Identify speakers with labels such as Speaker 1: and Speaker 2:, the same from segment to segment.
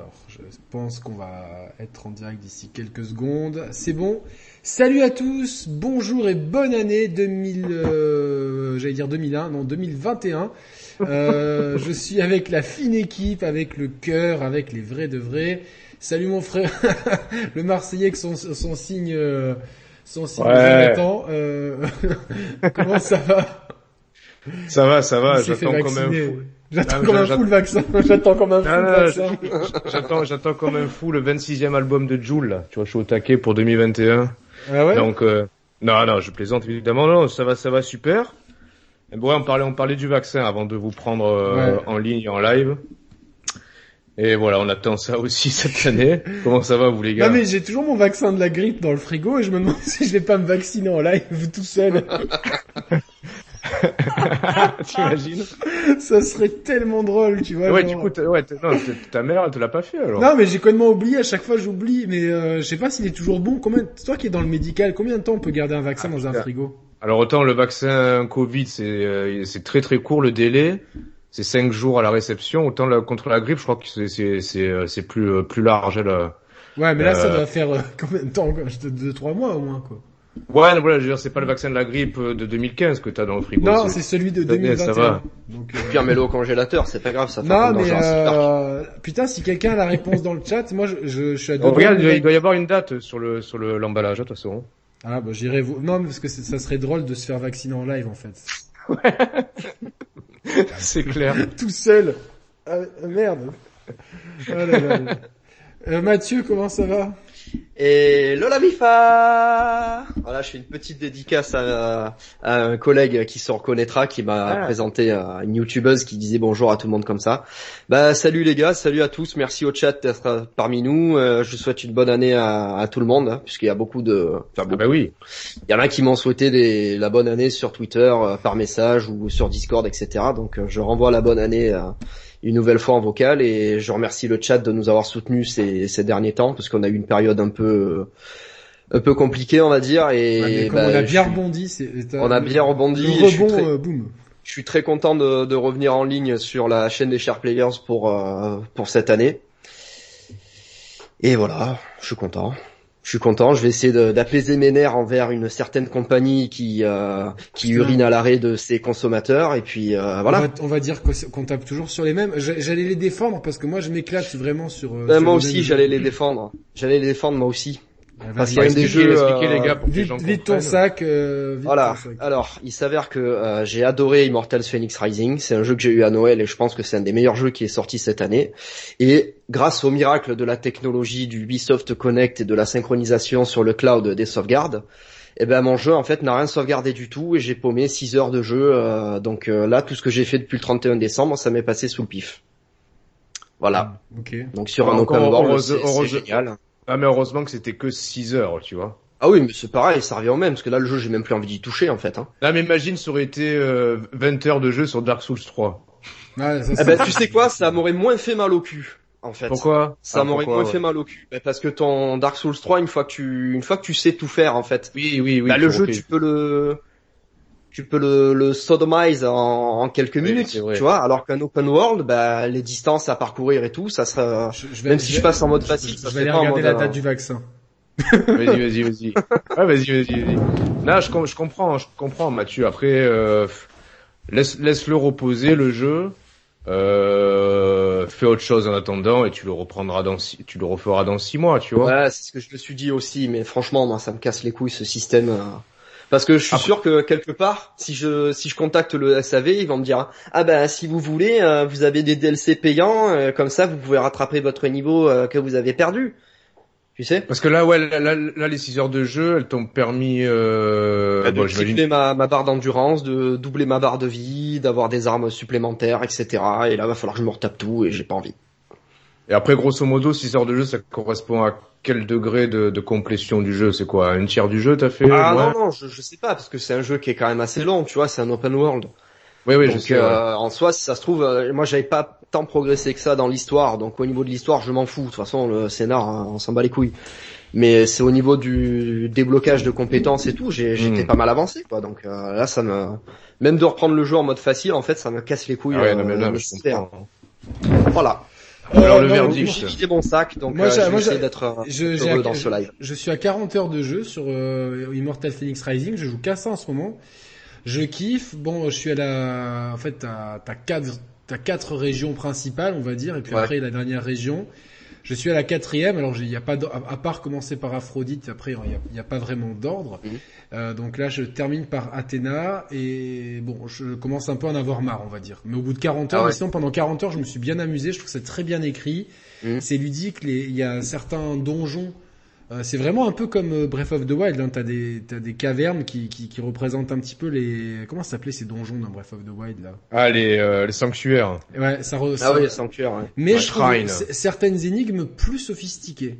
Speaker 1: Alors, je pense qu'on va être en direct d'ici quelques secondes. C'est bon. Salut à tous, bonjour et bonne année 2000, euh, j'allais dire 2001, non 2021. Euh, je suis avec la fine équipe, avec le cœur, avec les vrais de vrais. Salut mon frère, le Marseillais avec son, son signe, euh, son signe
Speaker 2: Ouais.
Speaker 1: Jonathan. Euh, comment ça va
Speaker 2: Ça va, ça va,
Speaker 1: Il s'est fait
Speaker 2: j'attends comme un
Speaker 1: vacciner.
Speaker 2: fou.
Speaker 1: J'attends
Speaker 2: Ah,
Speaker 1: comme un
Speaker 2: j'attends-
Speaker 1: fou le vaccin. J'attends comme un fou
Speaker 2: Ah,
Speaker 1: le
Speaker 2: non,
Speaker 1: vaccin.
Speaker 2: J'attends, j'attends comme un fou le 26e album de Joule, là. Tu vois, je suis au taquet pour 2021.
Speaker 1: Ah ouais
Speaker 2: Donc, euh, non, non, je plaisante évidemment. Non, ça va, ça va super. Et Bon, ouais, on parlait, on parlait du vaccin avant de vous prendre euh,
Speaker 1: Ouais.
Speaker 2: en ligne, en live. Et voilà, on attend ça aussi cette année. Comment ça va, vous les gars
Speaker 1: Non mais j'ai toujours mon vaccin de la grippe dans le frigo et je me demande si je vais pas me vacciner en live tout seul.
Speaker 2: T'imagines
Speaker 1: Ça serait tellement drôle, tu vois.
Speaker 2: Ouais,
Speaker 1: genre.
Speaker 2: du coup, t'as- ouais, t'as- non, t'as- ta mère, elle te l'a pas fait alors.
Speaker 1: Ah, Non mais j'ai complètement oublié, à chaque fois j'oublie, mais euh, je sais pas s'il est toujours bon. Combien... Toi qui es dans le médical, combien de temps on peut garder un vaccin
Speaker 2: Ah,
Speaker 1: dans un
Speaker 2: putain.
Speaker 1: frigo
Speaker 2: Alors autant le vaccin Covid, c'est euh, c'est très très court le délai, c'est cinq jours à la réception. Autant la, contre la grippe, je crois que c'est- c'est c'est euh, c'est plus euh, plus large. Là.
Speaker 1: Ouais mais là ça
Speaker 2: Euh.
Speaker 1: doit faire euh, combien de temps quoi Je te- Deux, trois mois au moins quoi.
Speaker 2: Ouais, non, voilà, je veux dire, c'est pas le vaccin de la grippe euh, de 2015 que t'as dans le frigo.
Speaker 1: Non
Speaker 2: c'est-
Speaker 1: c'est celui de
Speaker 2: ça va,
Speaker 1: 2021.
Speaker 2: ça va.
Speaker 1: Donc, euh,
Speaker 3: Pire, mets-le au congélateur, c'est pas grave, ça fait
Speaker 1: Non
Speaker 3: un peu
Speaker 1: mais
Speaker 3: d'urgence.
Speaker 1: euh, putain si quelqu'un a la réponse dans le chat, moi je, je, je suis à deux
Speaker 2: Oh, regarde, il
Speaker 1: doigts
Speaker 2: doit-
Speaker 1: de-
Speaker 2: il doit y avoir une date sur le sur le l'emballage de toute façon.
Speaker 1: Ah bah j'irai vous. Non mais parce que c'est- ça serait drôle de se faire vacciner en live en fait.
Speaker 2: c'est clair.
Speaker 1: Tout seul. Ah, merde. Oh là là là. Euh, Mathieu, comment ça va
Speaker 3: Et Lola Mifa Voilà, je fais une petite dédicace à, à un collègue qui s'en reconnaîtra, qui m'a
Speaker 2: Ah.
Speaker 3: présenté euh, une youtubeuse qui disait bonjour à tout le monde comme ça. Bah salut les gars, salut à tous, merci au chat d'être euh, parmi nous. Euh, je souhaite une bonne année à, à tout le monde, hein, puisqu'il y a beaucoup de... Enfin,
Speaker 2: Ah
Speaker 3: beaucoup.
Speaker 2: bah oui.
Speaker 3: Il y en a qui m'ont souhaité des- la bonne année sur Twitter, euh, par message ou sur Discord, etc. Donc euh, je renvoie la bonne année euh, une nouvelle fois en vocal et je remercie le chat de nous avoir soutenus ces, ces derniers temps parce qu'on a eu une période un peu euh, un peu compliquée, on va dire. Et
Speaker 1: Ah, mais comme
Speaker 3: bah,
Speaker 1: On a bien
Speaker 3: je suis-
Speaker 1: rebondi. c'est-
Speaker 3: on a bien rebondi.
Speaker 1: Le
Speaker 3: et je suis
Speaker 1: rebond,
Speaker 3: très-
Speaker 1: euh, boum.
Speaker 3: je suis très content de, de revenir en ligne sur la chaîne des Sharp Players pour euh, pour cette année. Et voilà, je suis content. Je suis content. Je vais essayer de- d'apaiser mes nerfs envers une certaine compagnie qui euh, qui
Speaker 1: Putain. bah,
Speaker 3: urine à l'arrêt de ses consommateurs. Et puis euh,
Speaker 1: On,
Speaker 3: voilà.
Speaker 1: va, on va dire qu'on qu'on tape toujours sur les mêmes. J'a- J'allais les défendre parce que moi je m'éclate vraiment sur. euh,
Speaker 3: Ben,
Speaker 1: sur
Speaker 3: moi
Speaker 1: les
Speaker 3: aussi,
Speaker 1: mêmes-
Speaker 3: j'allais les défendre. J'allais les défendre moi aussi.
Speaker 1: Ah,
Speaker 3: parce
Speaker 1: vas-y.
Speaker 3: qu'il y a
Speaker 2: Ouais,
Speaker 3: un des
Speaker 2: expliquez,
Speaker 3: jeux,
Speaker 2: expliquez,
Speaker 3: euh,
Speaker 2: les gars pour que les gens
Speaker 1: Vite, vite ton
Speaker 2: comprennent.
Speaker 1: sac. euh, vite
Speaker 3: Voilà.
Speaker 1: ton sac.
Speaker 3: Alors, il s'avère que euh, j'ai adoré Immortals Phoenix Rising. C'est un jeu que j'ai eu à Noël et je pense que c'est un des meilleurs jeux qui est sorti cette année. Et grâce au miracle de la technologie du Ubisoft Connect et de la synchronisation sur le cloud des sauvegardes, eh ben mon jeu en fait n'a rien sauvegardé du tout et j'ai paumé 6 heures de jeu. euh, donc euh, là, tout ce que j'ai fait depuis le 31 décembre, ça m'est passé sous le pif. Voilà.
Speaker 1: Ok.
Speaker 3: Donc sur un
Speaker 2: Encore
Speaker 3: open world,
Speaker 2: heureuse-
Speaker 3: c'est c'est
Speaker 2: heureuse-
Speaker 3: génial.
Speaker 2: Ah mais heureusement que c'était que 6 heures, tu vois.
Speaker 3: Ah oui, mais c'est pareil, ça revient au même parce que là, le jeu, j'ai même plus envie d'y toucher en fait. hein.
Speaker 2: Là, mais imagine, ça aurait été euh, 20 heures de jeu sur Dark Souls 3.
Speaker 1: Ouais, Ah, ça,
Speaker 3: Eh
Speaker 1: c'est-
Speaker 3: ben, tu sais quoi, ça m'aurait moins fait mal au cul, en fait.
Speaker 2: Pourquoi
Speaker 3: ça
Speaker 2: Ah,
Speaker 3: m'aurait
Speaker 2: pourquoi,
Speaker 3: moins fait
Speaker 2: ouais.
Speaker 3: mal au cul. Ben, Parce que ton Dark Souls 3, une fois que tu, une fois que tu sais tout faire, en fait,
Speaker 2: Oui, oui, oui.
Speaker 3: bah, le
Speaker 2: tu
Speaker 3: jeu,
Speaker 2: repris.
Speaker 3: tu peux le, tu peux le, le sodomize en, en quelques
Speaker 2: Oui,
Speaker 3: minutes,
Speaker 2: c'est vrai.
Speaker 3: tu vois, alors qu'un open world, bah, les distances à parcourir et tout, ça sera,
Speaker 1: Je-
Speaker 3: même si je passe en mode facile,
Speaker 1: je
Speaker 3: ça
Speaker 1: vais
Speaker 3: serait
Speaker 1: aller
Speaker 3: pas en
Speaker 1: regarder
Speaker 3: mode,
Speaker 1: la date
Speaker 3: euh,
Speaker 1: du vaccin.
Speaker 2: Vas-y, vas-y, vas-y. Ouais, vas-y, vas-y, vas-y. Là, je, com- je comprends, je comprends, Mathieu. Après, euh, f- laisse, laisse-le reposer, le jeu. Euh, fais autre chose en attendant et tu le reprendras dans six, tu le referas dans six mois, tu vois.
Speaker 3: Ouais, c'est ce que je me suis dit aussi, mais franchement, moi, ça me casse les couilles ce système. euh, Parce que je suis
Speaker 2: Après-
Speaker 3: sûr que quelque part, si je si je contacte le SAV, ils vont me dire ah ben si vous voulez, euh, vous avez des DLC payants, euh, comme ça vous pouvez rattraper votre niveau euh, que vous avez perdu. Tu sais
Speaker 2: Parce que là, ouais, là, là, là, les six heures de jeu, elles t'ont permis. Euh,
Speaker 3: De
Speaker 2: bon, j'imagine-
Speaker 3: tripler ma, ma barre d'endurance, de doubler ma barre de vie, d'avoir des armes supplémentaires, etc. Et là va falloir que je me retape tout et j'ai pas envie.
Speaker 2: Et après, grosso modo, six heures de jeu, ça correspond à quel degré de, de complétion du jeu C'est quoi Une tiers du jeu, t'as fait
Speaker 3: Ah
Speaker 2: ouais.
Speaker 3: non non, je, je sais pas parce que c'est un jeu qui est quand même assez long, tu vois, c'est un open world.
Speaker 2: Oui, oui, je
Speaker 3: donc
Speaker 2: sais. ouais.
Speaker 3: euh, en soi, si ça se trouve, euh, moi j'avais pas tant progressé que ça dans l'histoire, donc au niveau de l'histoire, je m'en fous. De toute façon, le scénar, hein, on s'en bat les couilles. Mais c'est au niveau du déblocage de compétences et tout, j'ai- j'étais
Speaker 2: Hmm.
Speaker 3: pas mal avancé, quoi. Donc euh, là, ça me, même de reprendre le jeu en mode facile, en fait, ça me casse les couilles.
Speaker 2: Ah ouais,
Speaker 3: euh,
Speaker 2: non, mais là, je
Speaker 3: nécessaire.
Speaker 2: comprends.
Speaker 3: voilà. Euh,
Speaker 2: Ou alors le
Speaker 1: non,
Speaker 2: verdict.
Speaker 3: J'ai vidé mon sac, donc
Speaker 1: Moi,
Speaker 3: euh,
Speaker 1: ça-
Speaker 3: je vais
Speaker 1: moi,
Speaker 3: essayer
Speaker 1: ça-
Speaker 3: d'être euh,
Speaker 1: Je, j'ai-
Speaker 3: heureux dans
Speaker 1: je-
Speaker 3: ce live.
Speaker 1: je suis à 40 heures de jeu sur euh, Immortal Phoenix Rising, je joue qu'à ça en ce moment. Je kiffe. Bon, je suis à la en fait t'as t'as quatre t'as quatre régions principales, on va dire et puis
Speaker 3: Ouais.
Speaker 1: après la dernière région. Je suis à la quatrième, alors j'ai- il n'y a pas d'or- à, à part commencer par Aphrodite, après il n'y a, il y a pas vraiment d'ordre.
Speaker 3: Mhm.
Speaker 1: Euh, donc là je termine par Athéna et bon je commence un peu à en avoir marre on va dire. Mais au bout de 40 heures,
Speaker 3: Ah ouais.
Speaker 1: mais sinon pendant 40 heures je me suis bien amusé, je trouve que c'est très bien écrit,
Speaker 3: Mhm.
Speaker 1: c'est ludique, les- il y a certains donjons. euh, c'est vraiment un peu comme euh, Breath of the Wild, hein, t'as des t'as des cavernes qui, qui qui représentent un petit peu les comment ça s'appelait ces donjons dans Breath of the Wild là.
Speaker 2: Ah, les, euh, les sanctuaires.
Speaker 1: Ouais ça, re-
Speaker 3: Ah
Speaker 1: ça-
Speaker 3: oui, sans cœur. Ouais.
Speaker 1: mais
Speaker 2: Ouais,
Speaker 1: je trouve
Speaker 2: Shrine.
Speaker 1: c- certaines énigmes plus sophistiquées.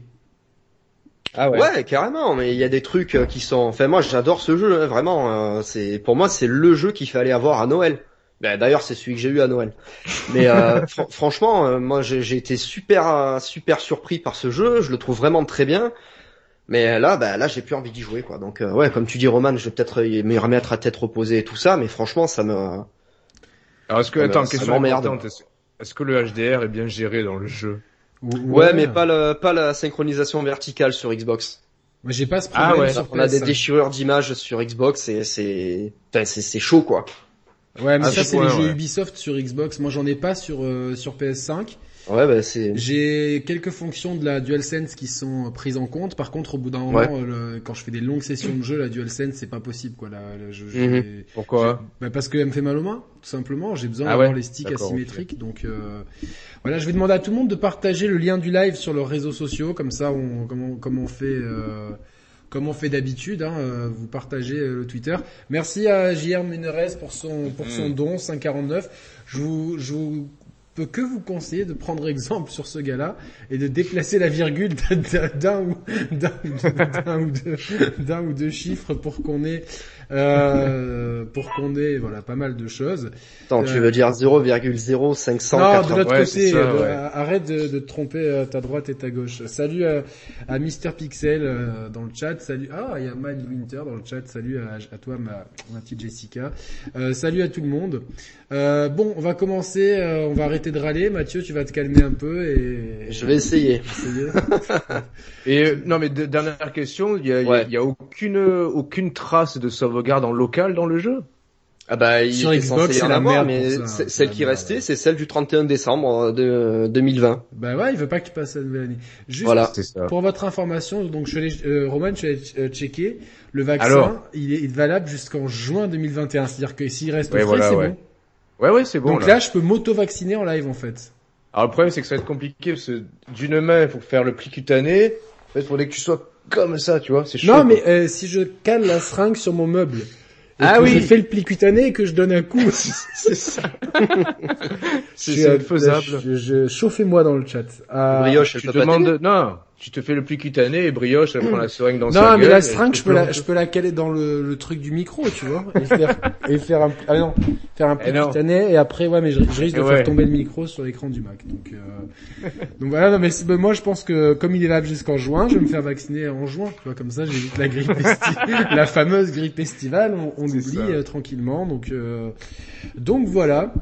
Speaker 2: Ah
Speaker 3: Ouais. carrément. Mais il y a des trucs euh, qui sont. Enfin, moi, j'adore ce jeu. hein, vraiment, euh, c'est pour moi, c'est le jeu qu'il fallait avoir à Noël. Ben, D'ailleurs, c'est celui que j'ai eu à Noël. Mais euh, fran- franchement, euh, moi, j'ai j'ai été super, euh, super surpris par ce jeu. Je le trouve vraiment très bien. Mais là, ben, là, j'ai plus envie d'y jouer, quoi. Donc, euh, ouais, comme tu dis, Roman, je vais peut-être y- me remettre à tête reposée et tout ça. Mais franchement, ça me.
Speaker 2: Alors, est-ce que,
Speaker 1: Euh,
Speaker 3: Ah,
Speaker 2: attends,
Speaker 3: mais ça
Speaker 2: question
Speaker 3: m'emmerde.
Speaker 2: importante. Est-ce est-ce que le HDR est bien géré dans le jeu?
Speaker 1: Ou-
Speaker 3: Ouais, mais pas le, pas la synchronisation verticale sur Xbox.
Speaker 1: Moi, j'ai pas ce
Speaker 2: Ah
Speaker 1: problème
Speaker 2: ouais.
Speaker 1: sur
Speaker 3: On a des
Speaker 1: PS5.
Speaker 3: déchirures d'images sur Xbox et c'est putain, c'est c'est chaud quoi.
Speaker 1: Ouais, mais
Speaker 2: Ah,
Speaker 1: ça
Speaker 2: ce
Speaker 1: c'est les
Speaker 2: point,
Speaker 1: jeux
Speaker 2: ouais.
Speaker 1: Ubisoft sur Xbox. Moi, j'en ai pas sur euh, sur PS5.
Speaker 3: Ouais bah c'est
Speaker 1: J'ai quelques fonctions de la DualSense qui sont euh, prises en compte. Par contre, au bout d'un
Speaker 3: Ouais.
Speaker 1: moment, euh, le- quand je fais des longues sessions de jeu, la DualSense c'est pas possible quoi. Là, là, je- je-
Speaker 3: Mhm.
Speaker 1: j'ai-
Speaker 2: Pourquoi?
Speaker 1: bah, parce qu'elle me fait mal aux mains, tout simplement. J'ai besoin
Speaker 2: Ah
Speaker 1: d'avoir
Speaker 2: ouais
Speaker 1: les sticks
Speaker 2: D'accord,
Speaker 1: asymétriques. Donc euh, voilà, je vais demander à tout le monde de partager le lien du live sur leurs réseaux sociaux, comme ça, on, comme, on, comme on fait, euh, comme on fait d'habitude. hein, euh, vous partagez euh, le Twitter. Merci à JR Munerez pour son pour son
Speaker 2: Mhm.
Speaker 1: don 5,49. Je vous, je vous peux que vous conseiller de prendre exemple sur ce gars-là et de déplacer la virgule d'un- d'un ou d'un d'un ou deux d'un ou deux chiffres pour qu'on ait euh, pour qu'on ait voilà pas mal de choses.
Speaker 3: attends, tu veux dire
Speaker 1: Euh, Non, de
Speaker 3: 0,0580
Speaker 1: l'autre
Speaker 2: ouais,
Speaker 1: côté,
Speaker 2: c'est ça,
Speaker 1: euh,
Speaker 2: ouais.
Speaker 1: arrête de, de te tromper euh, ta droite et ta gauche. Salut à, à Mister Pixel euh, dans le chat. Salut. Ah, il y a Mad Winter dans le chat. Salut à, à toi, ma, ma petite Jessica. Euh, salut à tout le monde. Euh, bon, on va commencer. euh, on va arrêter de râler. Mathieu, tu vas te calmer un peu et
Speaker 3: Je vais essayer.
Speaker 1: essayer.
Speaker 2: Et, euh, non, mais de- dernière question, il y a, il y a-
Speaker 3: Ouais.
Speaker 2: il y a aucune, euh, aucune trace de sauvegarde en local dans le jeu?
Speaker 3: Ah bah il
Speaker 1: Sur
Speaker 3: était
Speaker 1: Xbox,
Speaker 3: censé y
Speaker 1: c'est
Speaker 3: en
Speaker 1: la
Speaker 3: avoir,
Speaker 1: merde
Speaker 3: mais
Speaker 1: pour ça,
Speaker 3: c'est-
Speaker 1: c'est
Speaker 3: celle
Speaker 1: la
Speaker 3: qui
Speaker 1: merde.
Speaker 3: restait, c'est celle du 31 décembre euh, de 2020.
Speaker 1: bah ouais, il veut pas que tu passes à la nouvelle année. Juste
Speaker 3: Voilà.
Speaker 2: C'est ça.
Speaker 1: Pour votre information, donc je suis allé, euh, Roman, je suis allé euh, checker. Le vaccin,
Speaker 2: Alors
Speaker 1: il est valable jusqu'en juin 2021. C'est-à-dire que s'il reste au
Speaker 2: Ouais,
Speaker 1: frais,
Speaker 2: voilà,
Speaker 1: c'est
Speaker 2: ouais.
Speaker 1: bon.
Speaker 2: Ouais, ouais, c'est bon.
Speaker 1: donc
Speaker 2: là.
Speaker 1: là, je peux m'auto-vacciner en live, en fait.
Speaker 2: Alors le problème c'est que ça va être compliqué parce que d'une main il faut faire le pli cutané, en fait, il faudrait que tu sois comme ça, tu vois, c'est chaud.
Speaker 1: non, mais euh, si je cale la seringue sur mon meuble, et
Speaker 2: Ah
Speaker 1: que
Speaker 2: oui.
Speaker 1: je fais le pli cutané et que je donne un coup,
Speaker 2: c'est ça.
Speaker 1: je
Speaker 2: c'est
Speaker 1: suis,
Speaker 2: ça,
Speaker 1: euh,
Speaker 2: faisable.
Speaker 1: je- je- chauffez-moi dans le chat. Ah,
Speaker 3: Brioche, elle
Speaker 2: Tu
Speaker 3: peut pas t'aider
Speaker 2: demandes non, tu te fais le pli cutané et brioche elle prend la seringue dans sa
Speaker 1: non, mais
Speaker 2: gueule,
Speaker 1: la
Speaker 2: elle
Speaker 1: seringue,
Speaker 2: te
Speaker 1: je peux la,
Speaker 2: plante.
Speaker 1: je peux la caler dans le, le truc du micro, tu vois, et faire, et faire un, ah non, faire un
Speaker 2: Eh
Speaker 1: petit
Speaker 2: non.
Speaker 1: cutané, et après, ouais, mais je, je risque de
Speaker 2: Eh
Speaker 1: faire
Speaker 2: ouais.
Speaker 1: tomber le micro sur l'écran du Mac. Donc, euh, donc voilà, non, mais c'est- mais moi, je pense que comme il est là jusqu'en juin, je vais me faire vacciner en juin, tu vois, comme ça, j'évite la grippe estivale, la fameuse grippe estivale, on, on
Speaker 2: C'est
Speaker 1: oublie
Speaker 2: ça.
Speaker 1: euh, tranquillement. Donc, euh, donc voilà.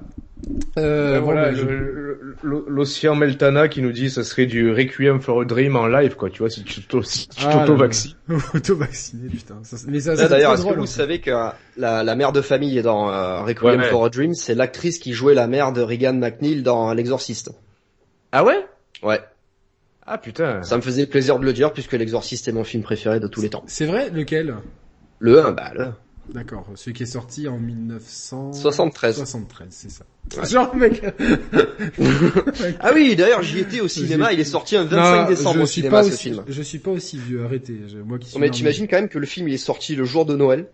Speaker 1: Euh,
Speaker 2: Ouais, voilà,
Speaker 1: bon, ben, je-
Speaker 2: le- le- le- l'océan Meltana qui nous dit ça serait du Requiem for a Dream en live quoi, tu vois si tu t'auto si tu
Speaker 1: Ah,
Speaker 2: t'auto-vaccines.
Speaker 1: Auto-vacciné, putain. Ça, mais ça,
Speaker 3: Là,
Speaker 1: c'est
Speaker 3: Ah, D'ailleurs,
Speaker 1: très
Speaker 3: est-ce que
Speaker 1: drôle,
Speaker 3: vous
Speaker 1: en fait.
Speaker 3: savez que la, la mère de famille dans euh, Requiem
Speaker 2: Ouais, ouais.
Speaker 3: for a Dream, c'est l'actrice qui jouait la mère de Regan McNeil dans L'Exorciste.
Speaker 2: Ah ouais
Speaker 3: Ouais,
Speaker 2: Ah putain.
Speaker 3: ça me faisait plaisir de le dire puisque L'Exorciste est mon film préféré de tous les temps.
Speaker 1: C'est vrai, lequel?
Speaker 3: Le 1, bah le 1.
Speaker 1: D'accord, celui qui est sorti en 1973,
Speaker 3: 73.
Speaker 1: c'est ça. Genre mec,
Speaker 3: Ah oui, d'ailleurs, j'y étais au
Speaker 1: J'y
Speaker 3: cinéma.
Speaker 1: étais.
Speaker 3: Il est sorti un 25 décembre
Speaker 1: je
Speaker 3: au
Speaker 1: suis
Speaker 3: cinéma,
Speaker 1: pas
Speaker 3: ce
Speaker 1: aussi,
Speaker 3: film.
Speaker 1: je suis pas aussi vieux. Arrêtez, je- moi qui suis.
Speaker 3: Non, mais
Speaker 1: normal.
Speaker 3: t'imagines quand même que le film, il est sorti le jour de Noël.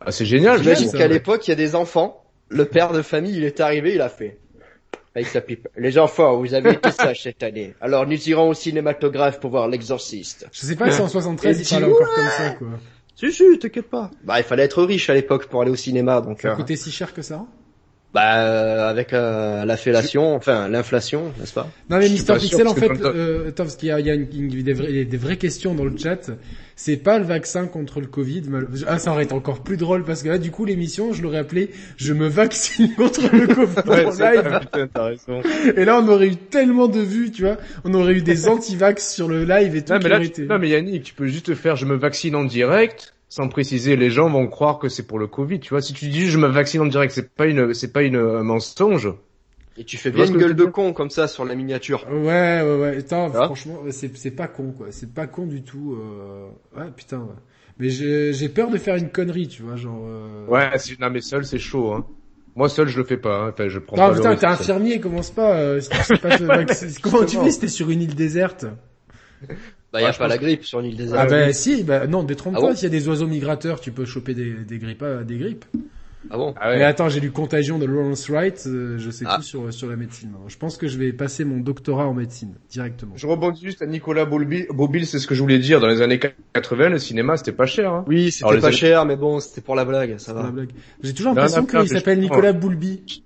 Speaker 2: Ah c'est génial.
Speaker 3: T'imagines
Speaker 1: ça,
Speaker 3: qu'à
Speaker 1: ouais.
Speaker 3: l'époque, il y a des enfants. Le père de famille, il est arrivé, il a fait. Avec sa pipe. Les enfants, vous avez été sages cette année. Alors, nous irons au cinématographe pour voir l'exorciste.
Speaker 1: Je sais pas si en 73
Speaker 3: Et
Speaker 1: il
Speaker 3: tu-
Speaker 1: parlait encore comme ça quoi.
Speaker 3: Si, si, t'inquiète pas. Bah, il fallait être riche à l'époque pour aller au cinéma, donc,
Speaker 1: Ça
Speaker 3: euh,
Speaker 1: coûtait si cher que ça
Speaker 3: Bah, avec euh, la fellation, enfin l'inflation, n'est-ce pas
Speaker 1: Non mais
Speaker 2: Je suis
Speaker 1: Mister
Speaker 2: pas sûr,
Speaker 1: Pixel, en
Speaker 2: parce
Speaker 1: fait,
Speaker 2: que quand-
Speaker 1: euh, attends, parce qu'il y a, il y a une- une- des, vraies, des vraies questions dans le chat. C'est pas le vaccin contre le Covid. mal- Ah, ça aurait été encore plus drôle parce que là, du coup, l'émission, je l'aurais appelé "Je me vaccine contre le Covid" en live.
Speaker 2: putain, t'as raison.
Speaker 1: Et là, on aurait eu tellement de vues, tu vois. On aurait eu des anti-vax sur le live et tout.
Speaker 2: Non
Speaker 1: qui
Speaker 2: mais, là,
Speaker 1: aurait
Speaker 2: tu-
Speaker 1: été-
Speaker 2: non, mais Yannick, tu peux juste faire je me vaccine en direct sans préciser, les gens vont croire que c'est pour le Covid, tu vois. Si tu dis je me vaccine en direct, c'est pas une c'est pas une un mensonge.
Speaker 3: Et tu fais
Speaker 2: Tu Ah,
Speaker 3: bien
Speaker 2: vois ce
Speaker 3: une
Speaker 2: que je
Speaker 3: gueule
Speaker 2: veux
Speaker 3: de con comme ça sur la miniature.
Speaker 1: Ouais, ouais, ouais. Attends,
Speaker 3: Ah.
Speaker 1: franchement, c'est, c'est pas con, quoi. C'est pas con du tout. euh, Ouais, putain. ouais. Mais j'ai, j'ai peur de faire une connerie, tu vois, genre. euh,
Speaker 2: Ouais, si- non mais seul c'est chaud hein. Moi seul je le fais pas hein. enfin je prends
Speaker 1: Non,
Speaker 2: pas le
Speaker 1: putain,
Speaker 2: risque.
Speaker 1: t'es infirmier, commence pas. euh, si tu sais pas te vacciner. Comment tu
Speaker 2: Justement.
Speaker 1: dis si t'es sur une île déserte
Speaker 3: Bah, y a
Speaker 2: Ouais, je
Speaker 3: pas la
Speaker 2: pense
Speaker 3: grippe sur une île des
Speaker 1: Ah,
Speaker 3: Alpes.
Speaker 1: ben si, bah non, détrompe-toi.
Speaker 3: Ah bon
Speaker 1: S'il y a des oiseaux migrateurs, tu peux choper des, des grippes. euh, Des grippes.
Speaker 3: Ah bon
Speaker 2: Ah ouais.
Speaker 1: Mais attends, j'ai lu Contagion de Lawrence Wright, euh, je sais
Speaker 3: Ah.
Speaker 1: tout sur, sur la médecine. hein. Je pense que je vais passer mon doctorat en médecine, directement.
Speaker 2: Je rebondis juste à Nicolas Bobil, Bobil, c'est ce que je voulais dire. Dans les années 80, le cinéma, c'était pas cher. Hein.
Speaker 3: Oui,
Speaker 2: Alors,
Speaker 3: c'était
Speaker 2: les Ah,
Speaker 3: pas
Speaker 2: amis-
Speaker 3: cher, mais bon, c'était pour la blague, ça
Speaker 1: C'est la
Speaker 3: va.
Speaker 1: blague. J'ai toujours
Speaker 2: Non,
Speaker 1: l'impression
Speaker 2: non, non,
Speaker 1: qu'il
Speaker 2: mais je
Speaker 1: s'appelle
Speaker 2: comprends.
Speaker 1: Nicolas Boulby.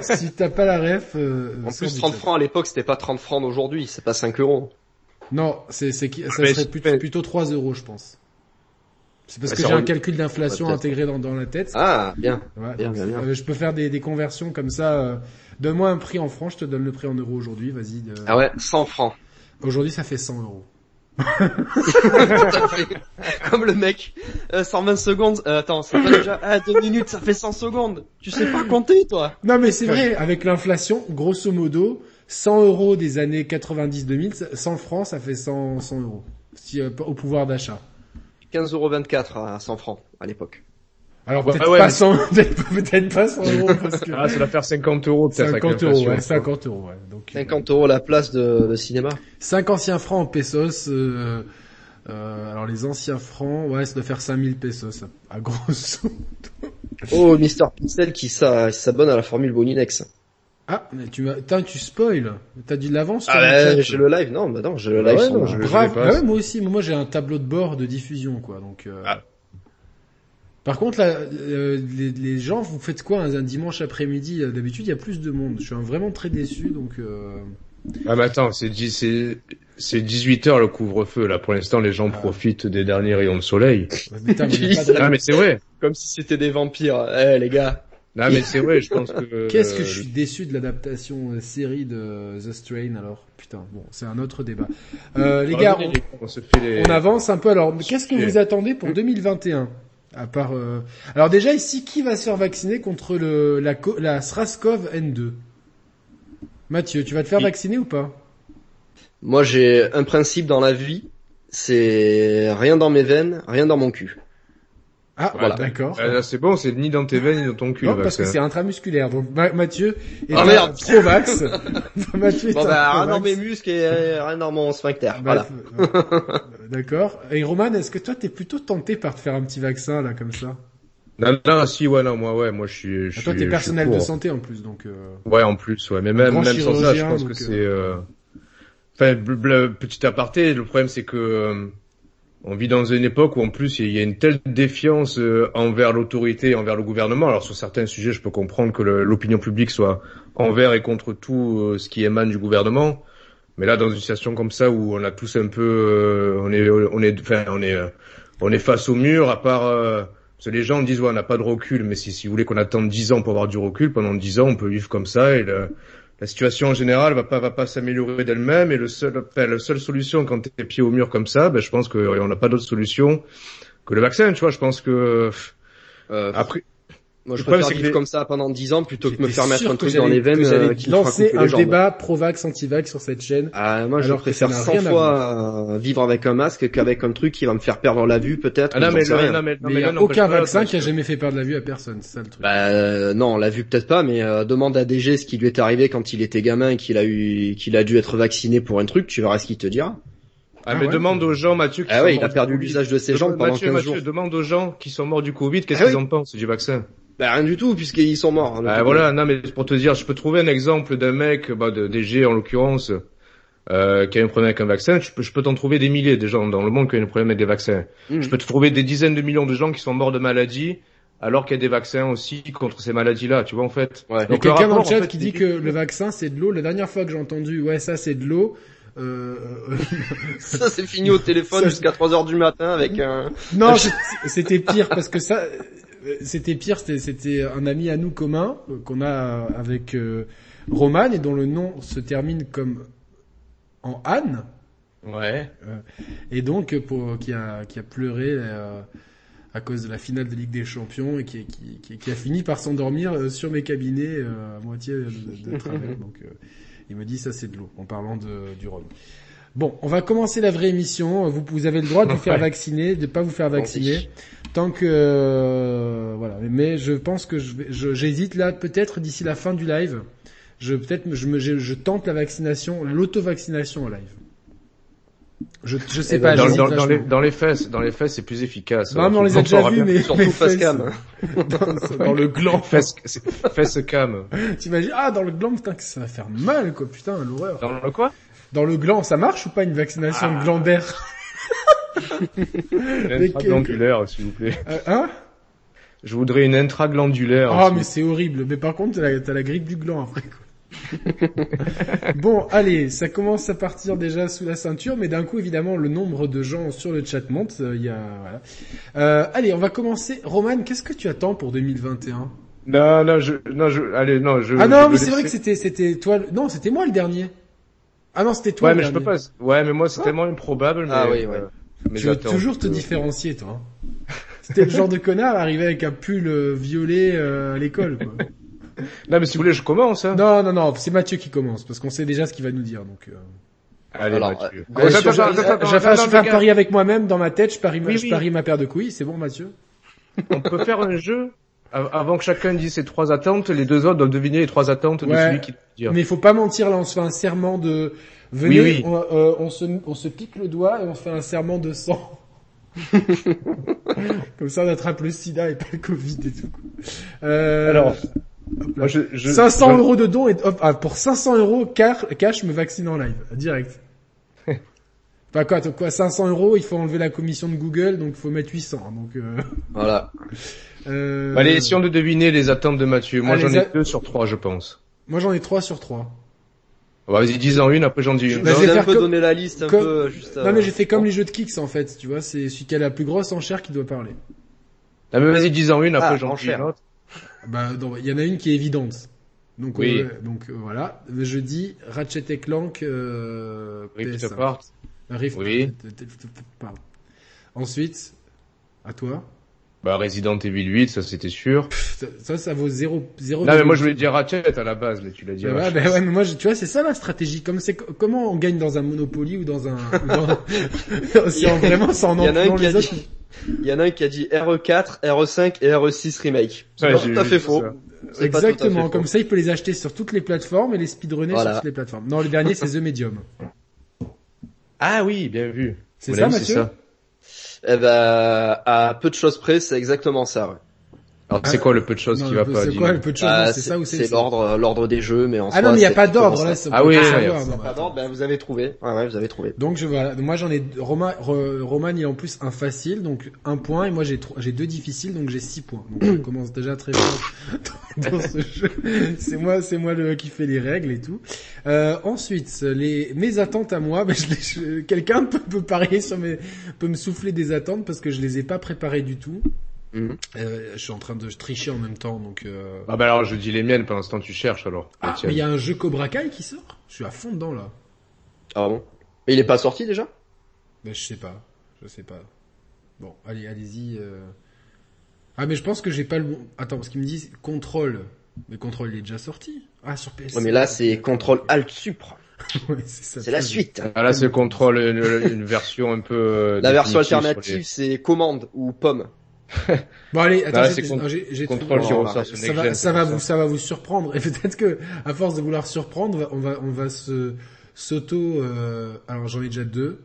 Speaker 1: si t'as pas la ref, euh,
Speaker 3: En
Speaker 1: c'est
Speaker 3: plus,
Speaker 1: embêtant.
Speaker 3: 30 francs à l'époque, c'était pas 30 francs d'aujourd'hui, c'est pas 5 euros.
Speaker 1: Non, c'est c'est qui- ça
Speaker 2: Mais
Speaker 1: serait
Speaker 2: c'est-
Speaker 1: plutôt, plutôt 3 euros, je pense. C'est parce
Speaker 2: Mais
Speaker 1: que
Speaker 2: ça
Speaker 1: j'ai un
Speaker 2: revient-
Speaker 1: calcul d'inflation
Speaker 3: Ouais, peut-être.
Speaker 1: intégré dans, dans la tête.
Speaker 3: Ah, bien.
Speaker 1: Ouais,
Speaker 3: bien,
Speaker 1: donc,
Speaker 3: bien, bien.
Speaker 1: euh, je peux faire des, des conversions comme ça. euh, Donne-moi un prix en francs, je te donne le prix en euros aujourd'hui. Vas-y. euh,
Speaker 3: Ah ouais, 100 francs.
Speaker 1: Aujourd'hui, ça fait 100 euros.
Speaker 3: Comme le mec, euh, 120 secondes, euh, attends, ça fait déjà, ah, 2 minutes, ça fait 100 secondes. Tu sais pas compter, toi.
Speaker 1: Non, mais c'est vrai. Avec l'inflation, grosso modo, 100 euros des années 90-2000, 100 francs, ça fait 100, 100 euros. Si, euh, au pouvoir d'achat.
Speaker 3: 15,24 à 100 francs, à l'époque.
Speaker 1: Alors
Speaker 2: Ouais,
Speaker 1: peut-être
Speaker 2: ouais,
Speaker 1: pas
Speaker 2: mais-
Speaker 1: 100, peut-être peut-être pas 100 euros parce que
Speaker 2: Ah, ça doit faire 50 euros peut-être. avec
Speaker 1: 50 euros,
Speaker 2: l'inflation,
Speaker 1: ouais,
Speaker 2: quoi.
Speaker 1: 50 euros, ouais. Donc euh,
Speaker 3: 50 euros la place de, de cinéma.
Speaker 1: 5 anciens francs en pesos. Euh, euh, alors les anciens francs, ouais, ça doit faire 5000 pesos à, à grosso.
Speaker 3: Oh, Mister Pixel qui s'a- s'abonne à la formule Boninex.
Speaker 1: Ah, mais tu m'as, putain, tu spoil. T'as dit de l'avance.
Speaker 3: Ah,
Speaker 1: sur le chat.
Speaker 3: ouais, j'ai le live, non, bah non, j'ai le
Speaker 2: Ah
Speaker 3: live.
Speaker 2: ouais,
Speaker 3: sur
Speaker 2: non,
Speaker 3: mon-
Speaker 2: je-
Speaker 1: Brave.
Speaker 2: l'ai pas.
Speaker 1: Ah ouais, moi aussi. Moi, j'ai un tableau de bord de diffusion, quoi. Donc. euh,
Speaker 2: Ah.
Speaker 1: Par contre, là, euh, les, les gens, vous faites quoi un, un dimanche après-midi euh, D'habitude, il y a plus de monde. Je suis vraiment très déçu, donc. euh,
Speaker 2: Ah, mais attends, c'est dix- c'est c'est 18 heures le couvre-feu là. Pour l'instant, les gens
Speaker 1: Ah.
Speaker 2: profitent des derniers rayons de soleil.
Speaker 1: ouais, putain, mais il y a pas de-
Speaker 2: Ah, mais c'est vrai.
Speaker 3: Comme si c'était des vampires. Eh, les gars.
Speaker 2: Ah, mais c'est vrai. Je pense que.
Speaker 1: Qu'est-ce que
Speaker 2: Euh,
Speaker 1: je suis déçu de l'adaptation euh, série de The Strain alors Putain, bon, c'est un autre débat. Euh, les gars, on,
Speaker 2: on se fait les.
Speaker 1: on avance un peu. Alors, qu'est-ce que
Speaker 2: Ok.
Speaker 1: vous attendez pour 2021 À part, euh, alors déjà ici, qui va se faire vacciner contre le la, co- la Sraskov N2 Mathieu, tu vas te faire
Speaker 2: Oui.
Speaker 1: vacciner ou pas
Speaker 3: Moi, j'ai un principe dans la vie, c'est rien dans mes veines, rien dans mon cul.
Speaker 1: Ah,
Speaker 2: Voilà.
Speaker 1: d'accord.
Speaker 2: Ah, là, c'est bon, c'est ni dans tes veines ni dans ton cul.
Speaker 1: non,
Speaker 2: le
Speaker 1: parce que
Speaker 2: vaccin.
Speaker 1: c'est intramusculaire. Donc Ma- Mathieu est
Speaker 3: Ah,
Speaker 1: un
Speaker 3: merde.
Speaker 1: pro-vax. Mathieu est
Speaker 3: Bon,
Speaker 1: un
Speaker 3: bah, rien
Speaker 1: pro-vax.
Speaker 3: dans mes muscles et euh, rien dans mon sphincter.
Speaker 1: Ah,
Speaker 3: voilà.
Speaker 1: bah, euh, D'accord. Et Roman, est-ce que toi t'es plutôt tenté par te faire un petit vaccin là comme ça
Speaker 2: Non, non, si, ouais, non, moi, ouais, moi, je suis. Je
Speaker 1: Ah, Toi t'es
Speaker 2: suis- je suis
Speaker 1: personnel de
Speaker 2: pour.
Speaker 1: santé en plus donc. euh,
Speaker 2: Ouais, en plus, ouais. Mais même,
Speaker 1: Grand
Speaker 2: même sans ça, je
Speaker 1: chirurgien,
Speaker 2: pense
Speaker 1: donc,
Speaker 2: que
Speaker 1: euh,
Speaker 2: c'est... euh, Enfin, bl- bl- petit aparté, le problème, c'est que... euh, On vit dans une époque où, en plus, il y a une telle défiance euh, envers l'autorité, envers le gouvernement. Alors, sur certains sujets, je peux comprendre que le- l'opinion publique soit envers et contre tout euh, ce qui émane du gouvernement. Mais là, dans une situation comme ça, où on a tous un peu... euh, on est... On est... Enfin, on est... euh, on est face au mur, à part... euh, parce que les gens disent, ouais, on n'a pas de recul, mais si, si vous voulez qu'on attende 10 ans pour avoir du recul, pendant 10 ans, on peut vivre comme ça, et le- la situation en général va pas, va pas s'améliorer d'elle-même, et le seul, enfin, la seule solution quand t'es pied au mur comme ça, ben, je pense qu'on n'a pas d'autre solution que le vaccin, tu vois, je pense que, pff,
Speaker 3: Euh,
Speaker 2: après,
Speaker 3: moi, je
Speaker 2: le problème,
Speaker 3: préfère
Speaker 2: c'est que
Speaker 3: vivre
Speaker 2: les-
Speaker 3: comme ça pendant 10 ans plutôt que me
Speaker 1: j'étais
Speaker 3: faire mettre
Speaker 1: sûr
Speaker 3: un
Speaker 1: que
Speaker 3: truc dans
Speaker 1: j'allais-
Speaker 3: les veines
Speaker 1: que j'allais
Speaker 3: euh, qui me fera
Speaker 1: lancer
Speaker 3: couper les
Speaker 1: un
Speaker 3: jambes.
Speaker 1: débat pro-vax, anti-vax sur cette chaîne.
Speaker 3: Ah, moi, je
Speaker 1: Alors que
Speaker 3: préfère
Speaker 1: ça n'a
Speaker 3: 100
Speaker 1: rien à
Speaker 3: fois euh, vivre avec un masque qu'avec un truc qui va me faire perdre la vue, peut-être.
Speaker 2: ah non,
Speaker 3: ou j'en
Speaker 2: mais,
Speaker 3: sais rien.
Speaker 2: le- non, mais, non,
Speaker 1: Mais
Speaker 2: mais
Speaker 1: il y
Speaker 2: là,
Speaker 1: a
Speaker 2: n'empêche
Speaker 1: aucun
Speaker 2: pas,
Speaker 1: vaccin
Speaker 2: parce
Speaker 1: qui a
Speaker 2: que-
Speaker 1: jamais fait perdre la vue à personne, c'est ça le truc.
Speaker 3: Bah euh, non, on l'a vu peut-être pas, mais euh, demande à DG ce qui lui est arrivé quand il était gamin et qu'il a eu, qu'il a dû être vacciné pour un truc, tu verras ce qu'il te dira.
Speaker 2: Ah,
Speaker 1: Ah
Speaker 2: mais
Speaker 1: ouais.
Speaker 2: demande aux gens, Mathieu, qui
Speaker 3: Ah
Speaker 2: sont
Speaker 3: ouais, il
Speaker 2: morts
Speaker 3: a
Speaker 2: du
Speaker 3: perdu
Speaker 2: Covid.
Speaker 3: l'usage de ses
Speaker 2: Demande-
Speaker 3: jambes pendant
Speaker 2: Mathieu,
Speaker 3: 15
Speaker 2: Mathieu,
Speaker 3: jours.
Speaker 2: demande aux gens qui sont morts du Covid, qu'est-ce
Speaker 3: Ah
Speaker 2: qu'ils
Speaker 3: oui.
Speaker 2: en pensent du vaccin?
Speaker 3: Bah rien du tout, puisqu'ils sont
Speaker 2: Euh,
Speaker 3: morts. hein,
Speaker 2: Bah, Ah, voilà, non mais pour te dire, je peux trouver un exemple d'un mec, bah, de DG en l'occurrence, euh, qui a un problème avec un vaccin, je peux, je peux t'en trouver des milliers de gens dans le monde qui ont un problème avec des vaccins.
Speaker 3: Mhm.
Speaker 2: Je peux te trouver des dizaines de millions de gens qui sont morts de maladies, alors qu'il y a des vaccins aussi contre ces maladies-là, tu vois, en fait.
Speaker 3: Ouais.
Speaker 1: Il y a
Speaker 2: Donc, le
Speaker 1: quelqu'un dans le
Speaker 2: rapport, en
Speaker 1: chat
Speaker 2: fait,
Speaker 1: qui
Speaker 2: il
Speaker 1: dit
Speaker 2: est-
Speaker 1: que le vaccin c'est de l'eau. La dernière fois que j'ai entendu, ouais ça c'est de l'eau. Euh, euh,
Speaker 3: Ça, c'est fini au téléphone
Speaker 1: Ça-
Speaker 3: jusqu'à 3 heures du matin avec un...
Speaker 1: Non, c'est- Bah, c'était pire parce que ça, euh, c'était pire. C'était, c'était un ami à nous commun euh, qu'on a euh, avec euh, Roman et dont le nom se termine comme en Anne
Speaker 2: Ouais.
Speaker 1: et donc euh, pour, qui a qui a pleuré euh, à cause de la finale de Ligue des Champions et qui qui, qui, qui a fini par s'endormir euh, sur mes cabinets euh, à moitié de, de travers. Donc euh, il me dit ça c'est de l'eau en parlant de, du Rhum. Bon, on va commencer la vraie émission. Vous, vous avez le droit de vous faire
Speaker 2: Ouais.
Speaker 1: vacciner, de pas vous faire vacciner.
Speaker 3: Merci.
Speaker 1: Tant que euh, voilà, mais, mais je pense que je vais- je- j'hésite là, peut-être d'ici la fin du live, je peut-être je me je, je tente la vaccination, l'auto-vaccination au live. Je Bah, je sais
Speaker 3: Eh
Speaker 1: pas.
Speaker 3: ben,
Speaker 2: Dans,
Speaker 1: j'hésite
Speaker 2: dans- dans les,
Speaker 1: vachement.
Speaker 2: dans les fesses, dans les fesses, c'est plus efficace.
Speaker 1: Non, mais on les a
Speaker 2: Donc,
Speaker 1: déjà
Speaker 2: aura
Speaker 1: vus,
Speaker 2: bien-
Speaker 1: mais mais
Speaker 3: Surtout face cam.
Speaker 1: dans, dans le gland.
Speaker 2: Fesses, c'est- fesses cam.
Speaker 1: T'imagines ah dans le gland putain que ça va faire mal quoi putain l'horreur.
Speaker 2: Dans le quoi
Speaker 1: Dans le gland ça marche ou pas une vaccination
Speaker 2: Ah.
Speaker 1: glandaire Mais quel-
Speaker 2: Intraglandulaire, s'il vous plaît.
Speaker 1: Euh, Hein
Speaker 2: Je voudrais une intraglandulaire.
Speaker 1: Ah
Speaker 2: s'il
Speaker 1: mais
Speaker 2: vous
Speaker 1: c'est horrible. Mais par contre, t'as la, t'as la grippe du gland après. Quoi. bon, allez, ça commence à partir déjà sous la ceinture, mais d'un coup, évidemment, le nombre de gens sur le chat monte. euh, Il y a, voilà. Euh, allez, on va commencer. Roman, qu'est-ce que tu attends pour 2021
Speaker 2: plaît. Non, non, je, non, je, allez, non, je.
Speaker 1: Ah non,
Speaker 2: Euh, je
Speaker 1: mais
Speaker 2: vais
Speaker 1: c'est vrai que
Speaker 2: laisser-
Speaker 1: c'était, c'était toi. le- Non, c'était moi le dernier. Ah non, c'était toi.
Speaker 2: Ouais,
Speaker 1: le
Speaker 2: mais je peux
Speaker 1: dernier.
Speaker 2: pas. Ouais, mais
Speaker 1: Hein
Speaker 2: moi, c'est tellement improbable.
Speaker 3: Ah
Speaker 2: mais,
Speaker 3: oui, ouais.
Speaker 2: euh, mais
Speaker 1: Tu veux
Speaker 2: attends,
Speaker 1: toujours te
Speaker 2: euh,
Speaker 1: différencier, toi. hein. C'était le genre de connard arrivé avec un pull euh, violet euh, à l'école. Quoi.
Speaker 2: Non, mais si vous voulez, je commence. Hein.
Speaker 1: non, non, non, c'est Mathieu qui commence parce qu'on sait déjà ce qu'il va nous dire. Donc. euh.
Speaker 2: Allez,
Speaker 3: Alors,
Speaker 2: Mathieu.
Speaker 3: euh,
Speaker 2: Attends,
Speaker 3: sur-
Speaker 2: attends, attends,
Speaker 3: euh,
Speaker 2: attends,
Speaker 1: Je vais faire-
Speaker 2: attends,
Speaker 1: je fais un
Speaker 2: regarde,
Speaker 1: pari avec moi-même dans ma tête, je parie, ma-
Speaker 2: Oui,
Speaker 1: je
Speaker 2: oui.
Speaker 1: parie ma paire de couilles, c'est bon Mathieu
Speaker 2: On peut faire un jeu av- avant que chacun dise ses trois attentes. Les deux autres doivent deviner les trois attentes de
Speaker 1: Ouais.
Speaker 2: celui qui doit dire.
Speaker 1: Mais il faut pas mentir là, on se fait un serment de... Venez,
Speaker 2: Oui, oui.
Speaker 1: On, euh, on se, on se pique le doigt et on se fait un serment de sang. Comme ça on attrape le sida et pas le Covid et tout. Euh,
Speaker 2: Alors,
Speaker 1: hop là.
Speaker 2: Moi, je, je,
Speaker 1: 500
Speaker 2: je-
Speaker 1: euros de dons et hop, ah, pour 500 euros car cash me vaccine en live direct. Enfin quoi, attends, quoi 500 euros, il faut enlever la commission de Google, donc il faut mettre 800. hein, Donc, euh,
Speaker 3: Voilà.
Speaker 1: euh,
Speaker 2: Bah, Allez, essayons de deviner les attentes de Mathieu. Moi,
Speaker 1: Allez,
Speaker 2: j'en
Speaker 1: ça-
Speaker 2: ai deux sur trois, je pense.
Speaker 1: Moi j'en ai 3 sur 3.
Speaker 2: Bon, vas-y, dis en une, après j'en dis
Speaker 1: Vas-y.
Speaker 2: une.
Speaker 3: Je
Speaker 1: Bah, vais
Speaker 3: vous ai
Speaker 1: faire
Speaker 3: un peu
Speaker 1: comme-
Speaker 3: donné la liste, un
Speaker 1: comme-
Speaker 3: peu euh, juste...
Speaker 1: Non
Speaker 3: euh,
Speaker 1: mais j'ai fait comme les jeux de kicks en fait, tu vois, c'est celui qui a la plus grosse enchère qui doit parler.
Speaker 2: Non, mais vas-y, dis en une, après
Speaker 3: Ah,
Speaker 2: j'en dis
Speaker 3: enchère.
Speaker 2: une autre.
Speaker 1: Bah non, il y en a une qui est évidente. Donc
Speaker 2: Oui.
Speaker 1: euh, donc euh, voilà, je dis Ratchet et Clank euh,
Speaker 2: Rift
Speaker 1: PS1.
Speaker 2: Apart.
Speaker 1: Rift-
Speaker 2: Oui.
Speaker 1: Pardon. Ensuite, à toi.
Speaker 2: Bah, Resident Evil 8, ça c'était sûr.
Speaker 1: Pff, Ça ça vaut 0 0
Speaker 2: Non, mais moi je voulais dire Ratchet à la base, mais tu l'as dit.
Speaker 1: Ouais,
Speaker 2: Ratchet.
Speaker 1: bah ouais, mais moi, je- tu vois, c'est ça la stratégie. Comme c'est comment on gagne dans un Monopoly ou dans un, dans- si on vraiment s'en
Speaker 3: Il y en a un
Speaker 1: emploie
Speaker 3: qui
Speaker 1: les
Speaker 3: a
Speaker 1: autres.
Speaker 3: dit... Il y en a un qui a dit E RE4, RE5 et RE6 remake. C'est
Speaker 2: Ouais,
Speaker 3: pas
Speaker 2: j'ai
Speaker 3: tout à
Speaker 2: vu
Speaker 3: fait
Speaker 2: ça.
Speaker 3: faux. C'est pas tout à fait
Speaker 1: Exactement,
Speaker 3: faux.
Speaker 1: comme ça il peut les acheter sur toutes les plateformes et les speedrunner
Speaker 3: Voilà.
Speaker 1: sur toutes les plateformes. Non, le dernier c'est The Medium.
Speaker 2: Ah oui, bien vu.
Speaker 1: C'est
Speaker 2: Mon
Speaker 1: ça
Speaker 2: ami,
Speaker 1: Mathieu
Speaker 3: Eh ben, à peu de choses près, c'est exactement ça. ouais.
Speaker 2: Alors c'est quoi le peu de choses
Speaker 1: Ah. Non,
Speaker 2: qui va
Speaker 1: le-
Speaker 2: pas
Speaker 1: C'est
Speaker 2: dis
Speaker 1: quoi
Speaker 2: donc.
Speaker 1: le peu de choses
Speaker 3: Ah,
Speaker 1: C'est ça ou c'est
Speaker 3: c'est l'ordre, euh, l'ordre des jeux, mais en
Speaker 1: Ah
Speaker 3: soi,
Speaker 1: non, mais il n'y a
Speaker 3: c'est
Speaker 1: pas d'ordre
Speaker 3: exactement
Speaker 1: là. ça,
Speaker 3: ça.
Speaker 2: Ah
Speaker 1: faut
Speaker 2: oui,
Speaker 1: pas
Speaker 2: oui,
Speaker 1: savoir,
Speaker 2: oui.
Speaker 1: non,
Speaker 3: Il y a pas
Speaker 1: attends.
Speaker 3: d'ordre, ben vous avez trouvé. Ouais, ouais, vous avez trouvé.
Speaker 1: Donc je voilà, moi j'en ai Romain, Ro- Roman il a en plus un facile donc un point et moi j'ai trois- j'ai deux difficiles donc j'ai six points. Donc on commence déjà très fort dans, dans ce jeu. C'est moi c'est moi le qui fait les règles et tout. Euh, ensuite les mes attentes à moi, ben, je les- je- quelqu'un peut, peut parier sur mes peut me souffler des attentes parce que je les ai pas préparées du tout.
Speaker 3: Mhm.
Speaker 1: Euh, je suis en train de tricher en même temps donc. Euh...
Speaker 2: Ah bah alors je dis les miennes pendant ce temps tu cherches alors.
Speaker 1: Ah,
Speaker 2: La tienne.
Speaker 1: mais il y a un jeu Cobra Kai qui sort. Je suis à fond dedans là.
Speaker 3: Ah bon Mais il est pas sorti déjà
Speaker 1: Ben, je sais pas. Je sais pas. Bon, allez, allez-y. euh. Ah, mais je pense que j'ai pas le bon... Attends, parce qu'ils me disent contrôle. Mais contrôle, il est déjà sorti. Ah, sur PS.
Speaker 3: Ouais, mais là c'est contrôle Alt Supre.
Speaker 1: Ouais, c'est ça.
Speaker 3: C'est la suite.
Speaker 2: Ah là c'est contrôle une, une version un peu. euh,
Speaker 3: La version
Speaker 2: définitive sur
Speaker 3: alternative c'est commande ou pomme.
Speaker 1: Bon, allez, attends,
Speaker 2: Bah, Là,
Speaker 1: j'ai-
Speaker 2: c'est con-
Speaker 1: j'ai- j'ai
Speaker 2: Contrôle
Speaker 1: trouvé-
Speaker 2: qui
Speaker 3: Oh,
Speaker 2: ressort sur
Speaker 1: ça
Speaker 2: Next
Speaker 1: va,
Speaker 2: Gen,
Speaker 1: ça va
Speaker 2: c'est
Speaker 1: vous, ça va vous surprendre. Et peut-être que, à force de vouloir surprendre, on va, on va se, s'auto, euh, alors j'en ai déjà deux.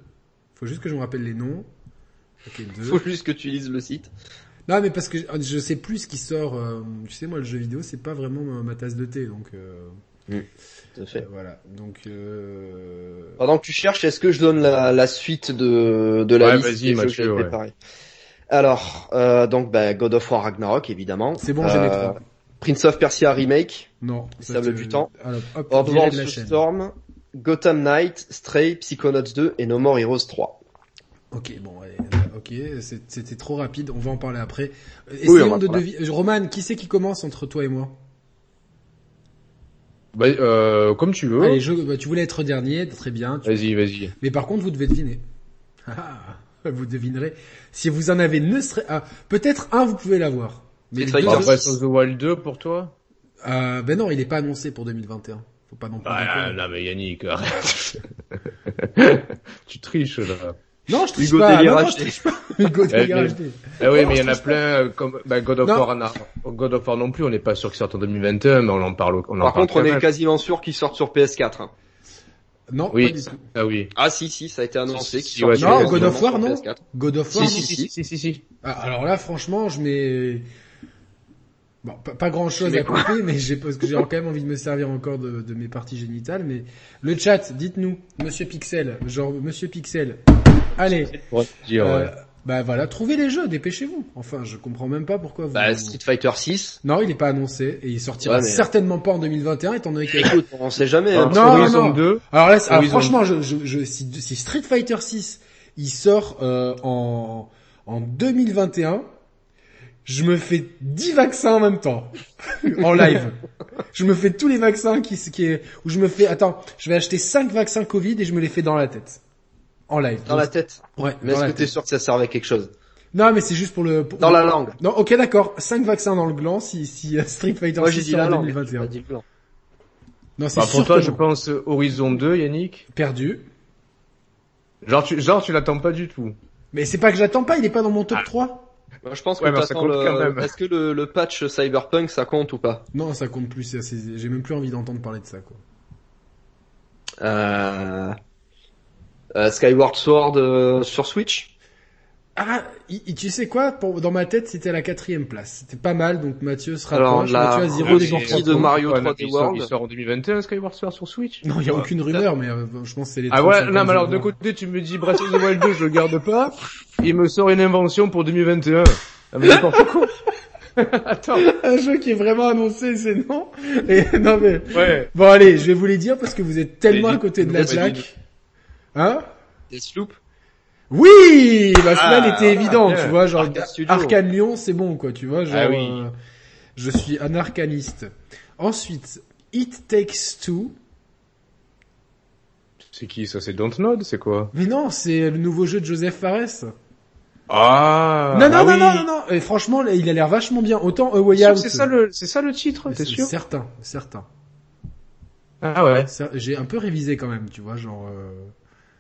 Speaker 1: Faut juste que je me rappelle les noms. Ok, deux.
Speaker 3: Faut juste que tu lises le site.
Speaker 1: Non, mais parce que je- je sais plus ce qui sort. euh, tu sais, moi, le jeu vidéo, c'est pas vraiment ma, ma tasse de thé, donc. euh,
Speaker 3: Tout à fait.
Speaker 1: Euh, voilà. Donc, euh...
Speaker 3: Pendant que tu cherches, est-ce que je donne la, la suite de, de la
Speaker 2: Ouais,
Speaker 3: liste
Speaker 2: vas-y,
Speaker 3: des jeux que
Speaker 2: Mathieu,
Speaker 3: j'ai
Speaker 2: ouais.
Speaker 3: préparés Alors, euh, donc bah, God of War Ragnarok, évidemment.
Speaker 1: c'est bon, j'ai les
Speaker 3: Euh,
Speaker 1: trois.
Speaker 3: Prince of Persia Remake,
Speaker 1: Non. ça,
Speaker 3: Sable
Speaker 1: tu-
Speaker 3: du Temps.
Speaker 1: Alors, hop, tirez
Speaker 3: Overlord
Speaker 1: de la chaîne.
Speaker 3: Storm, Gotham Knight, Stray, Psychonauts 2 et No More Heroes 3.
Speaker 1: Ok, bon, allez, ok, c'est- c'était trop rapide. On va en parler après. Euh,
Speaker 3: Oui,
Speaker 1: Essayons
Speaker 3: on va
Speaker 1: de
Speaker 3: en parler.
Speaker 1: deviner. Roman, qui c'est qui commence entre toi et moi
Speaker 2: Bah, euh, comme tu veux.
Speaker 1: Allez, je, bah, tu voulais être dernier, très bien. tu-
Speaker 2: Vas-y, vas-y.
Speaker 1: Mais par contre, vous devez deviner. Ah, ah, vous devinerez. Si vous en avez ne serait... ah, peut-être un, vous pouvez l'avoir. Mais
Speaker 3: Street
Speaker 1: les deux-
Speaker 2: Bah,
Speaker 3: Fighter.
Speaker 2: Breath of the Wild 2 pour toi
Speaker 1: euh, ben non, il est pas annoncé pour 2021. Faut pas non plus.
Speaker 2: Ah,
Speaker 1: déconner.
Speaker 2: non mais Yannick, arrête. tu triches là.
Speaker 1: Non, je triche
Speaker 3: Hugo
Speaker 1: pas.
Speaker 3: Deli
Speaker 1: Non, non, je
Speaker 3: racheté.
Speaker 1: triche pas. Hugo Deli
Speaker 2: Eh, mais-
Speaker 1: racheté.
Speaker 2: Ah oui,
Speaker 1: Non,
Speaker 2: mais il y en a
Speaker 1: je triche
Speaker 2: plein euh, comme bah, God of
Speaker 1: Non.
Speaker 2: War, on a- God of War non plus, on n'est pas sûr qu'il sorte en 2021, mais on en parle, on en parle
Speaker 3: Par contre, on
Speaker 2: quand
Speaker 3: est
Speaker 2: même.
Speaker 3: quasiment sûr qu'ils sortent sur PS4. hein.
Speaker 1: Non,
Speaker 2: Oui.
Speaker 1: pas du tout.
Speaker 2: Ah oui.
Speaker 3: Ah si, si, ça a été annoncé.
Speaker 2: Si,
Speaker 3: qu'ils
Speaker 2: si,
Speaker 3: sortent
Speaker 2: ouais,
Speaker 3: sur
Speaker 2: Non,
Speaker 3: PS4.
Speaker 1: God of War, non
Speaker 3: PS4.
Speaker 1: God of War.
Speaker 3: Si,
Speaker 1: non
Speaker 3: si, si,
Speaker 2: si, si.
Speaker 1: Ah, alors là, franchement, je mets bon, pas, pas grand chose
Speaker 3: Mais
Speaker 1: à couper, mais j'ai parce que j'ai quand même envie de me servir encore de, de mes parties génitales. Mais le chat, dites-nous, Monsieur Pixel, genre Monsieur Pixel, allez.
Speaker 2: Ouais, dire,
Speaker 1: euh,
Speaker 2: ouais.
Speaker 1: bah voilà, trouvez les jeux, dépêchez-vous. Enfin, je comprends même pas pourquoi vous.
Speaker 3: Bah, Street Fighter 6.
Speaker 1: Non, il est pas annoncé et il sortira
Speaker 3: Ouais, mais-
Speaker 1: certainement pas en 2021 étant donné qu'il y a-
Speaker 3: Écoute, on sait jamais. hein.
Speaker 2: Entre
Speaker 1: Euh, non,
Speaker 2: Horizon
Speaker 1: non.
Speaker 2: 2,
Speaker 1: Alors là, c'est- alors
Speaker 2: Oui, ils
Speaker 1: franchement, je, je, je- si, si Street Fighter 6 il sort euh, en, en 2021, je me fais 10 vaccins en même temps en live. Je me fais tous les vaccins qui s- qui est où je me fais attends, je vais acheter 5 vaccins Covid et je me les fais dans la tête. En live.
Speaker 3: Dans la tête.
Speaker 1: Ouais,
Speaker 3: Mais
Speaker 1: dans
Speaker 3: est-ce
Speaker 1: la
Speaker 3: que t'es
Speaker 1: tête.
Speaker 3: sûr que ça servait à quelque chose
Speaker 1: Non, mais c'est juste pour le pour-
Speaker 3: Dans la langue.
Speaker 1: Non, OK, d'accord. 5 vaccins dans le gland si si euh, Street Fighter
Speaker 3: Moi j'ai
Speaker 1: 6
Speaker 3: dit
Speaker 1: sort
Speaker 3: la
Speaker 1: en
Speaker 3: langue. j'ai
Speaker 1: 2021.
Speaker 3: pas dit le blanc.
Speaker 1: Non, c'est
Speaker 2: bah,
Speaker 1: sûr
Speaker 2: pour toi,
Speaker 1: que
Speaker 2: je
Speaker 1: non.
Speaker 2: pense euh, Horizon 2, Yannick.
Speaker 1: perdu.
Speaker 2: Genre tu, genre tu l'attends pas du tout.
Speaker 1: Mais c'est pas que j'attends pas, il est pas dans mon
Speaker 2: Ah.
Speaker 1: top 3.
Speaker 3: Moi, je pense que
Speaker 2: Ouais, mais ça
Speaker 3: t'attends
Speaker 2: compte quand
Speaker 3: le...
Speaker 2: même.
Speaker 3: Est-ce que le, le patch Cyberpunk ça compte ou pas
Speaker 1: Non, ça compte plus. c'est assez- J'ai même plus envie d'entendre parler de ça, quoi.
Speaker 3: euh... euh, Skyward Sword euh, sur Switch
Speaker 1: Ah, i- i- tu sais quoi pour, Dans ma tête, c'était à la quatrième place. C'était pas mal, donc Mathieu se
Speaker 3: Alors,
Speaker 1: rapproche.
Speaker 3: la
Speaker 1: Mathieu a zéro
Speaker 3: Gros
Speaker 2: Mais-
Speaker 1: des gens
Speaker 3: sortie
Speaker 1: trois
Speaker 3: de
Speaker 1: points.
Speaker 3: Mario
Speaker 2: Ouais,
Speaker 3: 3D
Speaker 2: mais il sort-
Speaker 3: World.
Speaker 2: Il sort en 2021, Skyward Sword sur Switch.
Speaker 1: Non, il y a aucune rumeur, mais euh, je pense que c'est les.
Speaker 2: Ah ouais,
Speaker 1: 35
Speaker 2: non, mais alors de
Speaker 1: secondes.
Speaker 2: côté, tu me dis Breath of the Wild 2, je le garde pas. Il me sort une invention pour 2021. Ah, mais n'importe quoi. Attends,
Speaker 1: Un jeu qui est vraiment annoncé, c'est non. Et non mais
Speaker 2: ouais.
Speaker 1: bon, allez, je vais vous les dire parce que vous êtes tellement à
Speaker 2: Allez,
Speaker 1: côté de
Speaker 2: dis-
Speaker 1: la
Speaker 2: dis-
Speaker 1: plaque. Hein
Speaker 3: Deathloop
Speaker 1: Oui, bah celui-là
Speaker 3: Ah,
Speaker 1: il était évident,
Speaker 2: bien.
Speaker 1: tu vois, genre
Speaker 3: Arcane Studio.
Speaker 1: Arcane Lyon, c'est bon quoi, tu vois, genre
Speaker 2: Ah oui.
Speaker 1: euh, je suis un arcaniste. Ensuite, It Takes Two.
Speaker 2: C'est qui ça C'est Dontnod, c'est quoi
Speaker 1: Mais non, c'est le nouveau jeu de Joseph Fares.
Speaker 2: Ah
Speaker 1: non, non,
Speaker 2: ah
Speaker 1: non,
Speaker 2: oui.
Speaker 1: non, non, non. Et franchement, là, il a l'air vachement bien. Autant A
Speaker 2: T'es
Speaker 1: Way
Speaker 2: sûr
Speaker 1: Out.
Speaker 2: que C'est ça le, c'est ça le titre,
Speaker 1: Mais
Speaker 2: t'es
Speaker 1: c'est
Speaker 2: sûr
Speaker 1: Certain, certain.
Speaker 2: Ah ouais.
Speaker 1: Ça, J'ai un peu révisé quand même, tu vois, genre. euh,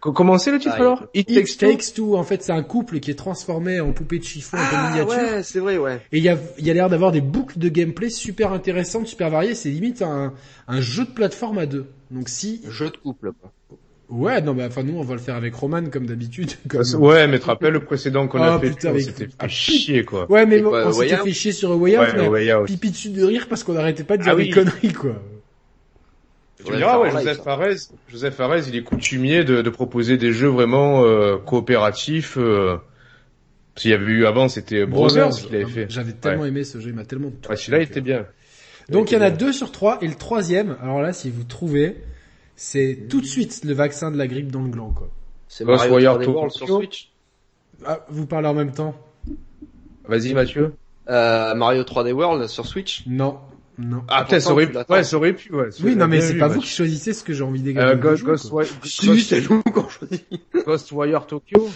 Speaker 2: Co- Comment c'est le titre
Speaker 3: Ah,
Speaker 2: alors It
Speaker 1: It
Speaker 2: Takes Two
Speaker 1: Takes Two, en fait, c'est un couple qui est transformé en poupée de chiffon un peu
Speaker 3: Ah
Speaker 1: miniature.
Speaker 3: ouais, c'est vrai, ouais.
Speaker 1: Et il y a, il y a l'air d'avoir des boucles de gameplay super intéressantes, super variées. C'est limite un, un jeu de plateforme à deux. Donc si,
Speaker 3: Jeu de couple. quoi.
Speaker 1: ouais, non, bah, enfin nous, on va le faire avec Roman comme d'habitude. comme-
Speaker 2: Euh, Parce- Ouais, mais te rappelles le précédent qu'on
Speaker 1: Mm. Ah,
Speaker 2: a fait
Speaker 1: putain,
Speaker 2: on
Speaker 1: mais-
Speaker 2: s'était fait
Speaker 1: ah,
Speaker 2: chier quoi.
Speaker 1: Ouais, mais
Speaker 3: C'est
Speaker 1: bon,
Speaker 3: quoi,
Speaker 1: on
Speaker 3: A Way
Speaker 1: s'était
Speaker 3: Out
Speaker 1: fait chier sur A Way Out,
Speaker 2: Ouais,
Speaker 1: mais
Speaker 2: ouais, ouais.
Speaker 1: pipi dessus de rire parce qu'on n'arrêtait pas de dire
Speaker 2: Ah
Speaker 1: des
Speaker 2: oui.
Speaker 1: conneries, quoi.
Speaker 2: Tu me diras, ouais,
Speaker 3: Fairlight,
Speaker 2: Joseph
Speaker 3: hein.
Speaker 2: Fares, Joseph Fares, il est coutumier de, de proposer des jeux vraiment euh, coopératifs. Euh, S'il y avait eu avant, c'était Brothers qu'il avait fait.
Speaker 1: J'avais tellement aimé ce jeu, il m'a tellement
Speaker 2: Ah, celui-là, il était bien.
Speaker 1: Donc il y en a
Speaker 2: bien.
Speaker 1: deux sur trois et le troisième, alors là, si vous trouvez, c'est tout de suite le vaccin de la grippe dans le gland, quoi.
Speaker 3: C'est
Speaker 2: Ghost
Speaker 3: Mario
Speaker 2: Warrior
Speaker 3: 3D World
Speaker 2: Tokyo.
Speaker 3: sur Switch.
Speaker 1: Ah, vous parlez en même temps?
Speaker 2: Vas-y, Mathieu.
Speaker 3: Euh, Mario 3D World sur Switch.
Speaker 1: Non. Non.
Speaker 2: Ah, putain, ça
Speaker 3: pourtant,
Speaker 2: aurait
Speaker 3: tu
Speaker 2: pu.
Speaker 3: l'attends.
Speaker 2: Ouais, ça aurait pu, ouais. ça
Speaker 1: Oui,
Speaker 2: aurait
Speaker 1: non, mais
Speaker 2: bien
Speaker 1: c'est
Speaker 2: vu,
Speaker 1: pas vous
Speaker 2: Mathieu.
Speaker 1: qui choisissez ce que j'ai envie d'égaler.
Speaker 2: Euh,
Speaker 1: de
Speaker 2: Ghost,
Speaker 1: jouer,
Speaker 2: Ghost,
Speaker 1: quoi.
Speaker 2: Wa-
Speaker 3: Si, c'est nous quand je dis.
Speaker 2: Ghost Warrior Tokyo.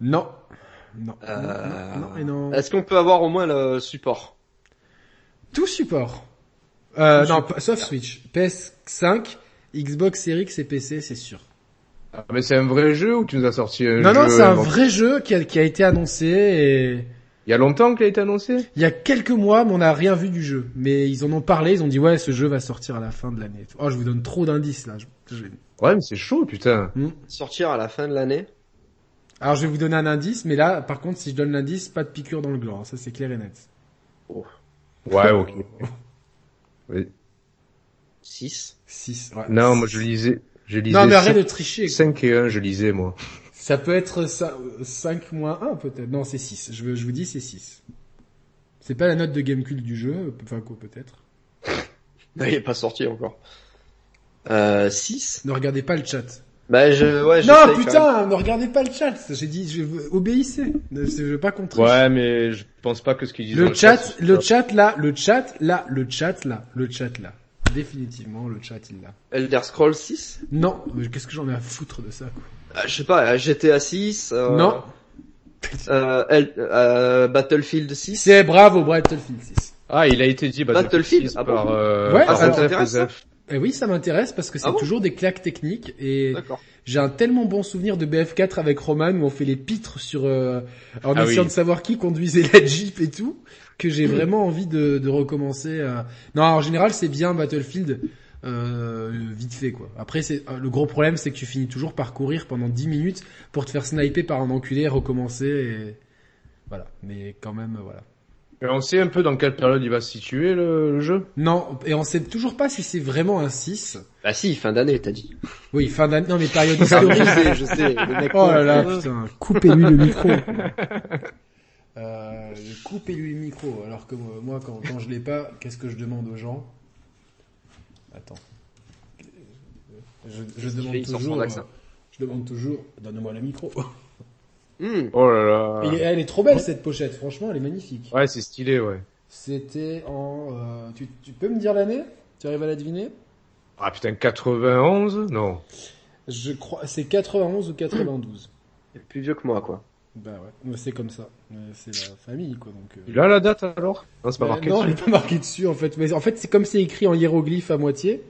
Speaker 1: Non. Non.
Speaker 3: Euh,
Speaker 1: Non, non, et non.
Speaker 3: Est-ce qu'on peut avoir au moins le support
Speaker 1: Tout support. Euh,
Speaker 2: Tout
Speaker 1: non, pas- sauf Switch. PS5, Xbox Series X et PC, c'est sûr.
Speaker 2: Ah, mais c'est un vrai jeu ou tu nous as sorti un
Speaker 1: Non,
Speaker 2: jeu
Speaker 1: non, c'est un
Speaker 2: inventé
Speaker 1: vrai jeu qui a, qui a été annoncé et
Speaker 2: Il y a longtemps qu'il a été annoncé
Speaker 1: il y a quelques mois, mais on n'a rien vu du jeu. Mais ils en ont parlé, ils ont dit ouais, ce jeu va sortir à la fin de l'année. Oh, je vous donne trop d'indices là. Je- je-
Speaker 2: Ouais, mais c'est chaud, putain.
Speaker 3: Sortir à la fin de l'année
Speaker 1: Alors je vais vous donner un indice, mais là, par contre, si je donne l'indice, pas de piqûre dans le gland, hein, ça c'est clair et net.
Speaker 2: Ouais, ok. Oui.
Speaker 3: 6.
Speaker 1: 6. Ouais.
Speaker 2: Non, moi je lisais, je lisais.
Speaker 1: Non, mais arrête de tricher.
Speaker 2: 5 et 1, je lisais moi.
Speaker 1: Ça peut être 5 moins 1 peut-être. Non, c'est 6. Je, veux- je vous dis, c'est 6. C'est pas la note de Gamecube du jeu, enfin quoi peut-être.
Speaker 3: Non, il est pas sorti encore. Euh, 6
Speaker 1: Ne regardez pas le chat.
Speaker 3: Bah je,
Speaker 1: non,
Speaker 3: ouais, j'essaye quand même.
Speaker 1: putain, ne regardez pas le chat. J'ai dit, je veux, obéissez. Ne- Je veux pas qu'on triche.
Speaker 2: Ouais, mais je pense pas que ce qu'ils disent. dans
Speaker 1: Le chat,
Speaker 2: c'est-
Speaker 1: le chat là, le chat là, le chat là, le chat là. Définitivement, le chat il l'a.
Speaker 3: Elder Scrolls 6
Speaker 1: Non, mais qu'est-ce que j'en ai à foutre de ça quoi.
Speaker 3: Ah, Je sais pas, euh, GTA 6 euh,
Speaker 1: Non,
Speaker 3: euh, El- euh, Battlefield 6
Speaker 1: c'est bravo Battlefield 6.
Speaker 2: Ah, il a été dit
Speaker 3: Battlefield,
Speaker 2: Battlefield 6
Speaker 3: ah bon
Speaker 2: par, euh,
Speaker 1: Ouais,
Speaker 2: par
Speaker 1: ah, ça
Speaker 2: Joseph
Speaker 3: t'intéresse, ça
Speaker 2: Joseph.
Speaker 1: Et Eh oui, ça m'intéresse parce que c'est
Speaker 3: Ah bon
Speaker 1: toujours des claques techniques et
Speaker 3: D'accord.
Speaker 1: j'ai un tellement bon souvenir de BF4 avec Roman où on fait les pitres sur euh, en
Speaker 2: Ah
Speaker 1: essayant
Speaker 2: oui. Mm.
Speaker 1: de savoir qui conduisait la Jeep et tout que j'ai vraiment envie de, de recommencer. à- Non, en général c'est bien Battlefield. euh, vite fait quoi. Après c'est euh, le gros problème c'est que tu finis toujours par courir pendant 10 minutes pour te faire sniper par un enculé, recommencer et voilà. Mais quand même euh, voilà.
Speaker 2: Et on sait un peu dans quelle période il va se situer le, le jeu.
Speaker 1: Non, et on sait toujours pas si c'est vraiment un 6.
Speaker 3: Bah si, fin d'année t'as dit.
Speaker 1: Oui, fin d'année, non mais période
Speaker 3: Ah,
Speaker 1: historique.
Speaker 3: je sais, je sais, le mec-
Speaker 1: Oh là là, putain, coupez-lui le micro. Euh, coupez-lui le micro, alors que euh, moi, quand, quand je l'ai pas, qu'est-ce que je demande aux gens Attends. Je, je
Speaker 3: Qu'est-ce qu'il
Speaker 1: demande
Speaker 3: fait Il sort son
Speaker 1: toujours... euh,
Speaker 3: accent.
Speaker 1: Je demande toujours, donne-moi le micro.
Speaker 3: Hmm.
Speaker 2: Oh là
Speaker 1: Il est-
Speaker 2: là.
Speaker 1: elle est trop belle cette pochette, franchement, elle est magnifique.
Speaker 2: Ouais, c'est stylé, ouais.
Speaker 1: C'était en... euh, tu, tu peux me dire l'année Tu arrives à la deviner
Speaker 2: Ah putain, 91 Non.
Speaker 1: Je crois... C'est 91 ou 92.
Speaker 3: Il est Plus vieux que moi quoi.
Speaker 1: Bah ouais, mais c'est comme ça. Mais C'est la famille, quoi, donc... euh.
Speaker 2: Il a la date alors Non, c'est pas
Speaker 1: Bah,
Speaker 2: marqué.
Speaker 1: non, elle
Speaker 2: dessus.
Speaker 1: n'est pas marquée dessus en fait. Mais en fait, c'est comme c'est écrit en hiéroglyphe à moitié.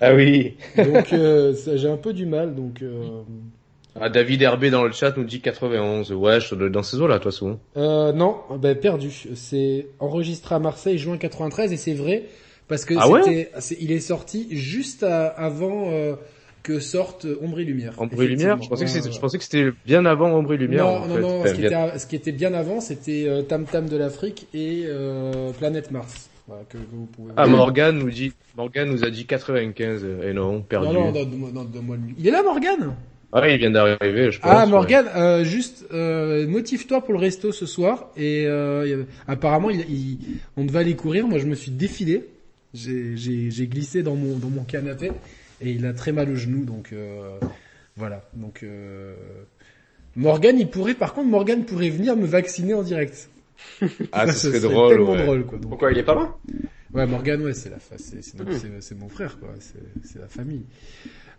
Speaker 2: Ah oui.
Speaker 1: Donc euh, ça, j'ai un peu du mal. Donc euh...
Speaker 2: Ah, David Herbé dans le chat nous dit 91. Ouais, je suis dans ces eaux-là, de toute façon.
Speaker 1: Euh, non, ben perdu. C'est enregistré à Marseille juin 93 et c'est vrai parce que
Speaker 2: Ah ouais
Speaker 1: c'était, c'est- il est sorti juste à- avant euh, que sorte Ombre et Lumière.
Speaker 2: Ombre et Lumière Je pensais que c'était,
Speaker 1: Effectivement.
Speaker 2: je pensais que c'était bien avant Ombre et Lumière.
Speaker 1: Non,
Speaker 2: en
Speaker 1: non,
Speaker 2: fait.
Speaker 1: non.
Speaker 2: Enfin,
Speaker 1: Ce qui,
Speaker 2: bien-
Speaker 1: était, à- ce qui était bien avant, c'était euh, Tam Tam de l'Afrique et euh, Planète Mars. Voilà, que, que vous pouvez.
Speaker 2: Ah, Morgan nous dit, Morgan nous a dit 95. Et non, perdu.
Speaker 1: non, non, non, non, non, donne-moi le micro. Il est là, Morgane
Speaker 2: Ah, il vient d'arriver, je pense.
Speaker 1: Ah
Speaker 2: ouais.
Speaker 1: Morgan, juste euh, motive-toi pour le resto ce soir et euh, il y avait- apparemment il, il- on devait aller courir. Moi je me suis défilé, j'ai j'ai- j'ai glissé dans mon dans mon canapé et il a très mal au genou donc euh, voilà donc euh, Morgan il pourrait par contre Morgan pourrait venir me vacciner en direct.
Speaker 2: Ah,
Speaker 1: Ça,
Speaker 2: ce serait
Speaker 1: C'est
Speaker 2: drôle,
Speaker 1: tellement
Speaker 2: ouais.
Speaker 1: drôle quoi. donc.
Speaker 3: Pourquoi il est pas loin
Speaker 1: Ouais, Morgan, ouais, c'est la fa- c'est c'est donc c'est- c'est mon frère quoi, c'est- c'est la famille.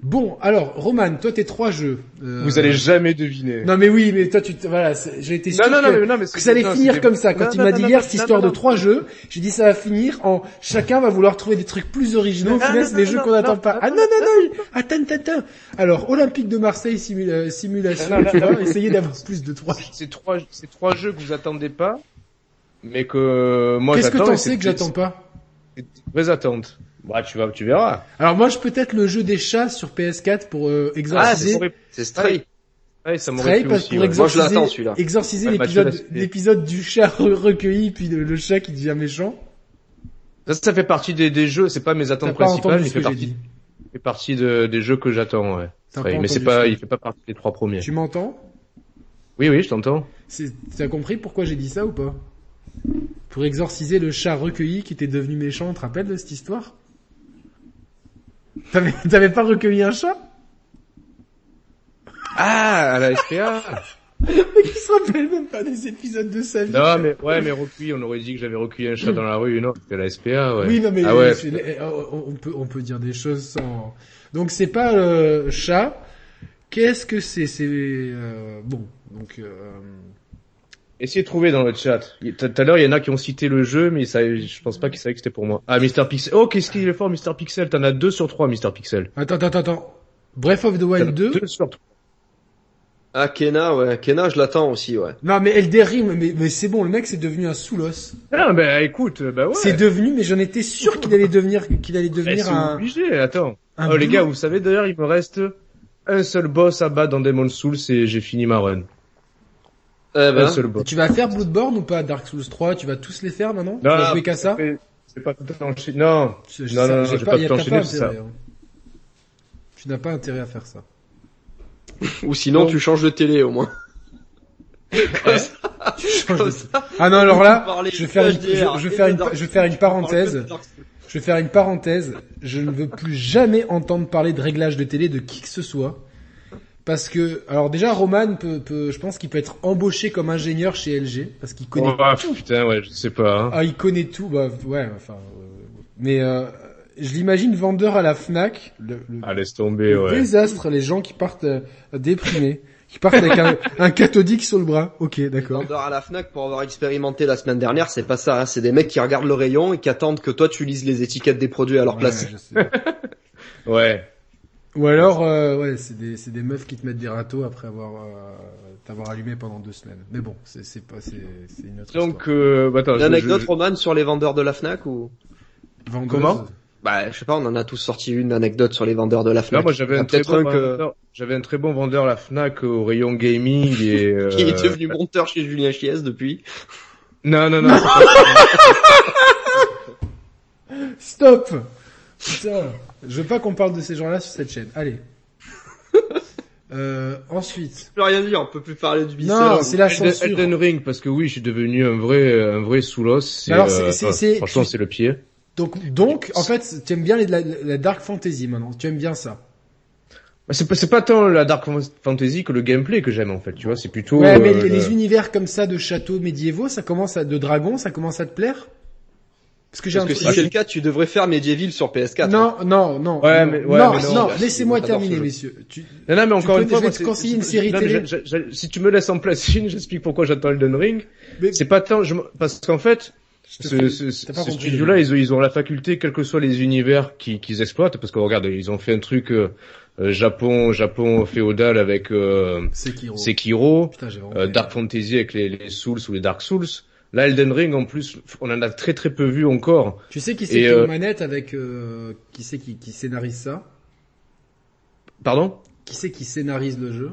Speaker 1: Bon, alors Roman, toi tes trois jeux. euh,
Speaker 2: Vous allez jamais deviner.
Speaker 1: non mais oui, mais toi tu te... voilà, c'est- j'ai été sûr
Speaker 2: non,
Speaker 1: que,
Speaker 2: non, mais, non, mais
Speaker 1: que ça allait
Speaker 2: non,
Speaker 1: finir
Speaker 2: c'était-
Speaker 1: comme ça. Quand
Speaker 2: Non,
Speaker 1: il
Speaker 2: non,
Speaker 1: m'a
Speaker 2: non,
Speaker 1: dit
Speaker 2: non,
Speaker 1: hier
Speaker 2: non,
Speaker 1: cette histoire
Speaker 2: non,
Speaker 1: de trois jeux, j'ai dit ça va finir en chacun va vouloir trouver des trucs plus originaux, au
Speaker 2: Non,
Speaker 1: final,
Speaker 2: non,
Speaker 1: c'est des
Speaker 2: non,
Speaker 1: jeux
Speaker 2: non,
Speaker 1: qu'on n'attend
Speaker 2: non,
Speaker 1: pas. Ah non non non, attends attends. attends. Alors Olympique de Marseille simula- euh, simulation,
Speaker 2: Non, non,
Speaker 1: tu vois,
Speaker 2: non.
Speaker 1: essayez d'avoir plus de trois.
Speaker 2: C'est trois, c'est trois jeux que vous attendez pas, mais que euh, moi
Speaker 1: Qu'est-ce que
Speaker 2: j'attends.
Speaker 1: t'en
Speaker 2: et c'est-
Speaker 1: sais que j'attends pas
Speaker 2: c'est des Vraies attentes. Bah, tu vas, tu verras.
Speaker 1: Alors moi je peut-être le jeu des chats sur PS4 pour
Speaker 2: Ah,
Speaker 1: euh, exorciser
Speaker 3: C'est
Speaker 1: Ah
Speaker 3: Stray.
Speaker 2: Ouais, ça m'aurait
Speaker 1: Trey,
Speaker 2: plu
Speaker 1: parce-
Speaker 2: aussi.
Speaker 1: pour
Speaker 2: ouais.
Speaker 3: Moi, je
Speaker 1: exorciser,
Speaker 3: l'attends, celui-là.
Speaker 1: exorciser
Speaker 2: Ouais,
Speaker 1: l'épisode,
Speaker 2: Mathieu l'a fait.
Speaker 1: l'épisode du chat re- recueilli, puis le, le chat qui devient méchant.
Speaker 2: Ça, ça fait partie des, des jeux. C'est pas mes
Speaker 1: T'as
Speaker 2: attentes
Speaker 1: pas
Speaker 2: principales,
Speaker 1: entendu
Speaker 2: mais il
Speaker 1: ce que
Speaker 2: fait
Speaker 1: j'ai
Speaker 2: partie,
Speaker 1: dit.
Speaker 2: il fait partie de- des jeux que j'attends. Ouais.
Speaker 1: T'as pas
Speaker 2: Ouais, mais
Speaker 1: entendu ce
Speaker 2: c'est pas,
Speaker 1: que-
Speaker 2: il fait pas partie des trois premiers.
Speaker 1: Tu m'entends
Speaker 2: Oui, oui, je t'entends.
Speaker 1: C'est- T'as compris pourquoi j'ai dit ça ou pas Pour exorciser le chat recueilli qui était devenu méchant, on te rappelle de cette histoire T'avais t'avais pas recueilli un chat
Speaker 2: Ah, à la SPA.
Speaker 1: Mais qui se rappelle même pas des épisodes de sa vie.
Speaker 2: non, mais ouais, mais recueilli, on aurait dit que j'avais recueilli un chat dans la rue, non, c'était la SPA, ouais.
Speaker 1: Oui, non, mais
Speaker 2: ah ouais.
Speaker 1: c'est- eh, on on peut, on peut dire des choses sans... Donc c'est pas euh, chat. Qu'est-ce que c'est C'est euh, bon. Donc euh,
Speaker 2: Essayez de trouver dans le chat. Il- Tout tout à l'heure, il y en a qui ont cité le jeu, mais ça, je pense pas qu'ils savaient que c'était pour moi. Ah, Mister Pixel. Oh, qu'est-ce qu'il est fort, Mister Pixel. T'en as deux sur trois, Mister Pixel.
Speaker 1: attends, attends, attends. Breath of the
Speaker 2: T'en as
Speaker 1: Wild 2.
Speaker 2: Deux sur trois.
Speaker 3: Ah Kena, ouais, Kena, je l'attends aussi, ouais.
Speaker 1: Non, mais elle dérime. Mais, mais c'est bon, le mec c'est devenu un soulos.
Speaker 2: Ah, bah, écoute, bah ouais.
Speaker 1: C'est devenu, mais j'en étais sûr qu'il allait devenir, qu'il allait
Speaker 2: Eh,
Speaker 1: devenir
Speaker 2: c'est
Speaker 1: un.
Speaker 2: obligé, attends.
Speaker 1: un
Speaker 2: oh, les
Speaker 1: blue.
Speaker 2: gars, vous savez d'ailleurs, il me reste un seul boss à battre dans Demon's Souls et j'ai fini ma run.
Speaker 3: Eh
Speaker 2: Un
Speaker 3: ben,
Speaker 2: seul
Speaker 1: Et
Speaker 2: boss.
Speaker 1: Ah, Tu vas faire Bloodborne ou pas Dark Souls 3 Tu vas tous les faire maintenant Tu
Speaker 2: Non,
Speaker 1: vas
Speaker 2: non,
Speaker 1: jouer qu'à ça
Speaker 2: Après, J'ai pas tout enchaîné. Non,
Speaker 1: Je-
Speaker 2: Non, non, non,
Speaker 1: j'ai
Speaker 2: j'ai
Speaker 1: pas-
Speaker 2: pas
Speaker 1: y a-
Speaker 2: tout
Speaker 1: t'as
Speaker 2: enchaîné,
Speaker 1: pas
Speaker 2: c'est ça.
Speaker 1: intérêt, hein. Tu n'as pas intérêt à faire ça.
Speaker 3: Ou sinon,
Speaker 2: Non.
Speaker 3: tu changes de télé au moins.
Speaker 1: Change
Speaker 3: Comme
Speaker 1: de-
Speaker 3: ça,
Speaker 1: Ah non, alors là,
Speaker 3: Parler
Speaker 1: je vais faire une,
Speaker 3: HDR,
Speaker 1: je, je vais faire
Speaker 3: et
Speaker 1: une,
Speaker 3: de Dark
Speaker 1: je vais faire une parenthèse.
Speaker 3: on parle que de Dark Souls.
Speaker 1: Je vais faire une parenthèse. Je ne veux plus jamais entendre parler de réglage de télé de qui que ce soit. Parce que, alors déjà, Roman peut, peut- je pense qu'il peut être embauché comme ingénieur chez LG. Parce qu'il connaît,
Speaker 2: Oh, ah, putain, ouais, je sais pas. hein.
Speaker 1: ah, il connaît tout, bah, ouais, enfin, euh, mais, euh, je l'imagine vendeur à la Fnac. Le, le-
Speaker 2: Ah, laisse tomber,
Speaker 1: le
Speaker 2: ouais.
Speaker 1: désastre, les gens qui partent euh, déprimés. Qui partent avec un, un cathodique sur le bras. Ok, d'accord.
Speaker 3: Vendeur à la Fnac pour avoir expérimenté la semaine dernière, c'est pas ça. hein. C'est des mecs qui regardent le rayon et qui attendent que toi tu lises les étiquettes des produits à leur
Speaker 1: Ouais,
Speaker 3: place.
Speaker 1: je sais.
Speaker 2: Ouais.
Speaker 1: Ou alors, euh, ouais, c'est des, c'est des meufs qui te mettent des râteaux après avoir euh, t'avoir allumé pendant deux semaines. Mais bon, c'est, c'est pas, c'est, c'est une autre
Speaker 2: Donc, euh,
Speaker 1: Ah,
Speaker 2: bah, attends,
Speaker 3: Une
Speaker 2: je-
Speaker 3: anecdote
Speaker 2: je-
Speaker 3: romane sur les vendeurs de la Fnac ou
Speaker 1: histoire. Vendeuse.
Speaker 2: euh, comment
Speaker 3: Bah, je sais pas, on en a tous sorti une anecdote sur les vendeurs de la Fnac.
Speaker 2: Non, moi j'avais
Speaker 3: Il y a
Speaker 2: un très
Speaker 3: peut-être
Speaker 2: bon
Speaker 3: un que-
Speaker 2: vendeur- j'avais un très bon vendeur à la Fnac euh, au rayon gaming et euh...
Speaker 3: qui est devenu monteur chez Julien Chies depuis.
Speaker 2: Non non non,
Speaker 1: Stop Putain, je veux pas qu'on parle de ces gens-là sur cette chaîne. Allez. euh, ensuite.
Speaker 3: Je peux rien dire, on peut plus parler du hein.
Speaker 1: Non,
Speaker 3: Bicester.
Speaker 1: c'est la
Speaker 2: Elden,
Speaker 1: censure.
Speaker 2: Elden Ring parce que oui, je suis devenu un vrai euh, un vrai soulos, c'est
Speaker 1: Alors, c'est-
Speaker 2: euh,
Speaker 1: c'est-
Speaker 2: ouais,
Speaker 1: c'est-
Speaker 2: franchement c'est le pied.
Speaker 1: Donc, donc, en fait, tu aimes bien les, la, la dark fantasy maintenant. Tu aimes bien ça.
Speaker 2: Bah, C'est pas c'est pas tant la dark fantasy que le gameplay que j'aime en fait, tu vois, c'est plutôt
Speaker 1: ouais, mais
Speaker 2: euh,
Speaker 1: les, les
Speaker 2: le-
Speaker 1: univers comme ça de châteaux médiévaux, ça commence à, de dragons, ça commence à te plaire? Parce que j'ai
Speaker 3: Parce que
Speaker 1: un
Speaker 3: si
Speaker 1: truc-
Speaker 3: c'est le cas, tu devrais faire Medieval sur PS4. hein.
Speaker 1: Non, non, non.
Speaker 2: Ouais,
Speaker 1: non,
Speaker 2: mais- ouais,
Speaker 1: non,
Speaker 2: mais non,
Speaker 1: non,
Speaker 3: bah,
Speaker 1: laissez-moi
Speaker 3: j'adore ce
Speaker 1: terminer,
Speaker 3: jeu.
Speaker 1: messieurs. Tu-
Speaker 2: Non, non, mais
Speaker 1: peux-
Speaker 2: encore une
Speaker 1: je
Speaker 2: fois,
Speaker 1: vais
Speaker 2: moi,
Speaker 1: te
Speaker 2: c'est-
Speaker 1: conseiller
Speaker 2: c'est-
Speaker 1: une série
Speaker 2: non, mais
Speaker 1: télé.
Speaker 2: j'a- j'a- j'a- si tu me laisses en place une, j'explique pourquoi j'attends Elden Ring.
Speaker 1: Mais-
Speaker 2: C'est pas tant, je m- parce qu'en fait,
Speaker 1: te
Speaker 2: ce,
Speaker 1: prie,
Speaker 2: ce-
Speaker 1: t'as pas
Speaker 2: ce
Speaker 1: compris,
Speaker 2: studio-là, ils, ont- ils ont la faculté, quels que soient les univers qui- qu'ils exploitent, parce que regarde, ils ont fait un truc euh, euh, Japon, Japon féodal avec euh,
Speaker 1: Sekiro.
Speaker 2: Sekiro,
Speaker 1: Putain, j'ai vraiment.
Speaker 2: euh, Dark Fantasy avec les, les Souls ou les Dark Souls. Là, Elden Ring, en plus, on en a très très peu vu encore.
Speaker 1: Tu sais qui c'est qui
Speaker 2: Et,
Speaker 1: est aux
Speaker 2: euh,
Speaker 1: manettes avec euh, qui c'est qui, qui scénarise ça
Speaker 2: Pardon
Speaker 1: Qui c'est qui scénarise le jeu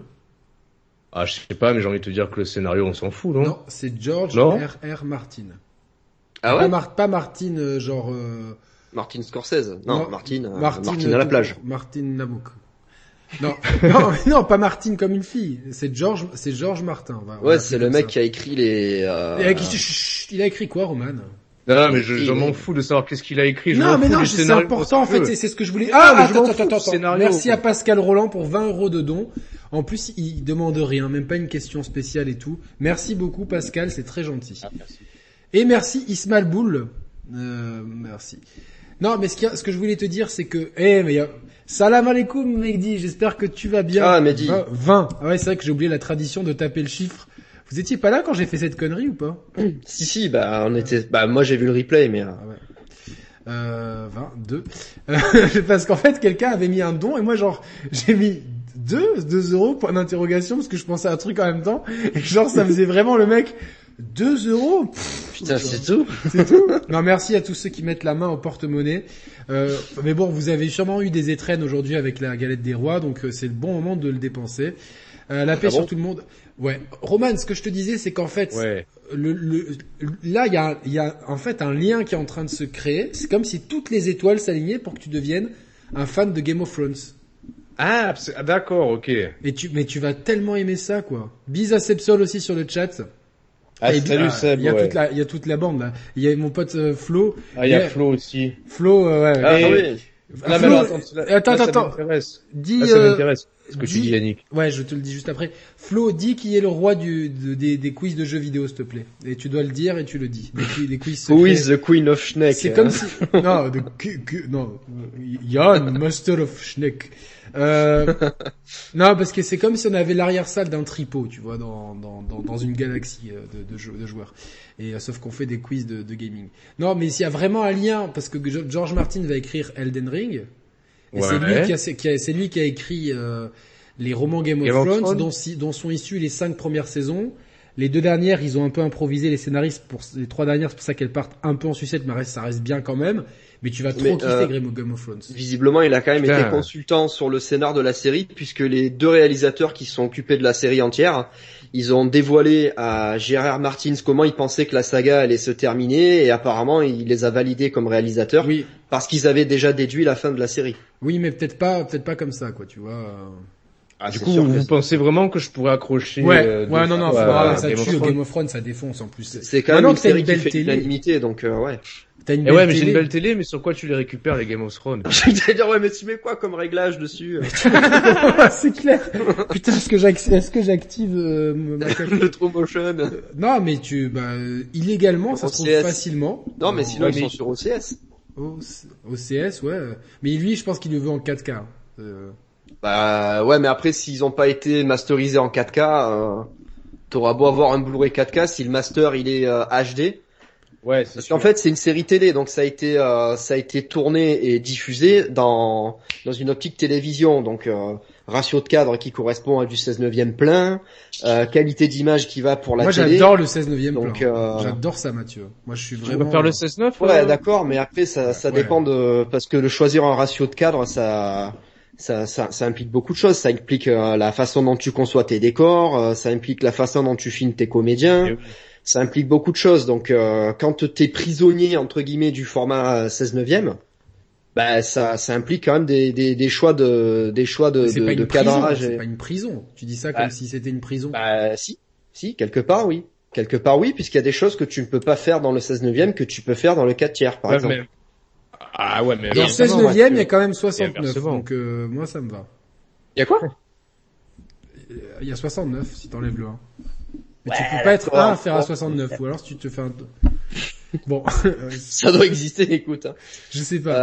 Speaker 2: Ah, je sais pas, mais j'ai envie de te dire que le scénario, on s'en fout, non,
Speaker 1: Non, c'est George
Speaker 2: Non.
Speaker 1: R.R. Martin.
Speaker 3: Ah
Speaker 1: pas,
Speaker 3: ouais
Speaker 1: Mar- pas Martin euh, genre euh,
Speaker 3: Martin Scorsese. Non,
Speaker 1: Non,
Speaker 3: Martin, euh,
Speaker 1: Martin,
Speaker 3: Martin
Speaker 1: euh,
Speaker 3: à la
Speaker 1: tout-
Speaker 3: plage.
Speaker 1: Martin Nabouk. Non, non, non, pas Martin comme une fille. C'est George, c'est George Martin. on va- on va
Speaker 3: Ouais, c'est le
Speaker 1: l'appeler euh,
Speaker 3: mec
Speaker 1: comme ça.
Speaker 3: qui a écrit les... euh,
Speaker 1: Il a, écrit- chut, chut, il a écrit quoi, Roman
Speaker 2: Non, mais je, je
Speaker 3: Il-
Speaker 2: m'en fous de savoir qu'est-ce qu'il a écrit. je m'en
Speaker 1: Non, mais
Speaker 2: fous
Speaker 1: non,
Speaker 2: du
Speaker 1: c'est
Speaker 2: scénario,
Speaker 1: important en
Speaker 2: parce que-
Speaker 1: fait, c'est c'est ce que je voulais.
Speaker 2: Mais
Speaker 1: Ah,
Speaker 2: non, mais je
Speaker 1: attends,
Speaker 2: m'en
Speaker 1: attends,
Speaker 2: fous du
Speaker 1: attends,
Speaker 2: scénario.
Speaker 1: Merci à Pascal Roland pour 20 euros de don. En plus, il demande rien, même pas une question spéciale et tout. Merci beaucoup Pascal, c'est très gentil.
Speaker 3: Ah,
Speaker 1: Et merci Ismail Boul. Euh, merci. Non, mais ce, qu'il y a- ce que je voulais te dire, c'est que, eh, mais il y a- salam alaikum, Mehdi, j'espère que tu vas bien.
Speaker 3: Ah, Mehdi.
Speaker 1: 20. 20. Ah ouais, c'est vrai que j'ai oublié la tradition de taper le chiffre. Vous étiez pas là quand j'ai fait cette connerie ou pas?
Speaker 3: Si, si, bah, on était... Bah, moi, j'ai vu le replay, mais... euh,
Speaker 1: Euh, 22. parce qu'en fait, quelqu'un avait mis un don et moi, genre, j'ai mis 2, 2 euros, point d'interrogation, parce que je pensais à un truc en même temps. Et genre, ça faisait vraiment le mec, 2 euros Pff,
Speaker 3: Putain, c'est tout
Speaker 1: Non, merci à tous ceux qui mettent la main au porte-monnaie. Euh, mais bon, vous avez sûrement eu des étrennes aujourd'hui avec la galette des rois, donc euh, c'est le bon moment de le dépenser. Euh, la paix sur
Speaker 3: bon
Speaker 1: tout le monde. Ouais. Roman, ce que je te disais, c'est qu'en fait,
Speaker 2: Ouais.
Speaker 1: le, le- là, il y a, il y a en fait un lien qui est en train de se créer. C'est comme si toutes les étoiles s'alignaient pour que tu deviennes un fan de Game of Thrones.
Speaker 2: Ah, abs- ah, d'accord, ok.
Speaker 1: Et tu, mais tu vas tellement aimer ça, quoi. Bise à Sepsol aussi sur le chat.
Speaker 2: Ah,
Speaker 1: Et bi-
Speaker 3: bah,
Speaker 2: salut
Speaker 1: ah,
Speaker 2: Seb,
Speaker 1: Il y a
Speaker 2: ouais.
Speaker 1: toute la, il y a toute la bande là. Il y a mon pote euh, Flo.
Speaker 2: Ah, il y a
Speaker 1: Yeah.
Speaker 2: Flo aussi.
Speaker 1: Flo, euh, ouais.
Speaker 2: Ah,
Speaker 1: Et-
Speaker 3: oui.
Speaker 1: Flo,
Speaker 2: mais alors, là-
Speaker 1: attends,
Speaker 2: là, ça
Speaker 1: attends.
Speaker 2: m'intéresse.
Speaker 1: dis,
Speaker 2: Là, Ah, ça
Speaker 1: euh,
Speaker 2: m'intéresse. Ce que tu
Speaker 1: dis-
Speaker 2: dis, Yannick.
Speaker 1: ouais, je te le dis juste après. Flo, dis qui est le roi du, de- des, des quiz de jeux vidéo, s'il te plaît. Et tu dois le dire et tu le dis. Des, qui- des quiz.
Speaker 3: Who
Speaker 1: secrets.
Speaker 3: is the Queen of Schneck
Speaker 1: C'est
Speaker 3: hein
Speaker 1: comme si... Non, de... que- que- non. Jan, Master of Schneck. Euh... Non, parce que c'est comme si on avait l'arrière-salle d'un tripot, tu vois, dans, dans, dans, dans une galaxie euh, de, de, jeux- de joueurs. Et euh, Sauf qu'on fait des quiz de, de gaming. Non, mais s'il y a vraiment un lien, parce que Jo- George Martin va écrire Elden Ring, et c'est lui
Speaker 2: Ouais.
Speaker 1: qui a, qui a- c'est lui qui a écrit euh, les romans Game of
Speaker 2: Game of
Speaker 1: Thrones,
Speaker 2: Thrones.
Speaker 1: Dont, si- dont sont issues les cinq premières saisons. Les deux dernières, ils ont un peu improvisé les scénaristes pour les trois dernières, c'est pour ça qu'elles partent un peu en sucette, mais reste- ça reste bien quand même. Mais tu vas trop
Speaker 3: Mais,
Speaker 1: kiffer
Speaker 3: euh,
Speaker 1: Game of- Game of Thrones.
Speaker 3: Visiblement, il a quand même
Speaker 2: Putain.
Speaker 3: été consultant sur le scénar de la série, puisque les deux réalisateurs qui se sont occupés de la série entière, Ils ont dévoilé à Gérard Martins comment ils pensaient que la saga allait se terminer et apparemment il les a validés comme réalisateurs
Speaker 1: Oui,
Speaker 3: parce qu'ils avaient déjà déduit la fin de la série.
Speaker 1: oui, mais peut-être pas, peut-être pas comme ça, quoi, tu vois. euh.
Speaker 3: Ah,
Speaker 2: du
Speaker 3: c'est
Speaker 2: coup,
Speaker 3: sûr que
Speaker 2: vous
Speaker 3: c'est-
Speaker 2: pensez vraiment que je pourrais accrocher
Speaker 1: Ouais,
Speaker 2: euh, deux
Speaker 1: ouais, non, non,
Speaker 2: fois
Speaker 1: faudra-
Speaker 2: à
Speaker 1: ça
Speaker 2: Game of
Speaker 1: tue
Speaker 2: Thrones
Speaker 1: Game of Thrones, ça défonce en plus.
Speaker 3: c'est quand même
Speaker 1: Maintenant
Speaker 3: une
Speaker 1: que t'as une
Speaker 3: série qui
Speaker 1: belle
Speaker 3: fait
Speaker 1: télé.
Speaker 3: l'unanimité, donc euh, ouais.
Speaker 1: T'as une
Speaker 2: Eh
Speaker 1: belle
Speaker 2: ouais, mais j'ai
Speaker 1: télé.
Speaker 2: une belle télé, mais sur quoi tu les récupères les Game of Thrones
Speaker 3: J'allais dire ouais, mais tu mets quoi comme réglage dessus euh,
Speaker 1: Ah, c'est clair. Putain, est-ce que j'active, est-ce que j'active euh, ma cam-
Speaker 3: Le true motion.
Speaker 1: Non, mais tu, bah, euh, illégalement, ça se trouve
Speaker 3: OCS.
Speaker 1: facilement.
Speaker 3: Non, mais sinon
Speaker 2: Ouais,
Speaker 3: ils
Speaker 2: mais-
Speaker 3: sont sur OCS.
Speaker 1: O- OCS, ouais. euh, Mais lui, je pense qu'il le veut en 4K. euh.
Speaker 3: Bah ouais, mais après s'ils ont pas été masterisés en 4K, euh, t'auras beau avoir un Blu-ray 4K, si le master il est euh, HD.
Speaker 2: Ouais, c'est
Speaker 3: Parce qu'en fait c'est une série télé, donc ça a été euh, ça a été tourné et diffusé dans dans une optique télévision, donc euh, ratio de cadre qui correspond à du 16 neuvième plein, euh, qualité d'image qui va pour la
Speaker 1: Moi,
Speaker 3: télé.
Speaker 1: j'adore le 16 9
Speaker 3: Donc, euh,
Speaker 1: J'adore ça, Mathieu. Moi, je suis
Speaker 2: Tu
Speaker 1: vraiment. euh,
Speaker 2: peux faire le 16-9
Speaker 3: Ouais, d'accord, mais après ça ça
Speaker 1: Ouais.
Speaker 3: dépend de parce que le choisir un ratio de cadre ça ça, ça, ça implique beaucoup de choses. Ça implique euh, la façon dont tu conçois tes décors, euh, ça implique la façon dont tu filmes tes comédiens,
Speaker 2: Et oui.
Speaker 3: ça implique beaucoup de choses. Donc euh, quand t'es prisonnier entre guillemets du format euh, 16 neuvième, bah ça, ça implique quand même des, des, des choix de des choix de,
Speaker 1: C'est
Speaker 3: de-
Speaker 1: pas une
Speaker 3: de
Speaker 1: prison.
Speaker 3: cadrage.
Speaker 1: C'est
Speaker 3: et-
Speaker 1: pas une prison. Tu dis ça
Speaker 3: Bah.
Speaker 1: comme si c'était une prison.
Speaker 3: Bah si, si quelque part oui, quelque part oui, puisqu'il y a des choses que tu ne peux pas faire dans le 16 neuvième que tu peux faire dans le 4 tiers par
Speaker 2: Ouais,
Speaker 3: exemple.
Speaker 2: mais- Ah ouais, mais...
Speaker 1: Dans le 16 9 il y a quand même 69.
Speaker 2: inversement.
Speaker 1: Donc, euh, moi, ça me va.
Speaker 3: Il y a quoi
Speaker 1: Euh, Il y a 69 si t'enlèves le 1. Mais tu
Speaker 3: Ouais,
Speaker 1: peux pas être
Speaker 3: d'accord.
Speaker 1: 1 à faire à 69. Ou alors, si tu te fais un... Bon.
Speaker 3: Ça doit exister, écoute. hein.
Speaker 1: je sais pas.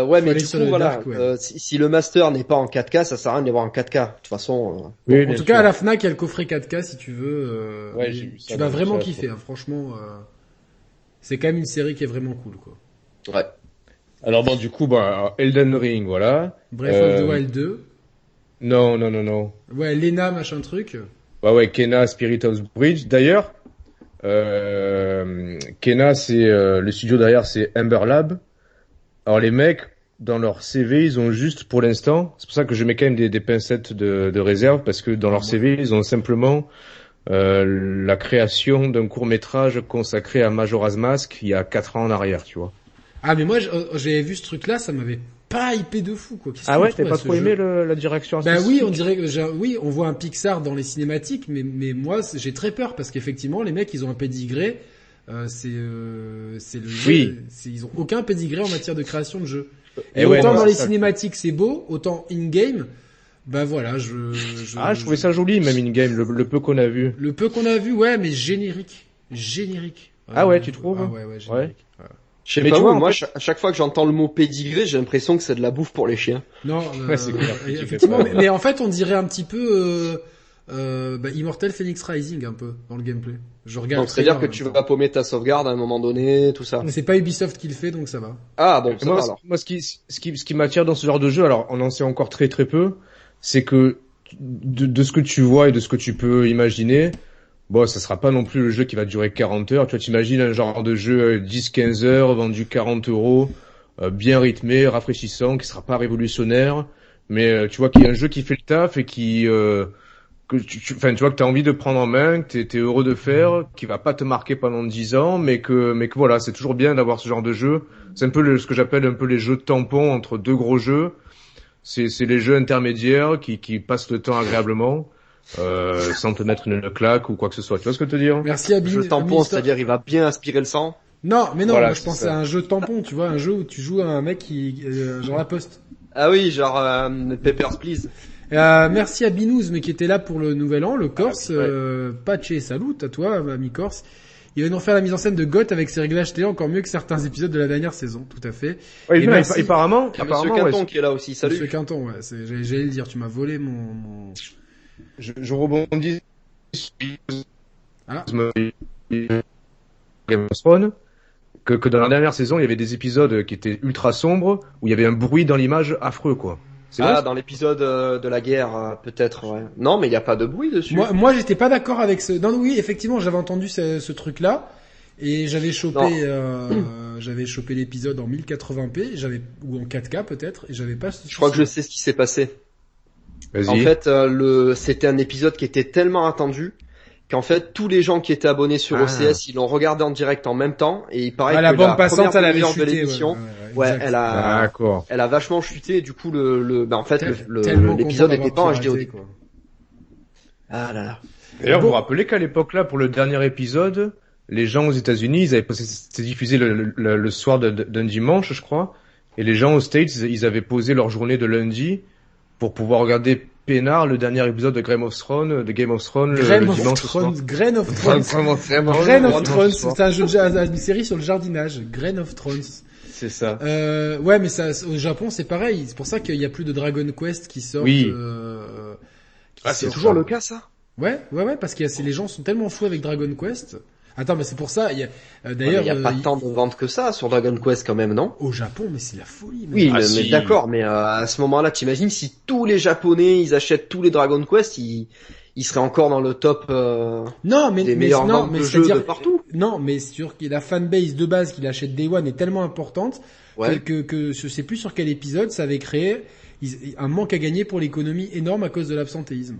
Speaker 3: Euh, ouais,
Speaker 1: Faut
Speaker 3: mais
Speaker 1: aller
Speaker 3: du
Speaker 1: sur
Speaker 3: coup,
Speaker 1: le
Speaker 3: voilà.
Speaker 1: dark web.
Speaker 3: euh, si, si le master n'est pas en 4K, ça sert à rien de les voir en 4K. De toute façon, euh,
Speaker 2: Oui,
Speaker 1: en
Speaker 2: bien
Speaker 1: tout
Speaker 2: sûr.
Speaker 1: cas, à la Fnac, il y a le coffret 4K si tu veux. euh,
Speaker 2: Ouais,
Speaker 1: mais
Speaker 2: j'ai vu ça,
Speaker 1: tu vas
Speaker 2: j'ai vu
Speaker 1: vraiment
Speaker 2: ça,
Speaker 1: kiffer, hein, franchement. euh, c'est quand même une série qui est vraiment cool, quoi.
Speaker 3: ouais.
Speaker 2: Alors bon, du coup, bah, alors, Elden Ring, voilà.
Speaker 1: Breath
Speaker 2: Euh,
Speaker 1: of the Wild 2.
Speaker 2: Non, non, non, non.
Speaker 1: Ouais, Lena, machin truc.
Speaker 2: Bah ouais, Kena, Spirit of Bridge. D'ailleurs, euh, Kena, c'est euh, le studio derrière, c'est Ember Lab. Alors les mecs, dans leur CV, ils ont juste pour l'instant, c'est pour ça que je mets quand même des, des pincettes de, de réserve, parce que dans leur CV, ils ont simplement euh, la création d'un court métrage consacré à Majora's Mask il y a quatre ans en arrière, tu vois.
Speaker 1: Ah, mais moi, j- euh, j'avais vu ce truc-là, ça m'avait pas hypé de fou, quoi. Qu'est-ce
Speaker 2: Ah
Speaker 1: qu'on trouve à ce jeu
Speaker 2: la direction
Speaker 1: Bah oui, on dirait que j'ai- oui, on voit un Pixar dans les cinématiques, mais mais moi c'est- j'ai très peur parce qu'effectivement les mecs ils ont un pédigré, euh, c'est euh, c'est le jeu,
Speaker 2: Oui.
Speaker 1: c'est- ils ont aucun pédigré en matière de création de jeu. Et,
Speaker 2: Eh ouais,
Speaker 1: autant dans
Speaker 2: non, c'est
Speaker 1: les
Speaker 2: ça.
Speaker 1: cinématiques c'est beau, autant in game, bah voilà, je, je
Speaker 2: Ah, je trouvais ça joli, même in-game, le, le peu qu'on a vu.
Speaker 1: le peu qu'on a vu, ouais, mais générique, générique.
Speaker 2: Ah ouais, tu trouves
Speaker 1: Ah ouais, ouais, générique.
Speaker 3: Je sais
Speaker 2: Mais
Speaker 3: pas
Speaker 2: tu
Speaker 3: vous,
Speaker 2: vois, en
Speaker 3: moi,
Speaker 2: fait-
Speaker 3: cha- à chaque fois que j'entends le mot pédigré, j'ai l'impression que c'est de la bouffe pour les chiens.
Speaker 1: Non, euh,
Speaker 2: Ouais, c'est clair.
Speaker 1: et effectivement,
Speaker 2: Tu
Speaker 1: mais,
Speaker 2: fais pas.
Speaker 1: mais en fait, on dirait un petit peu euh, euh, bah, Immortel Phoenix Rising un peu dans le gameplay. Je regarde.
Speaker 3: Donc,
Speaker 1: le
Speaker 3: c'est-à-dire que
Speaker 1: trailer en
Speaker 3: tu
Speaker 1: même
Speaker 3: vas paumer ta sauvegarde à un moment donné, tout ça.
Speaker 1: temps. C'est pas Ubisoft qui le fait, donc ça va.
Speaker 3: Ah, bon,
Speaker 2: Et
Speaker 3: ça
Speaker 2: moi,
Speaker 3: va
Speaker 2: ce-
Speaker 3: alors.
Speaker 2: moi, ce qui, ce qui, ce qui m'attire dans ce genre de jeu, alors on en sait encore très très peu, c'est que de, de ce que tu vois et de ce que tu peux imaginer, bon, ça sera pas non plus le jeu qui va durer 40 heures. Tu vois, t'imagines un genre de jeu 10-15 heures, vendu 40 euros, euh, bien rythmé, rafraîchissant, qui sera pas révolutionnaire, mais euh, tu vois qu'il y a un jeu qui fait le taf et qui... euh, que tu, tu, enfin, tu vois que t'as envie de prendre en main, que t'es, t'es heureux de faire, qui va pas te marquer pendant 10 ans, mais que, mais que voilà, c'est toujours bien d'avoir ce genre de jeu. C'est un peu le- ce que j'appelle un peu les jeux tampons entre deux gros jeux. C'est, c'est les jeux intermédiaires qui, qui passent le temps agréablement, euh, sans te mettre une claque ou quoi que ce soit. Tu vois ce que je veux te dire
Speaker 1: Merci à
Speaker 3: Je tampon, c'est-à-dire il va bien aspirer le sang.
Speaker 1: Non, mais non,
Speaker 2: Voilà,
Speaker 1: moi, je
Speaker 2: c'est
Speaker 1: pensais
Speaker 2: ça.
Speaker 1: à un jeu tampon, tu vois, un jeu où tu joues à un mec qui euh, genre la poste.
Speaker 3: Ah oui, genre, euh, Papers, please.
Speaker 1: Euh, merci à Binouz, mais qui était là pour le Nouvel An, le Corse.
Speaker 2: Ah, ouais.
Speaker 1: euh, Pache, salut à toi, ami Corse. Il va nous refaire la mise en scène de Goth avec ses réglages télé, encore mieux que certains épisodes de la dernière saison, tout à fait.
Speaker 2: Ouais,
Speaker 1: Et
Speaker 2: mais
Speaker 1: merci.
Speaker 2: appa- apparemment,
Speaker 3: Il y a Monsieur
Speaker 2: apparemment, ouais,
Speaker 3: Quinton qui est là aussi,
Speaker 1: Monsieur
Speaker 3: salut.
Speaker 1: Quinton, ouais, c'est- j'allais j'allais le dire, tu m'as volé mon... mon-
Speaker 2: je, je rebondis sur
Speaker 1: Ah.
Speaker 2: Game of Thrones, que, que dans la dernière saison, il y avait des épisodes qui étaient ultra sombres, où il y avait un bruit dans l'image affreux, quoi. C'est vrai
Speaker 3: Ah, dans l'épisode euh, de la guerre, euh, peut-être, ouais. Non, mais il n'y a pas de bruit dessus.
Speaker 1: Moi, moi j'étais pas d'accord avec ce... Non, oui, effectivement, j'avais entendu ce, ce truc-là, et j'avais
Speaker 3: Non.
Speaker 1: chopé, euh, j'avais chopé l'épisode en 1080p, j'avais ou en 4K peut-être, et j'avais pas...
Speaker 3: Je crois que je sais ce qui s'est passé.
Speaker 2: Vas-y.
Speaker 3: En fait, euh, le c'était un épisode qui était tellement attendu qu'en fait tous les gens qui étaient abonnés sur
Speaker 2: Ah.
Speaker 3: OCS, ils l'ont regardé en direct en même temps et il paraît
Speaker 1: Ah,
Speaker 3: que
Speaker 1: la bande
Speaker 3: première
Speaker 1: passante, elle avait
Speaker 3: demi-heure de
Speaker 1: chuté.
Speaker 3: l'émission,
Speaker 1: ouais,
Speaker 3: ouais,
Speaker 1: exact.
Speaker 3: elle a
Speaker 2: D'accord.
Speaker 3: elle a vachement chuté et du coup le, le bah, en fait
Speaker 1: Tel-
Speaker 3: le-
Speaker 1: tellement
Speaker 3: le- l'épisode
Speaker 1: content
Speaker 3: n'était pas en
Speaker 1: d'avoir pu
Speaker 3: HD.
Speaker 1: arrêter, quoi.
Speaker 3: Ah là là.
Speaker 2: D'ailleurs,
Speaker 1: Bon.
Speaker 2: vous vous rappelez qu'à l'époque là, pour le dernier épisode, les gens aux États-Unis, ils avaient posé- c'était diffusé le, le- le soir de- de- d'un dimanche, je crois, et les gens aux States, ils avaient posé leur journée de lundi pour pouvoir regarder peinard le dernier épisode de Game of Thrones, de Game of Thrones le,
Speaker 1: Grain
Speaker 2: le
Speaker 1: of
Speaker 2: dimanche soir.
Speaker 1: Thrones, Grain of
Speaker 2: Vraiment,
Speaker 1: Thrones.
Speaker 2: vraiment, vraiment,
Speaker 1: Grain
Speaker 2: vraiment,
Speaker 1: of Thrones,
Speaker 2: ce soir.
Speaker 1: c'est un jeu de ja- une série sur le jardinage. Grain of Thrones.
Speaker 2: C'est ça.
Speaker 1: Euh, ouais, mais ça, au Japon, c'est pareil. C'est pour ça qu'il n'y a plus de Dragon Quest qui sortent.
Speaker 2: Oui.
Speaker 1: euh, qui
Speaker 2: Ah, c'est
Speaker 1: sortent.
Speaker 2: toujours le
Speaker 3: cas ça
Speaker 1: Ouais, ouais, ouais, parce que les gens sont tellement fous avec Dragon Quest. Attends, mais c'est pour ça. il y a- euh, D'ailleurs,
Speaker 3: Il n'y a pas
Speaker 1: euh,
Speaker 3: tant de ventes que ça sur Dragon Quest quand même, non
Speaker 1: au Japon, mais c'est la folie. mec.
Speaker 3: Oui,
Speaker 2: Ah,
Speaker 3: mais,
Speaker 2: si.
Speaker 3: mais d'accord, mais euh, à ce moment-là, t'imagines si tous les Japonais, ils achètent tous les Dragon Quest, ils, ils seraient encore dans le top euh,
Speaker 1: Non, mais,
Speaker 3: des
Speaker 1: mais
Speaker 3: meilleurs
Speaker 1: non,
Speaker 3: ventes
Speaker 1: mais
Speaker 3: de jeux de
Speaker 1: c'est-à-dire,
Speaker 3: partout.
Speaker 1: non, mais c'est sûr que la fanbase de base qui l'achète Day One est tellement importante
Speaker 3: Ouais.
Speaker 1: que, que je sais plus sur quel épisode ça avait créé ils- un manque à gagner pour l'économie énorme à cause de l'absentéisme.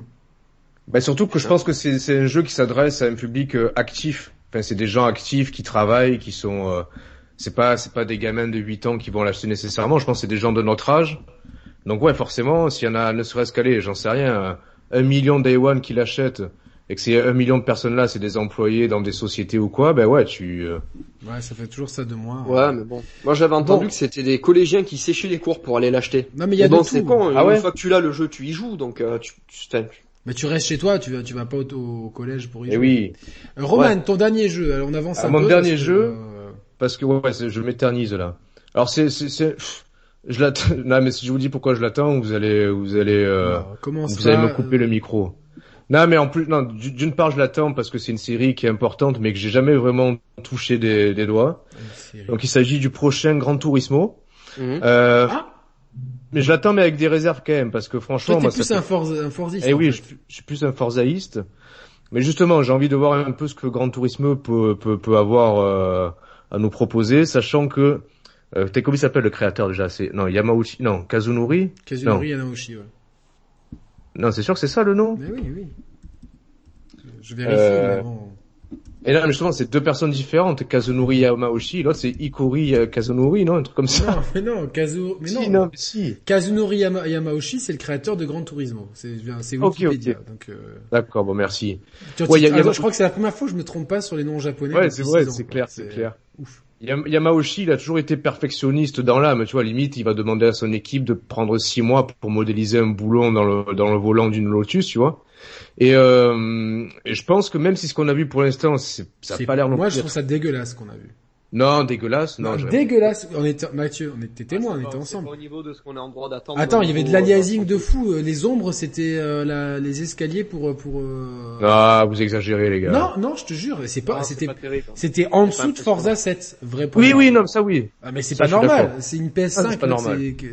Speaker 2: Bah, surtout que je
Speaker 3: Ça.
Speaker 2: pense que c'est c'est un jeu qui s'adresse à un public euh, actif. Enfin, c'est des gens actifs qui travaillent, qui sont. euh, c'est pas c'est pas des gamins de 8 ans qui vont l'acheter nécessairement. Je pense que c'est des gens de notre âge. Donc ouais, forcément, s'il y en a, ne serait-ce qu'aller, j'en sais rien, euh, un million day one qui l'achètent et que c'est un million de personnes là, c'est des employés dans des sociétés ou quoi, ben ouais, tu. euh,
Speaker 1: Ouais, ça fait toujours ça de moi.
Speaker 3: Ouais, mais bon. Moi, j'avais entendu
Speaker 1: Bon.
Speaker 3: que c'était des collégiens qui séchaient les cours pour aller l'acheter.
Speaker 1: Non, mais il y a
Speaker 3: Mais bon,
Speaker 1: de
Speaker 3: c'est
Speaker 1: tout.
Speaker 3: con. hein.
Speaker 2: Ah ouais
Speaker 3: Une fois que tu l'as, le jeu, tu y joues, donc euh, tu, tu- t'as-
Speaker 1: Mais tu restes chez toi, tu vas, tu vas pas au, au collège pour y
Speaker 2: eh
Speaker 1: jouer.
Speaker 2: oui,
Speaker 1: Euh, Roman, ton dernier jeu, alors on avance
Speaker 2: Ah,
Speaker 1: un
Speaker 2: mon
Speaker 1: peu,
Speaker 2: dernier
Speaker 1: parce que,
Speaker 2: jeu
Speaker 1: euh,
Speaker 2: parce que ouais, ouais, c'est- je m'éternise là. Alors c'est c'est c'est. pff, Je l'attends. Non, mais si je vous dis pourquoi je l'attends, vous allez vous allez. euh,
Speaker 1: alors, commence
Speaker 2: Vous allez
Speaker 1: pas,
Speaker 2: me couper
Speaker 1: euh,
Speaker 2: le micro. Non, mais en plus, non, d- d'une part, je l'attends parce que c'est une série qui est importante, mais que j'ai jamais vraiment touché des, des doigts.
Speaker 1: une série.
Speaker 2: Donc, il s'agit du prochain Gran Turismo.
Speaker 3: Mhm.
Speaker 2: Euh,
Speaker 1: Ah.
Speaker 2: mais je l'attends, mais avec des réserves quand même, parce que
Speaker 1: Toi,
Speaker 2: franchement,
Speaker 1: t'es
Speaker 2: moi,
Speaker 1: plus
Speaker 2: ça
Speaker 1: un, Forza- un Forziste,
Speaker 2: eh
Speaker 1: en
Speaker 2: oui,
Speaker 1: fait.
Speaker 2: je, je suis plus un forzaïste. Mais justement, j'ai envie de voir un peu ce que Gran Turismo peut, peut, peut avoir euh, à nous proposer, sachant que... Euh, t'es- comment il s'appelle le créateur déjà C'est Non, Yamauchi... Non, Kazunori
Speaker 1: Kazunori Yanaoshi, ouais.
Speaker 2: Non, c'est sûr que c'est ça le nom
Speaker 1: Mais oui, oui. Je vérifie
Speaker 2: Euh,
Speaker 1: mais avant.
Speaker 2: Et là, justement, c'est deux personnes différentes. Kazunori Yamaoshi, l'autre c'est Ikori euh, Kazunori, non Un truc comme ça.
Speaker 1: Non, mais non, Kazu... mais non.
Speaker 2: Si, non, mais si.
Speaker 1: Kazunori Yama- Yamaoshi, c'est le créateur de Gran Turismo. C'est c'est
Speaker 2: Ok, ok.
Speaker 1: Wikipédia. Donc, euh,
Speaker 2: D'accord, bon, merci.
Speaker 1: tu vois,
Speaker 2: Ouais,
Speaker 1: tu-
Speaker 2: y a- y a-
Speaker 1: attends, je crois que c'est la première fois que je me trompe pas sur les noms japonais.
Speaker 2: Ouais,
Speaker 1: depuis
Speaker 2: c'est
Speaker 1: six
Speaker 2: vrai,
Speaker 1: ans,
Speaker 2: c'est
Speaker 1: quoi.
Speaker 2: clair, c'est clair.
Speaker 1: Ouf.
Speaker 2: Yam- Yamaoshi, il a toujours été perfectionniste dans l'âme, tu vois, limite, il va demander à son équipe de prendre six mois pour modéliser un boulon dans le, dans le volant d'une Lotus, tu vois. Et, euh, et je pense que même si ce qu'on a vu pour l'instant, c'est- ça
Speaker 1: C'est-
Speaker 2: a pas l'air non
Speaker 1: Moi,
Speaker 2: plus
Speaker 1: je trouve ça dégueulasse ce qu'on a vu.
Speaker 2: Non, dégueulasse, non.
Speaker 1: Non,
Speaker 2: j'aurais-
Speaker 1: dégueulasse. On était, Mathieu, on était témoins, on était ensemble.
Speaker 3: Au niveau de ce qu'on est en droit d'attendre.
Speaker 1: Attends, il y avait de l'aliasing de
Speaker 3: fou.
Speaker 1: fou. euh, Les ombres, c'était euh, la- les escaliers pour euh, pour. euh,
Speaker 2: Ah, vous exagérez, les gars.
Speaker 1: non, non, je te jure, Ah, c'est
Speaker 2: Ah,
Speaker 1: pas, c'était,
Speaker 3: terrible.
Speaker 1: c'était en dessous de
Speaker 3: impressionnant.
Speaker 1: Forza 7, vrai. pour
Speaker 2: Oui,
Speaker 1: moi.
Speaker 2: oui, non, ça oui.
Speaker 1: Ah, mais c'est
Speaker 2: Ça,
Speaker 1: pas
Speaker 2: je suis
Speaker 1: normal.
Speaker 2: d'accord.
Speaker 1: C'est une
Speaker 2: Ah,
Speaker 1: PS5.
Speaker 2: c'est pas
Speaker 1: là,
Speaker 2: normal.
Speaker 1: c'est que-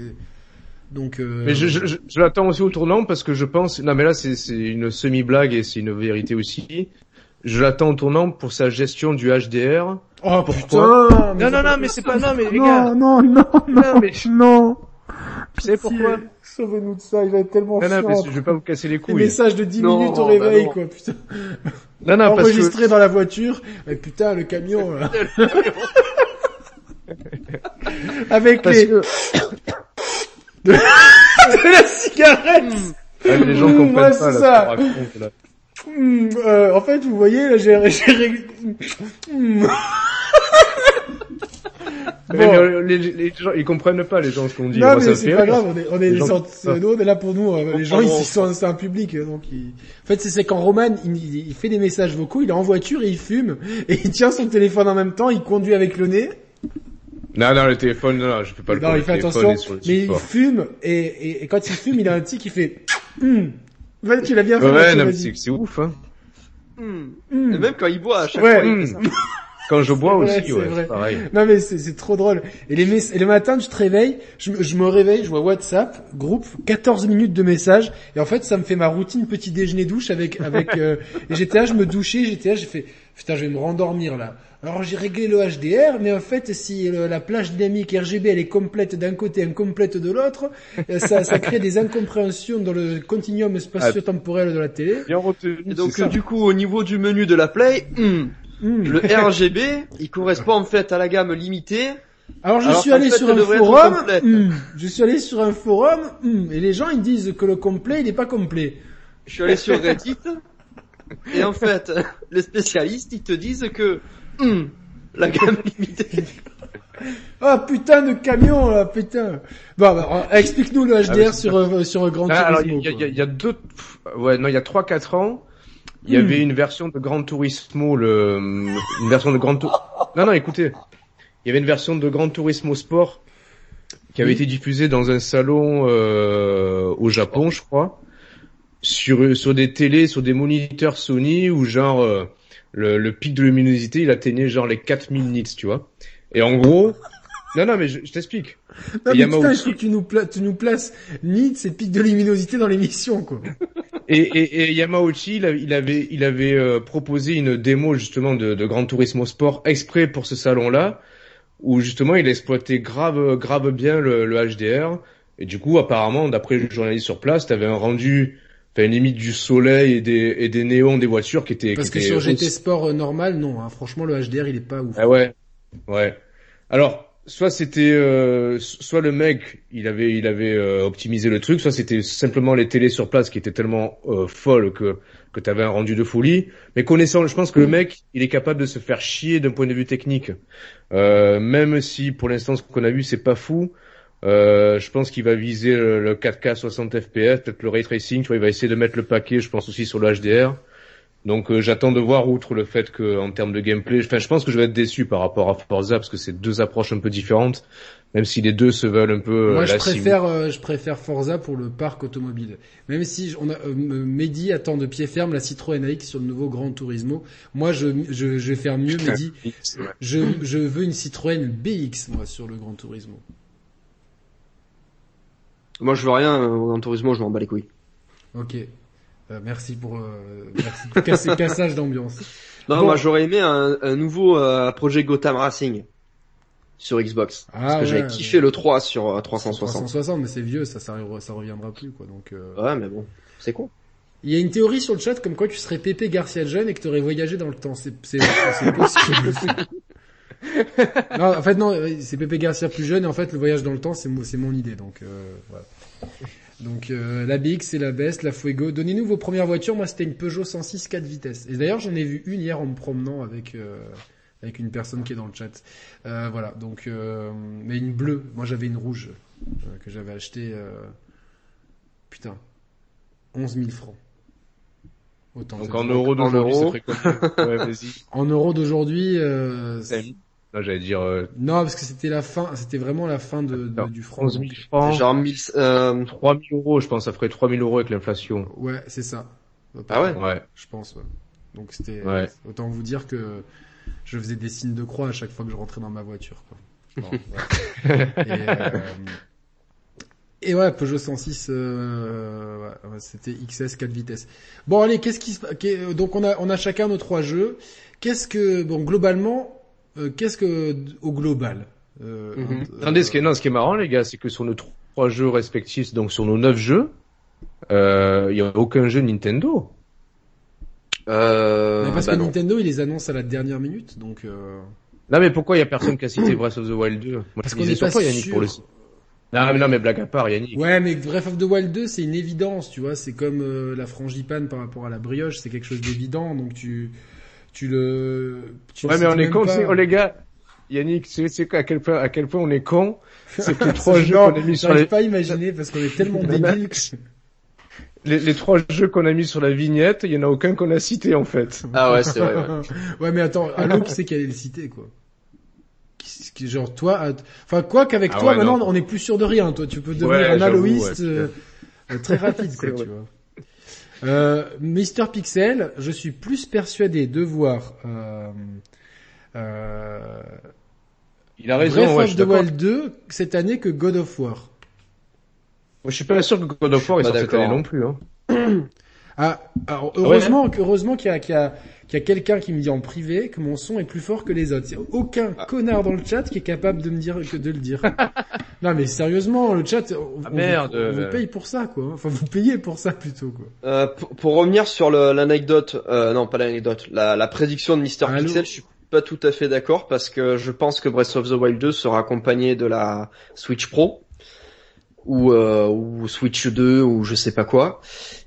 Speaker 1: Donc. euh,
Speaker 2: Mais je, je, je- je l'attends aussi au tournant parce que je pense, non mais là c'est c'est une semi-blague et c'est une vérité aussi. Je l'attends au tournant pour sa gestion du HDR.
Speaker 1: Oh
Speaker 2: Pourquoi
Speaker 1: putain mais
Speaker 2: Non
Speaker 1: ça-
Speaker 2: non non mais c'est pas non mais les gars.
Speaker 4: Non, non, non,
Speaker 2: Non mais
Speaker 4: non.
Speaker 2: tu sais pourquoi
Speaker 1: Sauvez-nous de ça, il va être tellement
Speaker 2: Non non
Speaker 1: chiant.
Speaker 2: mais je vais pas vous casser les
Speaker 1: Des
Speaker 2: couilles.
Speaker 1: messages de 10
Speaker 3: Non,
Speaker 1: minutes au
Speaker 3: bah
Speaker 1: réveil,
Speaker 3: non.
Speaker 1: quoi, putain.
Speaker 2: Non non Ah, parce que
Speaker 1: Enregistré dans la voiture, mais putain, le camion, là. Avec
Speaker 2: parce
Speaker 1: les...
Speaker 2: que ah,
Speaker 1: de la cigarette
Speaker 2: Ah, mais les gens
Speaker 1: Ouais,
Speaker 2: comprennent
Speaker 1: c'est
Speaker 2: pas là, ce
Speaker 1: ça.
Speaker 2: qu'on raconte, là.
Speaker 1: Hmm, euh, En fait, vous voyez, là, j'ai... j'ai ré- Hmm.
Speaker 2: Mais,
Speaker 1: Bon.
Speaker 2: mais les, les gens ils comprennent pas les gens ce qu'on dit.
Speaker 1: non,
Speaker 2: Moi, ça
Speaker 1: mais
Speaker 2: me
Speaker 1: c'est
Speaker 2: fait
Speaker 1: pas
Speaker 2: rire.
Speaker 1: grave, on est, on est
Speaker 2: Les
Speaker 1: des
Speaker 2: gens- Oh,
Speaker 1: sortes- nous, on est là pour nous, euh, les gens, ils ils sont, c'est un public, euh, donc ils- En fait, c'est- c'est quand Roman, il, il- il fait des messages vocaux, il est en voiture et il fume, et il tient son téléphone en même temps, il conduit avec le nez,
Speaker 2: Non non le téléphone non, non je fais pas le
Speaker 1: non,
Speaker 2: coup,
Speaker 1: il fait
Speaker 2: le téléphone
Speaker 1: attention,
Speaker 2: est sur le
Speaker 1: mais il
Speaker 2: support.
Speaker 1: fume, et, et, et quand il fume, il a un tic qui fait... Hmm. Ouais, tu l'as bien fait,
Speaker 2: Ouais
Speaker 1: Mathieu,
Speaker 2: non mais
Speaker 1: vas-y.
Speaker 2: c'est c'est ouf hein.
Speaker 1: Hmm.
Speaker 3: euh, Et même quand il boit à chaque
Speaker 1: Ouais.
Speaker 3: fois. il fait ça.
Speaker 2: Hmm. Quand je bois
Speaker 1: vrai,
Speaker 2: aussi
Speaker 1: c'est
Speaker 2: ouais
Speaker 1: vrai.
Speaker 2: c'est pareil.
Speaker 1: Non mais c'est c'est trop drôle. Et, les mess- et le matin, je te réveille, je, me- je me réveille, je vois WhatsApp, groupe, 14 minutes de messages. Et en fait, ça me fait ma routine petit déjeuner douche avec avec euh, et GTA. Je me douchais, GTA, j'ai fait Putain, je vais me rendormir là. Alors j'ai réglé le HDR, mais en fait, si le- la plage dynamique RGB elle est complète d'un côté, incomplète de l'autre, euh, ça, ça crée des incompréhensions dans le continuum spatio-temporel de la télé.
Speaker 2: Bien retenu.
Speaker 3: Et
Speaker 2: c'est
Speaker 3: donc
Speaker 2: ça.
Speaker 3: euh, du coup au niveau du menu de la Play, hmm,
Speaker 1: Hmm.
Speaker 3: le RGB, il correspond en fait à la gamme limitée.
Speaker 1: Alors je
Speaker 3: Alors
Speaker 1: suis
Speaker 3: qu'en
Speaker 1: allé
Speaker 3: fait,
Speaker 1: sur
Speaker 3: elle
Speaker 1: un
Speaker 3: devrait être
Speaker 1: forum,
Speaker 3: complète.
Speaker 1: hmm, je suis allé sur un forum, hmm, et les gens ils disent que le complet il est pas complet.
Speaker 3: Je suis allé sur Reddit et en fait les spécialistes ils te disent que hmm, la gamme limitée.
Speaker 1: Ah putain de camion là, putain. Bon, bah, euh, explique-nous le HDR
Speaker 2: mais c'est
Speaker 1: sur euh, sur Grand
Speaker 2: Ah, alors,
Speaker 1: Turismo.
Speaker 2: il y, a- il y
Speaker 1: quoi.
Speaker 2: a- il y a deux, pff, ouais, non, il y a trois, quatre ans, il y
Speaker 1: Hmm.
Speaker 2: avait une version de Gran Turismo, le, une version de Gran Turismo. Non, non, écoutez. Il y avait une version de Gran Turismo Sport qui avait
Speaker 1: Oui.
Speaker 2: été diffusée dans un salon, euh, au Japon, je crois. Sur, sur des télés, sur des moniteurs Sony où genre, euh, le, le pic de luminosité, il atteignait genre les 4000 nits, tu vois. Et en gros, non, non, mais je, je t'explique.
Speaker 1: Non,
Speaker 2: il
Speaker 1: mais
Speaker 2: y a
Speaker 1: putain,
Speaker 2: Maoki.
Speaker 1: je trouve que tu nous, pla- tu nous places Nitz et pic de luminosité dans l'émission, quoi.
Speaker 2: Et, et, et Yamauchi, il, a- il avait, il avait euh, proposé une démo justement de, de Gran Turismo Sport exprès pour ce salon-là, où justement il exploitait grave, grave bien le, le HDR. Et du coup, apparemment, d'après le journaliste sur place, t'avais un rendu, enfin limite du soleil et des, et des néons des voitures qui étaient.
Speaker 1: Parce
Speaker 2: qui
Speaker 1: que
Speaker 2: étaient
Speaker 1: sur GT
Speaker 2: aussi-
Speaker 1: Sport euh, normal, non, hein, franchement, le HDR, il est pas ouf.
Speaker 2: Ah ouais, ouais. Alors, soit c'était, euh, soit le mec, il avait, il avait euh, optimisé le truc, soit c'était simplement les télés sur place qui étaient tellement euh, folles que que t'avais un rendu de folie. Mais connaissant, je pense que le mec, il est capable de se faire chier d'un point de vue technique, Euh, même si pour l'instant ce qu'on a vu c'est pas fou. Euh, je pense qu'il va viser le, le 4K 60 fps, peut-être le ray tracing, tu vois, il va essayer de mettre le paquet, je pense aussi sur le HDR. Donc euh, j'attends de voir outre le fait que en termes de gameplay, enfin je pense que je vais être déçu par rapport à Forza parce que c'est deux approches un peu différentes, même si les deux se veulent un peu. euh,
Speaker 1: Moi, je
Speaker 2: la sim-
Speaker 1: préfère, euh, je préfère Forza pour le parc automobile. Même si j- on a, euh, M- Mehdi attend de pied ferme la Citroën AX sur le nouveau Grand Turismo. Moi, je, je, je vais faire mieux,
Speaker 2: Putain.
Speaker 1: Mehdi. Je, je veux une Citroën BX, moi, sur le Grand Turismo.
Speaker 3: Moi je veux rien euh, en tourisme, je m'en bats les couilles.
Speaker 1: Ok. Euh, merci pour, euh, merci pour casser, cassage d'ambiance.
Speaker 3: Non,
Speaker 1: Bon.
Speaker 3: moi j'aurais aimé un, un nouveau euh, projet Gotham Racing sur Xbox.
Speaker 1: Ah,
Speaker 3: parce que j'avais
Speaker 1: ouais.
Speaker 3: kiffé le 3 sur euh, 360.
Speaker 1: 360, mais c'est vieux, ça, ça, ça reviendra plus, quoi. Donc, euh,
Speaker 3: Ouais, mais bon, c'est con.
Speaker 1: Il y a une théorie sur le chat comme quoi tu serais Pépé Garcia jeune et que tu aurais voyagé dans le temps. C'est c'est- c'est possible. non, en fait non, euh, c'est Pépé Garcia plus jeune et en fait le voyage dans le temps c'est mon, c'est mon idée donc euh, voilà. Donc euh, la BX c'est la Best, la Fuego. Donnez-nous vos premières voitures. Moi c'était une Peugeot 106 4 vitesses. Et d'ailleurs j'en ai vu une hier en me promenant avec euh, avec une personne qui est dans le chat. Euh, voilà donc euh, mais une bleue. Moi j'avais une rouge euh, que j'avais achetée. euh, putain 11 000 francs. Autant
Speaker 2: Donc
Speaker 1: te
Speaker 2: en
Speaker 1: dire.
Speaker 2: euros d'aujourd'hui,
Speaker 3: euros.
Speaker 2: c'est préconisé. Ouais, vas-y.
Speaker 1: En euros d'aujourd'hui, euh,
Speaker 2: T'as mis Non, j'allais dire euh,
Speaker 1: non parce que c'était la fin, c'était vraiment la fin de, de- du franc.
Speaker 2: 11 000
Speaker 1: donc.
Speaker 2: francs,
Speaker 3: Genre 1000, euh,
Speaker 2: 3 000 euros, je pense, ça ferait 3 000 euros avec l'inflation.
Speaker 1: Ouais, c'est ça. À peu
Speaker 3: Ah ouais
Speaker 1: près,
Speaker 2: Ouais.
Speaker 1: Je pense. ouais. Donc c'était
Speaker 2: Ouais.
Speaker 1: autant vous dire que je faisais des signes de croix à chaque fois que je rentrais dans ma voiture. Quoi. Bon, ouais. et, euh, et ouais, Peugeot 106, euh, ouais, ouais, c'était XS 4 vitesses. Bon allez, qu'est-ce qui se pa- qu'est- euh, donc on a on a chacun nos trois jeux. Qu'est-ce que bon globalement, euh, qu'est-ce que au global euh,
Speaker 3: Mhm.
Speaker 1: un-
Speaker 2: Attendez, ce qui, est, non, ce qui est marrant, les gars, c'est que sur nos trois jeux respectifs, donc sur nos neuf jeux, euh, il y a aucun jeu Nintendo.
Speaker 3: euh,
Speaker 1: Mais parce
Speaker 3: bah
Speaker 1: que
Speaker 3: non.
Speaker 1: Nintendo, ils les annoncent à la dernière minute, donc. euh,
Speaker 2: Non, mais pourquoi il y a personne qui a cité Breath of the Wild 2 Moi,
Speaker 1: Parce
Speaker 2: je
Speaker 1: qu'on
Speaker 2: misais
Speaker 1: n'est
Speaker 2: sur
Speaker 1: pas
Speaker 2: toi, Yannick,
Speaker 1: sûr.
Speaker 2: pour le site. Non, mais non, mais blague à part, Yannick.
Speaker 1: Ouais, mais Breath of the Wild 2, c'est une évidence, tu vois. C'est comme euh, la frangipane par rapport à la brioche, c'est quelque chose d'évident, donc tu, tu le. Tu le
Speaker 2: Ouais, mais
Speaker 1: cites
Speaker 2: on est
Speaker 1: même
Speaker 2: con,
Speaker 1: pas.
Speaker 2: c'est- oh, les gars. Yannick, tu sais- tu sais à quel point, à quel point on est con. C'est que les trois
Speaker 1: Non,
Speaker 2: jeux qu'on a mis sur
Speaker 1: j'arrive
Speaker 2: les,
Speaker 1: pas à imaginer parce qu'on est tellement débiles. que-
Speaker 2: les, les trois jeux qu'on a mis sur la vignette, il y en a aucun qu'on a cité, en fait.
Speaker 3: Ah ouais, c'est vrai. ouais.
Speaker 1: ouais, mais attends, Halo, qui c'est qui allait le citer, quoi Qui- qui- Genre toi, att- enfin quoi qu'avec
Speaker 2: Ah
Speaker 1: toi,
Speaker 2: ouais,
Speaker 1: maintenant
Speaker 2: non.
Speaker 1: on est plus sûr de rien. Toi, tu peux devenir
Speaker 2: Ouais,
Speaker 1: un
Speaker 2: j'avoue,
Speaker 1: haloïste
Speaker 2: ouais.
Speaker 1: euh, euh, très rapide, quoi,
Speaker 2: C'est
Speaker 1: tu vois. Euh, Mister Pixel, je suis plus persuadé de voir euh, euh,
Speaker 2: Il a raison,
Speaker 1: Breath
Speaker 2: ouais, je
Speaker 1: of
Speaker 2: suis
Speaker 1: the
Speaker 2: d'accord.
Speaker 1: Wild 2 cette année que God of War.
Speaker 2: Moi, Je suis pas sûr que God of War est
Speaker 3: Je
Speaker 2: sorti
Speaker 3: suis pas
Speaker 2: cette année
Speaker 3: d'accord.
Speaker 2: non plus. Hein.
Speaker 1: Ah, alors heureusement, heureusement qu'il y a, qu'il y a, qu'il y a quelqu'un qui me dit en privé que mon son est plus fort que les autres. Il n'y a aucun connard dans le chat qui est capable de me dire que de le dire. non mais sérieusement, le chat, on,
Speaker 2: Ah,
Speaker 1: on
Speaker 2: merde.
Speaker 1: vous, on vous paye pour ça quoi. Enfin, vous payez pour ça plutôt quoi.
Speaker 3: Euh, pour, pour revenir sur le- l'anecdote, euh, non pas l'anecdote, la, la prédiction de Mister
Speaker 1: Allô
Speaker 3: Pixel, je suis pas tout à fait d'accord parce que je pense que Breath of the Wild 2 sera accompagné de la Switch Pro ou, euh, ou Switch 2 ou je sais pas quoi.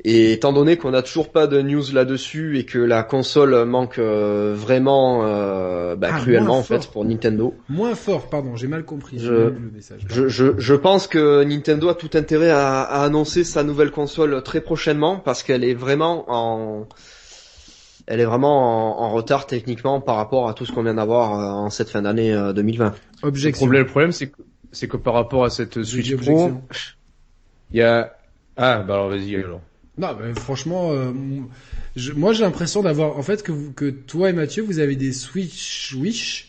Speaker 3: Et étant donné qu'on n'a toujours pas de news là-dessus et que la console manque euh, vraiment euh, bah,
Speaker 1: Ah,
Speaker 3: cruellement
Speaker 1: moins
Speaker 3: en fait
Speaker 1: fort.
Speaker 3: pour Nintendo,
Speaker 1: Moins fort, pardon, j'ai mal compris
Speaker 3: Je-
Speaker 1: j'ai mal lu le message.
Speaker 3: je, je, je pense que Nintendo a tout intérêt à, à annoncer sa nouvelle console très prochainement parce qu'elle est vraiment en elle est vraiment en, en retard techniquement par rapport à tout ce qu'on vient d'avoir euh, en cette fin d'année euh, 2020.
Speaker 2: Le
Speaker 1: Objection.
Speaker 2: problème, le problème, c'est que, c'est que par rapport à cette euh,
Speaker 1: J'ai dit
Speaker 2: Switch Pro,
Speaker 1: objection.
Speaker 2: il y a, ah, bah alors vas-y, alors.
Speaker 1: Non, mais franchement, euh, m- je- moi j'ai l'impression d'avoir, en fait, que, vous- que toi et Mathieu, vous avez des Switch Wish.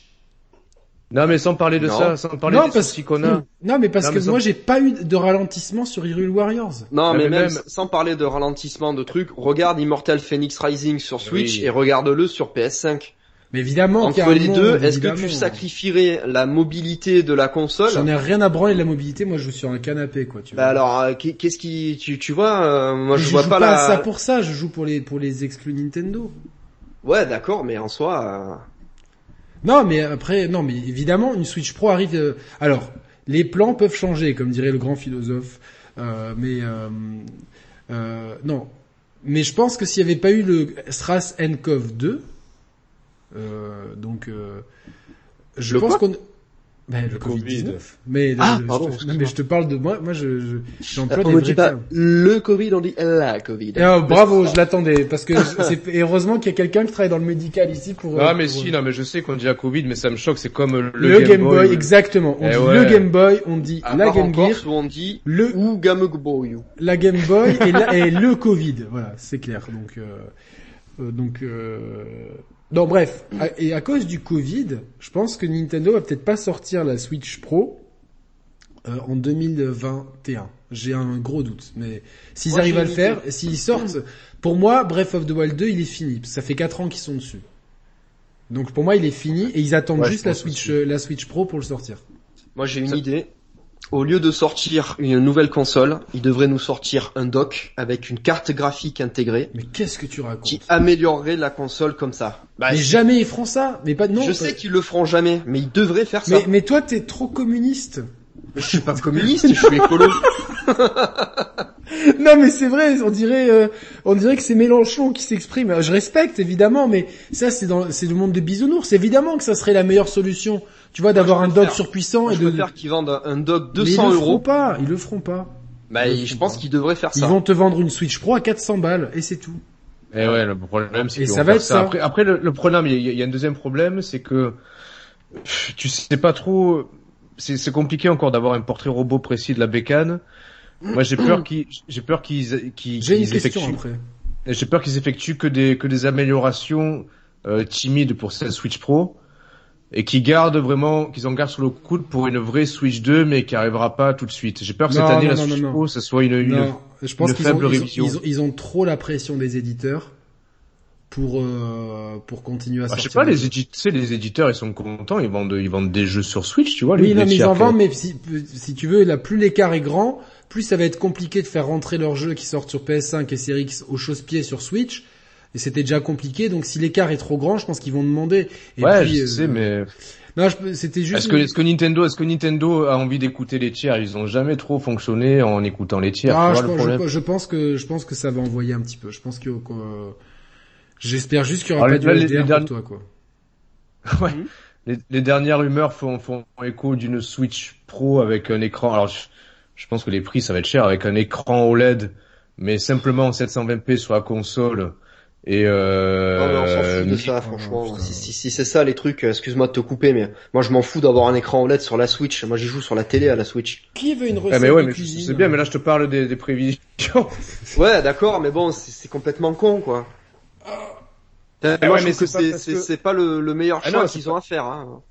Speaker 2: Non, mais sans parler de
Speaker 3: Non.
Speaker 2: ça, sans parler
Speaker 1: Non,
Speaker 2: des
Speaker 1: parce-
Speaker 2: sorties qu'on a.
Speaker 1: Non, mais parce
Speaker 2: Non,
Speaker 1: que
Speaker 2: mais ça-
Speaker 1: moi j'ai pas eu de ralentissement sur Hyrule Warriors.
Speaker 3: Non,
Speaker 2: Ah,
Speaker 3: mais,
Speaker 2: mais
Speaker 3: même,
Speaker 2: même-
Speaker 3: s- sans parler de ralentissement de trucs, regarde Immortal Phoenix Rising sur Switch
Speaker 2: Oui.
Speaker 3: et regarde-le sur PS5.
Speaker 1: Mais évidemment, qu'il y a
Speaker 3: Entre
Speaker 1: un
Speaker 3: les
Speaker 1: monde,
Speaker 3: deux, est-ce que tu
Speaker 1: évidemment.
Speaker 3: sacrifierais la mobilité de la console
Speaker 1: J'en ai rien à branler de la mobilité, moi je joue sur un canapé, quoi, tu
Speaker 3: Bah
Speaker 1: vois.
Speaker 3: alors, euh, qu'est- qu'est-ce qui, tu, tu vois, euh, moi je,
Speaker 1: je
Speaker 3: vois
Speaker 1: joue
Speaker 3: pas,
Speaker 1: pas,
Speaker 3: la.
Speaker 1: à ça pour ça, je joue pour les, pour les exclus Nintendo.
Speaker 3: Ouais, d'accord, mais en soi. euh,
Speaker 1: Non, mais après, non, mais évidemment, une Switch Pro arrive. euh, alors, les plans peuvent changer, comme dirait le grand philosophe. Euh, mais euh, euh, non, mais je pense que s'il n'y avait pas eu le SRAS NCOV 2, euh, donc euh, je
Speaker 3: Le
Speaker 1: pense
Speaker 3: quoi
Speaker 1: qu'on ben, le
Speaker 2: Le
Speaker 1: Covid.
Speaker 2: Covid.
Speaker 1: Mais
Speaker 3: Ah,
Speaker 1: je,
Speaker 3: pardon,
Speaker 1: non,
Speaker 3: excuse-moi.
Speaker 1: mais je te parle de moi. Moi, je je- j'emploie
Speaker 3: Euh, on
Speaker 1: des
Speaker 3: ne
Speaker 1: vrais
Speaker 3: dit pas
Speaker 1: termes.
Speaker 3: le Covid, on dit la Covid.
Speaker 1: Et, euh, bravo, je l'attendais parce que je- c'est- et heureusement qu'il y a quelqu'un qui travaille dans le médical ici pour.
Speaker 2: Ah,
Speaker 1: euh,
Speaker 2: mais
Speaker 1: pour-
Speaker 2: si, non, mais je sais qu'on dit la Covid, mais ça me choque, c'est comme le,
Speaker 1: Le, Game, Boy, exactement. On
Speaker 2: Eh
Speaker 1: dit
Speaker 2: ouais.
Speaker 1: le Game Boy, on dit
Speaker 3: À
Speaker 1: la
Speaker 3: part
Speaker 1: Game
Speaker 3: en Corse
Speaker 1: Gear,
Speaker 3: où on dit
Speaker 1: le
Speaker 3: ou Game Boy.
Speaker 1: la Game Boy et, la- et le Covid. Voilà, c'est clair. Donc euh, euh, donc euh, non bref. À- Et à cause du Covid, je pense que Nintendo va peut-être pas sortir la Switch Pro euh, en 2021. J'ai un gros doute. Mais s'ils
Speaker 3: Moi,
Speaker 1: arrivent
Speaker 3: j'ai
Speaker 1: à le
Speaker 3: une
Speaker 1: faire, et s'ils sortent, pour moi, Breath of the Wild 2, il est fini. Parce que ça fait 4 ans qu'ils sont dessus. Donc pour moi, il est fini et ils attendent
Speaker 2: Ouais, je
Speaker 1: juste la
Speaker 2: pense
Speaker 1: Switch,
Speaker 2: aussi.
Speaker 1: euh, la Switch Pro pour le sortir.
Speaker 3: Moi j'ai une
Speaker 2: Ça-
Speaker 3: idée. Au lieu de sortir une nouvelle console, ils devraient nous sortir un dock avec une carte graphique intégrée
Speaker 1: Mais qu'est-ce que tu racontes
Speaker 3: qui améliorerait la console comme ça. Bah,
Speaker 1: Mais jamais ils feront ça. Mais pas non.
Speaker 3: je
Speaker 1: pas-
Speaker 3: sais qu'ils le feront jamais, mais ils devraient faire ça.
Speaker 1: mais, mais toi, t'es trop communiste.
Speaker 3: je suis pas communiste, je suis écolo.
Speaker 1: non, mais c'est vrai. On dirait, euh, on dirait que c'est Mélenchon qui s'exprime. Je respecte évidemment, mais ça, c'est dans, c'est le monde de bisounours. Évidemment que ça serait la meilleure solution. Tu vois, d'avoir
Speaker 3: je
Speaker 1: un
Speaker 3: préfère.
Speaker 1: doc surpuissant
Speaker 3: Moi,
Speaker 1: et
Speaker 3: je
Speaker 1: de.
Speaker 3: préfère qu'ils vendent un dock
Speaker 1: Mais ils
Speaker 3: 200
Speaker 1: le feront
Speaker 3: euros.
Speaker 1: pas. Ils le feront pas.
Speaker 3: Bah,
Speaker 1: Ils le
Speaker 3: je
Speaker 1: feront
Speaker 3: pense
Speaker 1: pas.
Speaker 3: qu'ils devraient faire
Speaker 1: Ils
Speaker 3: ça.
Speaker 1: vont te vendre une Switch Pro à 400 balles et c'est tout.
Speaker 2: Et Eh ouais, le problème, c'est
Speaker 1: Et
Speaker 2: qu'ils
Speaker 1: ça
Speaker 2: vont
Speaker 1: va
Speaker 2: faire
Speaker 1: être ça.
Speaker 2: Après, après le, le problème, il y, a- il y a un deuxième problème, c'est que pff, tu sais pas trop. C'est c'est compliqué encore d'avoir un portrait robot précis de la bécane. Moi, j'ai peur qu'ils, j'ai peur qu'ils, qu'ils,
Speaker 1: J'ai une
Speaker 2: qu'ils
Speaker 1: question
Speaker 2: effectuent.
Speaker 1: après.
Speaker 2: J'ai peur qu'ils effectuent que des que des améliorations euh, timides pour cette Switch Pro et qu'ils gardent vraiment, qu'ils en gardent sur le coude pour une vraie Switch 2, mais qui arrivera pas tout de suite. J'ai peur que
Speaker 1: Non,
Speaker 2: cette année
Speaker 1: non,
Speaker 2: la
Speaker 1: non,
Speaker 2: Switch
Speaker 1: non, non.
Speaker 2: Pro, ça soit une, une
Speaker 1: Non, je pense
Speaker 2: une
Speaker 1: qu'ils ont,
Speaker 2: faible
Speaker 1: ils ont,
Speaker 2: révision.
Speaker 1: ils ont- ils ont trop la pression des éditeurs pour euh, pour continuer à
Speaker 2: Bah, je
Speaker 1: sortir.
Speaker 2: sais pas,
Speaker 1: des
Speaker 2: les, édi- tu sais, les éditeurs, ils sont contents, ils vendent, ils vendent des jeux sur Switch, tu vois.
Speaker 1: Oui,
Speaker 2: les,
Speaker 1: non,
Speaker 2: les
Speaker 1: mais ils
Speaker 2: tiers
Speaker 1: en vendent,
Speaker 2: payants.
Speaker 1: mais si, si tu veux, là, plus l'écart est grand, plus ça va être compliqué de faire rentrer leurs jeux qui sortent sur PS5 et Series X au chausse-pied sur Switch. Et c'était déjà compliqué, donc si l'écart est trop grand, je pense qu'ils vont demander. Et
Speaker 2: Ouais,
Speaker 1: puis,
Speaker 2: je
Speaker 1: euh,
Speaker 2: sais, mais
Speaker 1: Non, je peux- c'était juste...
Speaker 2: est-ce que, est-ce que Nintendo, est-ce que Nintendo a envie d'écouter les tiers Ils ont jamais trop fonctionné en écoutant les tiers.
Speaker 1: Ah,
Speaker 2: tu
Speaker 1: je,
Speaker 2: vois, le
Speaker 1: pense- je
Speaker 2: problème.
Speaker 1: pense- je pense que je pense que ça va envoyer un petit peu. Je pense que qu'on- j'espère juste qu'il y aura
Speaker 2: Alors,
Speaker 1: pas
Speaker 2: Ah, les- là,
Speaker 1: de
Speaker 2: les-
Speaker 1: LDR
Speaker 2: les
Speaker 1: pour
Speaker 2: derniers-
Speaker 1: toi quoi.
Speaker 2: Les, les dernières rumeurs font, font écho d'une Switch Pro avec un écran. Alors, je, je pense que les prix, ça va être cher avec un écran OLED, mais simplement en 720p sur la console et
Speaker 3: Non, mais on s'en
Speaker 2: euh,
Speaker 3: fout de ça,
Speaker 1: micro,
Speaker 3: franchement.
Speaker 1: putain.
Speaker 3: si si, si c'est ça les trucs, euh, excuse-moi de te couper, mais moi je m'en fous d'avoir un écran OLED sur la Switch. Moi j'y joue sur la télé à la Switch.
Speaker 1: Qui veut une recette
Speaker 2: Ah, mais ouais,
Speaker 1: de
Speaker 2: mais je-
Speaker 1: cuisine
Speaker 2: c'est
Speaker 3: hein.
Speaker 2: bien, mais là je te parle des, des prévisions.
Speaker 3: Ouais, d'accord, mais bon, c'est c'est complètement con, quoi. Putain,
Speaker 2: Eh
Speaker 3: Ah. moi
Speaker 2: ouais,
Speaker 3: je
Speaker 2: mais
Speaker 3: trouve que
Speaker 2: c'est pas
Speaker 3: c'est
Speaker 2: parce
Speaker 3: c'est-
Speaker 2: que-
Speaker 3: c'est pas le, le meilleur
Speaker 2: Ah
Speaker 3: choix
Speaker 2: non, c'est
Speaker 3: qu'ils ont à faire. Hein.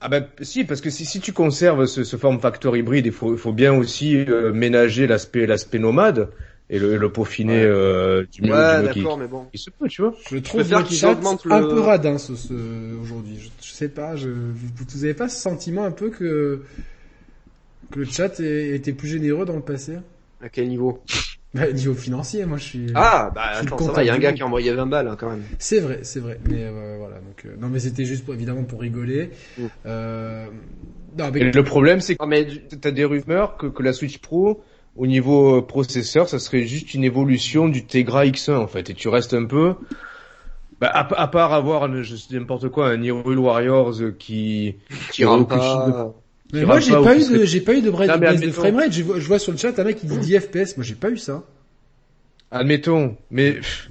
Speaker 2: Ah ben si, parce que si, si tu conserves ce, ce form factor hybride, il faut, il faut bien aussi euh, ménager l'aspect l'aspect nomade et le, le peaufiner euh, du mieux,
Speaker 3: Ouais,
Speaker 2: du mieux qui,
Speaker 3: d'accord, mais bon.
Speaker 2: qui se peut, tu vois.
Speaker 1: Je trouve
Speaker 3: préfère
Speaker 1: moi, qu'il
Speaker 3: qu'ils
Speaker 1: date
Speaker 3: augmentent
Speaker 1: un
Speaker 3: le-
Speaker 1: peu radin ce, ce- aujourd'hui. Je, je sais pas, je, vous, vous avez pas ce sentiment un peu que que le chat est- était plus généreux dans le passé
Speaker 3: À quel niveau
Speaker 1: bah, Niveau financier, moi je suis.
Speaker 3: Ah, bah
Speaker 1: Je suis
Speaker 3: attends,
Speaker 1: le
Speaker 3: ça va, il y a un
Speaker 1: content du
Speaker 3: gars
Speaker 1: monde.
Speaker 3: qui a envoyé 20 balles hein, quand même.
Speaker 1: C'est vrai, c'est vrai. Mais euh, voilà, donc euh, non, mais c'était juste pour, évidemment pour rigoler.
Speaker 3: Mm.
Speaker 1: Euh, non, mais
Speaker 2: Et le problème, c'est que
Speaker 3: Non mais
Speaker 2: t'as des rumeurs que, que la Switch Pro, au niveau euh, processeur, ça serait juste une évolution du Tegra X1 en fait, et tu restes un peu. Bah, à, à part avoir, un- je sais n'importe quoi, un Hyrule Warriors euh, qui
Speaker 3: qui
Speaker 2: aurait
Speaker 3: rentre
Speaker 2: aucune chance de-
Speaker 3: pas... euh,
Speaker 1: Mais
Speaker 2: Tu
Speaker 1: moi
Speaker 2: rates
Speaker 1: j'ai
Speaker 2: pas ou
Speaker 1: pas,
Speaker 2: tu
Speaker 1: eu
Speaker 2: serais-
Speaker 1: de j'ai pas eu de
Speaker 2: Non,
Speaker 1: break
Speaker 2: mais
Speaker 1: baisse de
Speaker 2: admettons.
Speaker 1: framerate. Je vois, je vois sur le chat un mec qui dit 10 FPS. Moi j'ai pas eu ça.
Speaker 2: Admettons, mais pff,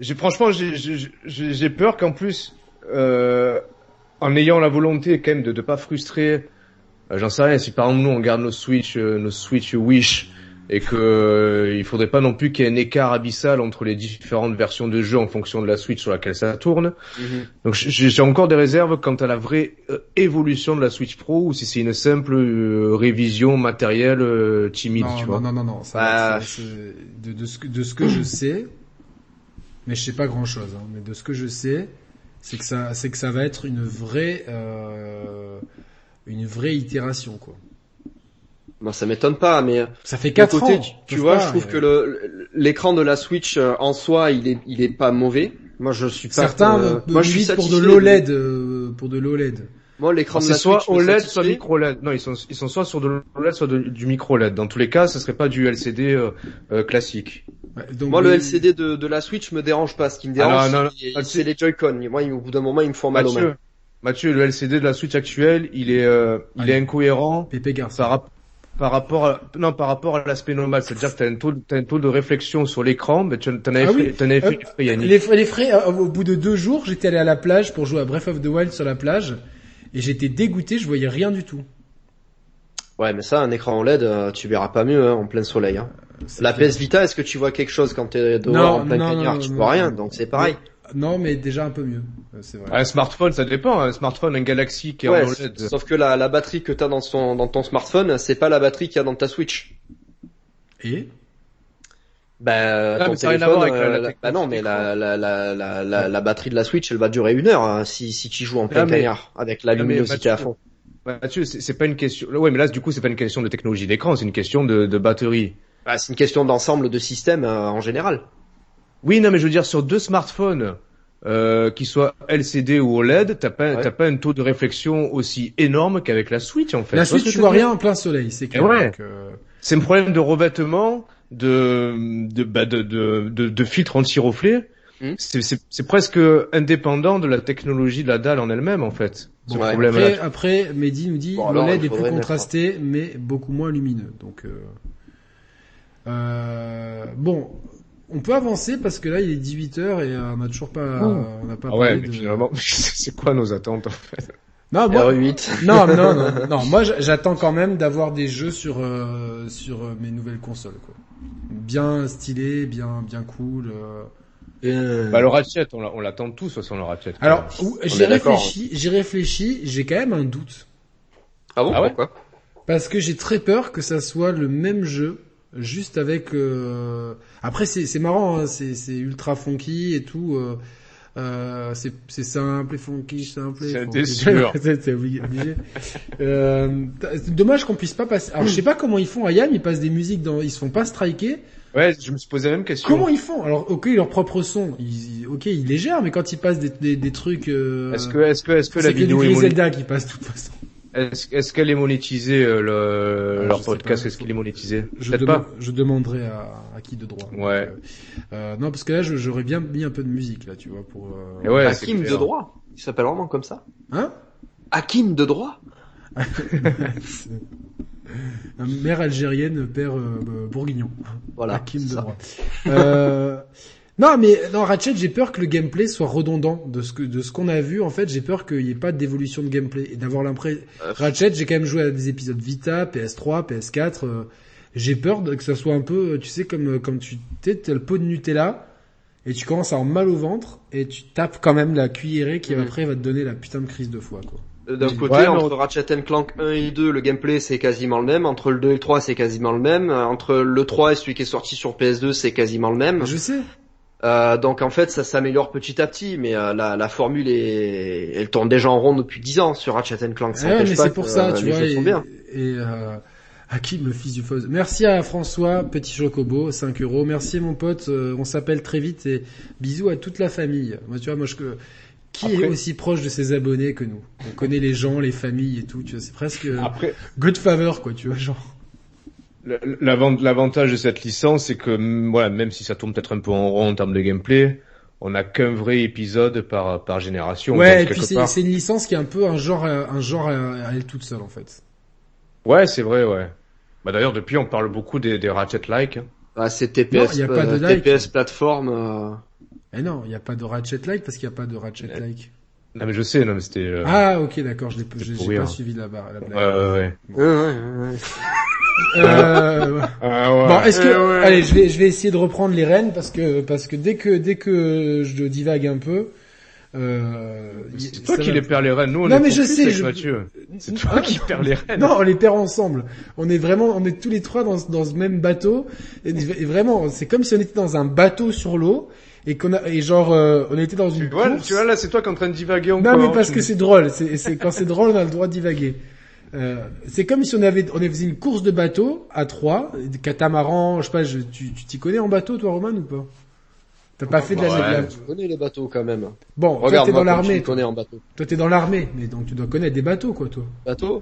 Speaker 2: j'ai franchement j'ai- j'ai j'ai- j'ai peur qu'en plus euh, en ayant la volonté quand même de ne pas frustrer, euh, j'en sais rien. Si par exemple nous on garde nos Switch, euh, nos Switch Wish et que euh, il faudrait pas non plus qu'il y ait un écart abyssal entre les différentes versions de jeu en fonction de la Switch sur laquelle ça tourne.
Speaker 3: Mhm.
Speaker 2: Donc j'ai j'ai encore des réserves quant à la vraie euh, évolution de la Switch Pro ou si c'est une simple euh, révision matérielle euh, timide,
Speaker 1: non,
Speaker 2: tu
Speaker 1: non,
Speaker 2: vois.
Speaker 1: non, non, non, ça,
Speaker 3: Bah,
Speaker 1: ça, c'est- de, de ce que, de ce que je sais, mais je sais pas grand chose, mais de ce que je sais, c'est que ça, c'est que ça va être une vraie, euh, une vraie itération, quoi.
Speaker 3: Bah, ça m'étonne pas, mais
Speaker 1: Ça fait
Speaker 3: d'un
Speaker 1: 4
Speaker 3: côté,
Speaker 1: ans.
Speaker 3: tu- tu
Speaker 1: peuvent
Speaker 3: vois,
Speaker 1: pas,
Speaker 3: je trouve
Speaker 1: euh,
Speaker 3: que le- l'écran de la Switch euh, en soi, il est, il est pas mauvais. Moi, je suis pas.
Speaker 1: certains,
Speaker 3: euh,
Speaker 1: euh,
Speaker 3: moi, je suis
Speaker 1: militent pour de
Speaker 3: satisfait
Speaker 1: l'OLED, euh, pour de l'OLED.
Speaker 3: Moi, l'écran de
Speaker 2: C'est
Speaker 3: la
Speaker 2: soit
Speaker 3: Switch. me
Speaker 2: OLED, soit
Speaker 3: satisfait.
Speaker 2: micro LED. Non, ils sont, ils sont soit sur de l'OLED, soit de- du micro LED. Dans tous les cas, ce serait pas du LCD euh, euh, classique.
Speaker 1: Ouais, donc,
Speaker 3: Moi, le
Speaker 1: oui,
Speaker 3: LCD de, de la Switch me dérange pas. Ce qui me dérange,
Speaker 2: Ah, non, non,
Speaker 3: c'est-
Speaker 2: non,
Speaker 3: c'est les Joy-Con. Moi, ils- au bout d'un moment, ils me font mal au mains.
Speaker 2: Mathieu, Mathieu, le LCD de la Switch actuelle, il est, euh, il
Speaker 1: Allez.
Speaker 2: est incohérent
Speaker 1: Pépé Garçon.
Speaker 2: par, rap- par rapport, à, non, par rapport à l'aspect normal. C'est-à-dire que t'as un taux, de- t'as un taux de réflexion sur l'écran, mais tu t'en avais
Speaker 1: Ah
Speaker 2: fait,
Speaker 1: oui.
Speaker 2: t'en avais fait
Speaker 1: Euh,
Speaker 2: les frais, Yannick.
Speaker 1: Les, frais- les frais, euh, au bout de deux jours, j'étais allé à la plage pour jouer à Breath of the Wild sur la plage, et j'étais dégoûté, je voyais rien du tout.
Speaker 3: Ouais, mais ça, un écran OLED, euh, tu verras pas mieux hein, en plein soleil. Hein. La
Speaker 1: C'était-
Speaker 3: PS Vita, est-ce que tu vois quelque chose quand t'es dehors
Speaker 1: Non,
Speaker 3: en plein
Speaker 1: non,
Speaker 3: cagnard
Speaker 1: non,
Speaker 3: Tu
Speaker 1: non,
Speaker 3: vois
Speaker 1: non.
Speaker 3: rien, donc c'est pareil.
Speaker 1: Euh, Non, mais déjà un peu mieux. Euh, C'est vrai.
Speaker 2: Un smartphone, ça dépend. hein. Un smartphone, un Galaxy qui est
Speaker 3: Ouais,
Speaker 2: en E OLED.
Speaker 3: sauf que la, la batterie que t'as dans, son- dans ton smartphone, c'est pas la batterie qu'il y a dans ta Switch.
Speaker 1: Et
Speaker 3: Bah,
Speaker 2: Ah,
Speaker 3: ton
Speaker 2: mais ça a rien à
Speaker 3: téléphone,
Speaker 2: voir avec la-
Speaker 3: euh,
Speaker 2: la
Speaker 3: la-
Speaker 2: technologie,
Speaker 3: bah non, mais la,
Speaker 2: quoi.
Speaker 3: la, la, la, la, la batterie de la Switch, elle va durer une heure hein, si, si tu joues en plein
Speaker 2: Ah, mais-
Speaker 3: cagnard avec la
Speaker 2: mais
Speaker 3: luminosité à
Speaker 2: Mathieu,
Speaker 3: fond.
Speaker 2: Ouais, Mathieu, c'est c'est pas une question, ouais, mais là, du coup, c'est pas une question de technologie d'écran, c'est une question de, de batterie.
Speaker 3: Bah, c'est une question d'ensemble de système euh, en général.
Speaker 2: Oui, non, mais je veux dire, sur deux smartphones, euh, qu'ils soient LCD ou OLED, t'as pas,
Speaker 3: Ouais.
Speaker 2: t'as pas un taux de réflexion aussi énorme qu'avec la Switch, en fait.
Speaker 1: la
Speaker 2: vois ce
Speaker 1: Switch,
Speaker 2: que
Speaker 1: tu
Speaker 2: je
Speaker 1: vois
Speaker 2: veux dire
Speaker 1: rien en plein soleil, c'est clair.
Speaker 2: Eh ouais.
Speaker 1: Donc, euh,
Speaker 2: C'est un problème de revêtement, de, de, bah, de, de, de, de filtre anti-reflet.
Speaker 3: Hmm.
Speaker 2: C'est- C'est c'est presque indépendant de la technologie de la dalle en elle-même, en fait. Ce
Speaker 3: Bon, ouais.
Speaker 2: problème-là.
Speaker 1: après, après, Mehdi nous dit
Speaker 3: Bon, alors,
Speaker 1: l'OLED
Speaker 3: il
Speaker 1: est plus
Speaker 3: faudrait mettre
Speaker 1: contrasté, mais beaucoup moins lumineux. Donc, euh, euh, bon, on peut avancer parce que là, il est 18 h et euh, on n'a toujours pas, on n'a pas
Speaker 2: Ah ouais,
Speaker 1: parlé
Speaker 2: mais
Speaker 1: de-
Speaker 2: finalement, c'est quoi nos attentes en fait
Speaker 1: Non, moi,
Speaker 3: R8.
Speaker 1: non, non, non, non. Moi, j'a- j'attends quand même d'avoir des jeux sur euh, sur euh, mes nouvelles consoles, quoi. Bien stylé, bien bien cool. euh,
Speaker 2: Bah le ratchet, on l'a- on l'attend tous, de toute façon, le ratchet.
Speaker 1: Alors, ou- j'y
Speaker 3: est d'accord,
Speaker 1: réfléchis, j'y réfléchis, j'ai quand même un doute.
Speaker 3: Ah bon
Speaker 2: Ah ouais
Speaker 3: Pourquoi
Speaker 1: Parce que j'ai très peur que ça soit le même jeu, juste avec... euh, Après, c'est c'est marrant, hein, c'est c'est ultra funky et tout. euh, euh, c'est c'est simple et funky, simple et
Speaker 2: J'étais
Speaker 1: funky.
Speaker 2: sûr.
Speaker 1: T'es obligé. obligé. Euh, c'est dommage qu'on puisse pas passer... Alors, je sais pas comment ils font. Ayam, ils passent des musiques dans... Ils se font pas striker.
Speaker 2: Ouais, je me suis posé la même question.
Speaker 1: Comment ils font Alors, ok, leur propre son, ils, ils- ok, ils les gèrent, mais quand ils passent des, des, des trucs... euh,
Speaker 2: Est-ce que, est-ce que, est-ce que
Speaker 1: c'est
Speaker 2: la vidéo
Speaker 1: du
Speaker 2: est
Speaker 1: Play
Speaker 2: monétisée
Speaker 1: Zelda qui passe de toute façon.
Speaker 2: Est-ce est-ce qu'elle est monétisée euh, le,
Speaker 1: Ah, je
Speaker 2: leur
Speaker 1: sais
Speaker 2: podcast
Speaker 1: pas.
Speaker 2: Est-ce qu'il est monétisé
Speaker 1: Je,
Speaker 2: Peut-être
Speaker 1: deman-
Speaker 2: pas.
Speaker 1: je demanderai à, à qui de droit.
Speaker 2: Ouais.
Speaker 1: Donc, euh, euh, non, parce que là, je- j'aurais bien mis un peu de musique, là, tu vois, pour... euh,
Speaker 2: Et ouais, c'est
Speaker 3: Hakim
Speaker 2: clair.
Speaker 3: de droit. Il s'appelle vraiment comme ça
Speaker 1: Hein
Speaker 3: Hakim de droit
Speaker 1: C'est- Mère algérienne, père euh, euh, bourguignon.
Speaker 3: Voilà.
Speaker 1: Hakim
Speaker 3: c'est
Speaker 1: de
Speaker 3: ça.
Speaker 1: droit. Euh, non, mais dans Ratchet, j'ai peur que le gameplay soit redondant de ce que de ce qu'on a vu. En fait, j'ai peur qu'il n'y ait pas d'évolution de gameplay et d'avoir l'impression.
Speaker 3: Euh,
Speaker 1: Ratchet, j'ai quand même joué à des épisodes Vita, PS3, PS4. euh, j'ai peur de- que ça soit un peu, euh, tu sais, comme euh, comme tu t'es t'as le pot de Nutella et tu commences à avoir mal au ventre et tu tapes quand même la cuillerée qui
Speaker 3: Mhm.
Speaker 1: après va te donner la putain de crise de foie quoi.
Speaker 3: Euh, D'un côté,
Speaker 2: Ouais, mais
Speaker 3: entre Ratchet Clank 1 et 2, le gameplay c'est quasiment le même. Entre le 2 et le 3, c'est quasiment le même. Euh, Entre le 3 et celui qui est sorti sur PS2, c'est quasiment le même.
Speaker 1: Je sais.
Speaker 3: Euh, donc en fait, ça s'améliore petit à petit, mais euh, la, la formule est, elle tourne déjà en rond depuis 10 ans sur Ratchet Clank. Ça
Speaker 1: Ouais,
Speaker 3: n'empêche
Speaker 1: mais
Speaker 3: pas
Speaker 1: c'est pour
Speaker 3: que,
Speaker 1: ça,
Speaker 3: euh,
Speaker 1: tu
Speaker 3: les
Speaker 1: vois.
Speaker 3: jeux sont
Speaker 1: Et,
Speaker 3: bien.
Speaker 1: et, euh, Hakim, le fils du Foz. Merci à François, petit Chocobo, 5 euros. Merci mon pote, euh, on s'appelle très vite et bisous à toute la famille. Moi, tu vois, moi, je, que- qui est
Speaker 2: Après-
Speaker 1: aussi proche de ses abonnés que nous On connaît les gens, les familles et tout, tu vois, c'est presque
Speaker 3: Ah.
Speaker 1: euh,
Speaker 2: Après,
Speaker 1: good favor, quoi, tu vois, genre.
Speaker 2: Le- l'avant- L'avantage de cette licence, c'est que mm, voilà, même si ça tourne peut-être un peu en rond en termes de gameplay, on n'a qu'un vrai épisode par par génération.
Speaker 1: ouais, et
Speaker 2: donc,
Speaker 1: puis
Speaker 2: quelque
Speaker 1: c'est
Speaker 2: part.
Speaker 1: c'est une licence qui est un peu un genre, euh, un genre euh, à elle toute seule, en fait.
Speaker 2: Ouais, c'est vrai, ouais. Bah d'ailleurs, depuis, on parle beaucoup des, des Ratchet-like. hein.
Speaker 3: Ah, c'est
Speaker 1: Non,
Speaker 3: TPS,
Speaker 1: y a
Speaker 3: euh,
Speaker 1: pas de like.
Speaker 3: TPS plateforme. euh,
Speaker 1: Eh non, il n'y a pas de Ratchet-like parce qu'il n'y a pas de Ratchet-like.
Speaker 2: Non mais je sais, non mais c'était. euh,
Speaker 1: Ah, ok, d'accord, je l'ai j'ai-
Speaker 2: pour
Speaker 1: j'ai
Speaker 2: rire.
Speaker 1: pas suivi la, barre- la blague.
Speaker 2: ouais, ouais, ouais.
Speaker 3: hein. ouais, ouais, ouais.
Speaker 1: Euh, ouais.
Speaker 2: Ah, ouais.
Speaker 1: Bon, est-ce que
Speaker 3: Eh ouais.
Speaker 1: allez, je vais je vais essayer de reprendre les rênes parce que parce que dès que dès que je divague un peu, euh, y-
Speaker 2: C'est toi
Speaker 1: ça
Speaker 2: qui
Speaker 1: va-
Speaker 2: les perds les rênes. Nous, on
Speaker 1: Non,
Speaker 2: est
Speaker 1: mais je
Speaker 2: complices
Speaker 1: sais,
Speaker 2: avec
Speaker 1: je-
Speaker 2: Mathieu. C'est
Speaker 1: Non,
Speaker 2: toi qui perds les rênes.
Speaker 1: Non, on les perd ensemble. On est vraiment, on est tous les trois dans, ce- dans ce même bateau. Et, et vraiment, c'est comme si on était dans un bateau sur l'eau et qu'on a, et genre, euh, on était dans
Speaker 2: Tu
Speaker 1: une
Speaker 2: vois,
Speaker 1: course.
Speaker 2: tu vois, là, c'est toi qui es en train de divaguer encore.
Speaker 1: non, mais parce que
Speaker 2: Tu-
Speaker 1: c'est drôle. C'est, c'est quand c'est drôle, on a le droit de divaguer. Euh, c'est comme si on avait, on faisait une course de bateau à trois, catamaran, je sais pas, je- tu, tu t'y connais en bateau, toi, Roman, ou pas? T'as pas fait de la,
Speaker 2: Ouais.
Speaker 1: de la-
Speaker 3: Tu connais les bateaux quand même.
Speaker 1: Bon, toi
Speaker 3: Regarde,
Speaker 1: t'es
Speaker 3: moi,
Speaker 1: dans
Speaker 3: Bah, quand
Speaker 1: l'armée.
Speaker 3: tu connais en bateau.
Speaker 1: Toi t'es dans l'armée, mais donc tu dois connaître des bateaux quoi toi.
Speaker 3: Bateau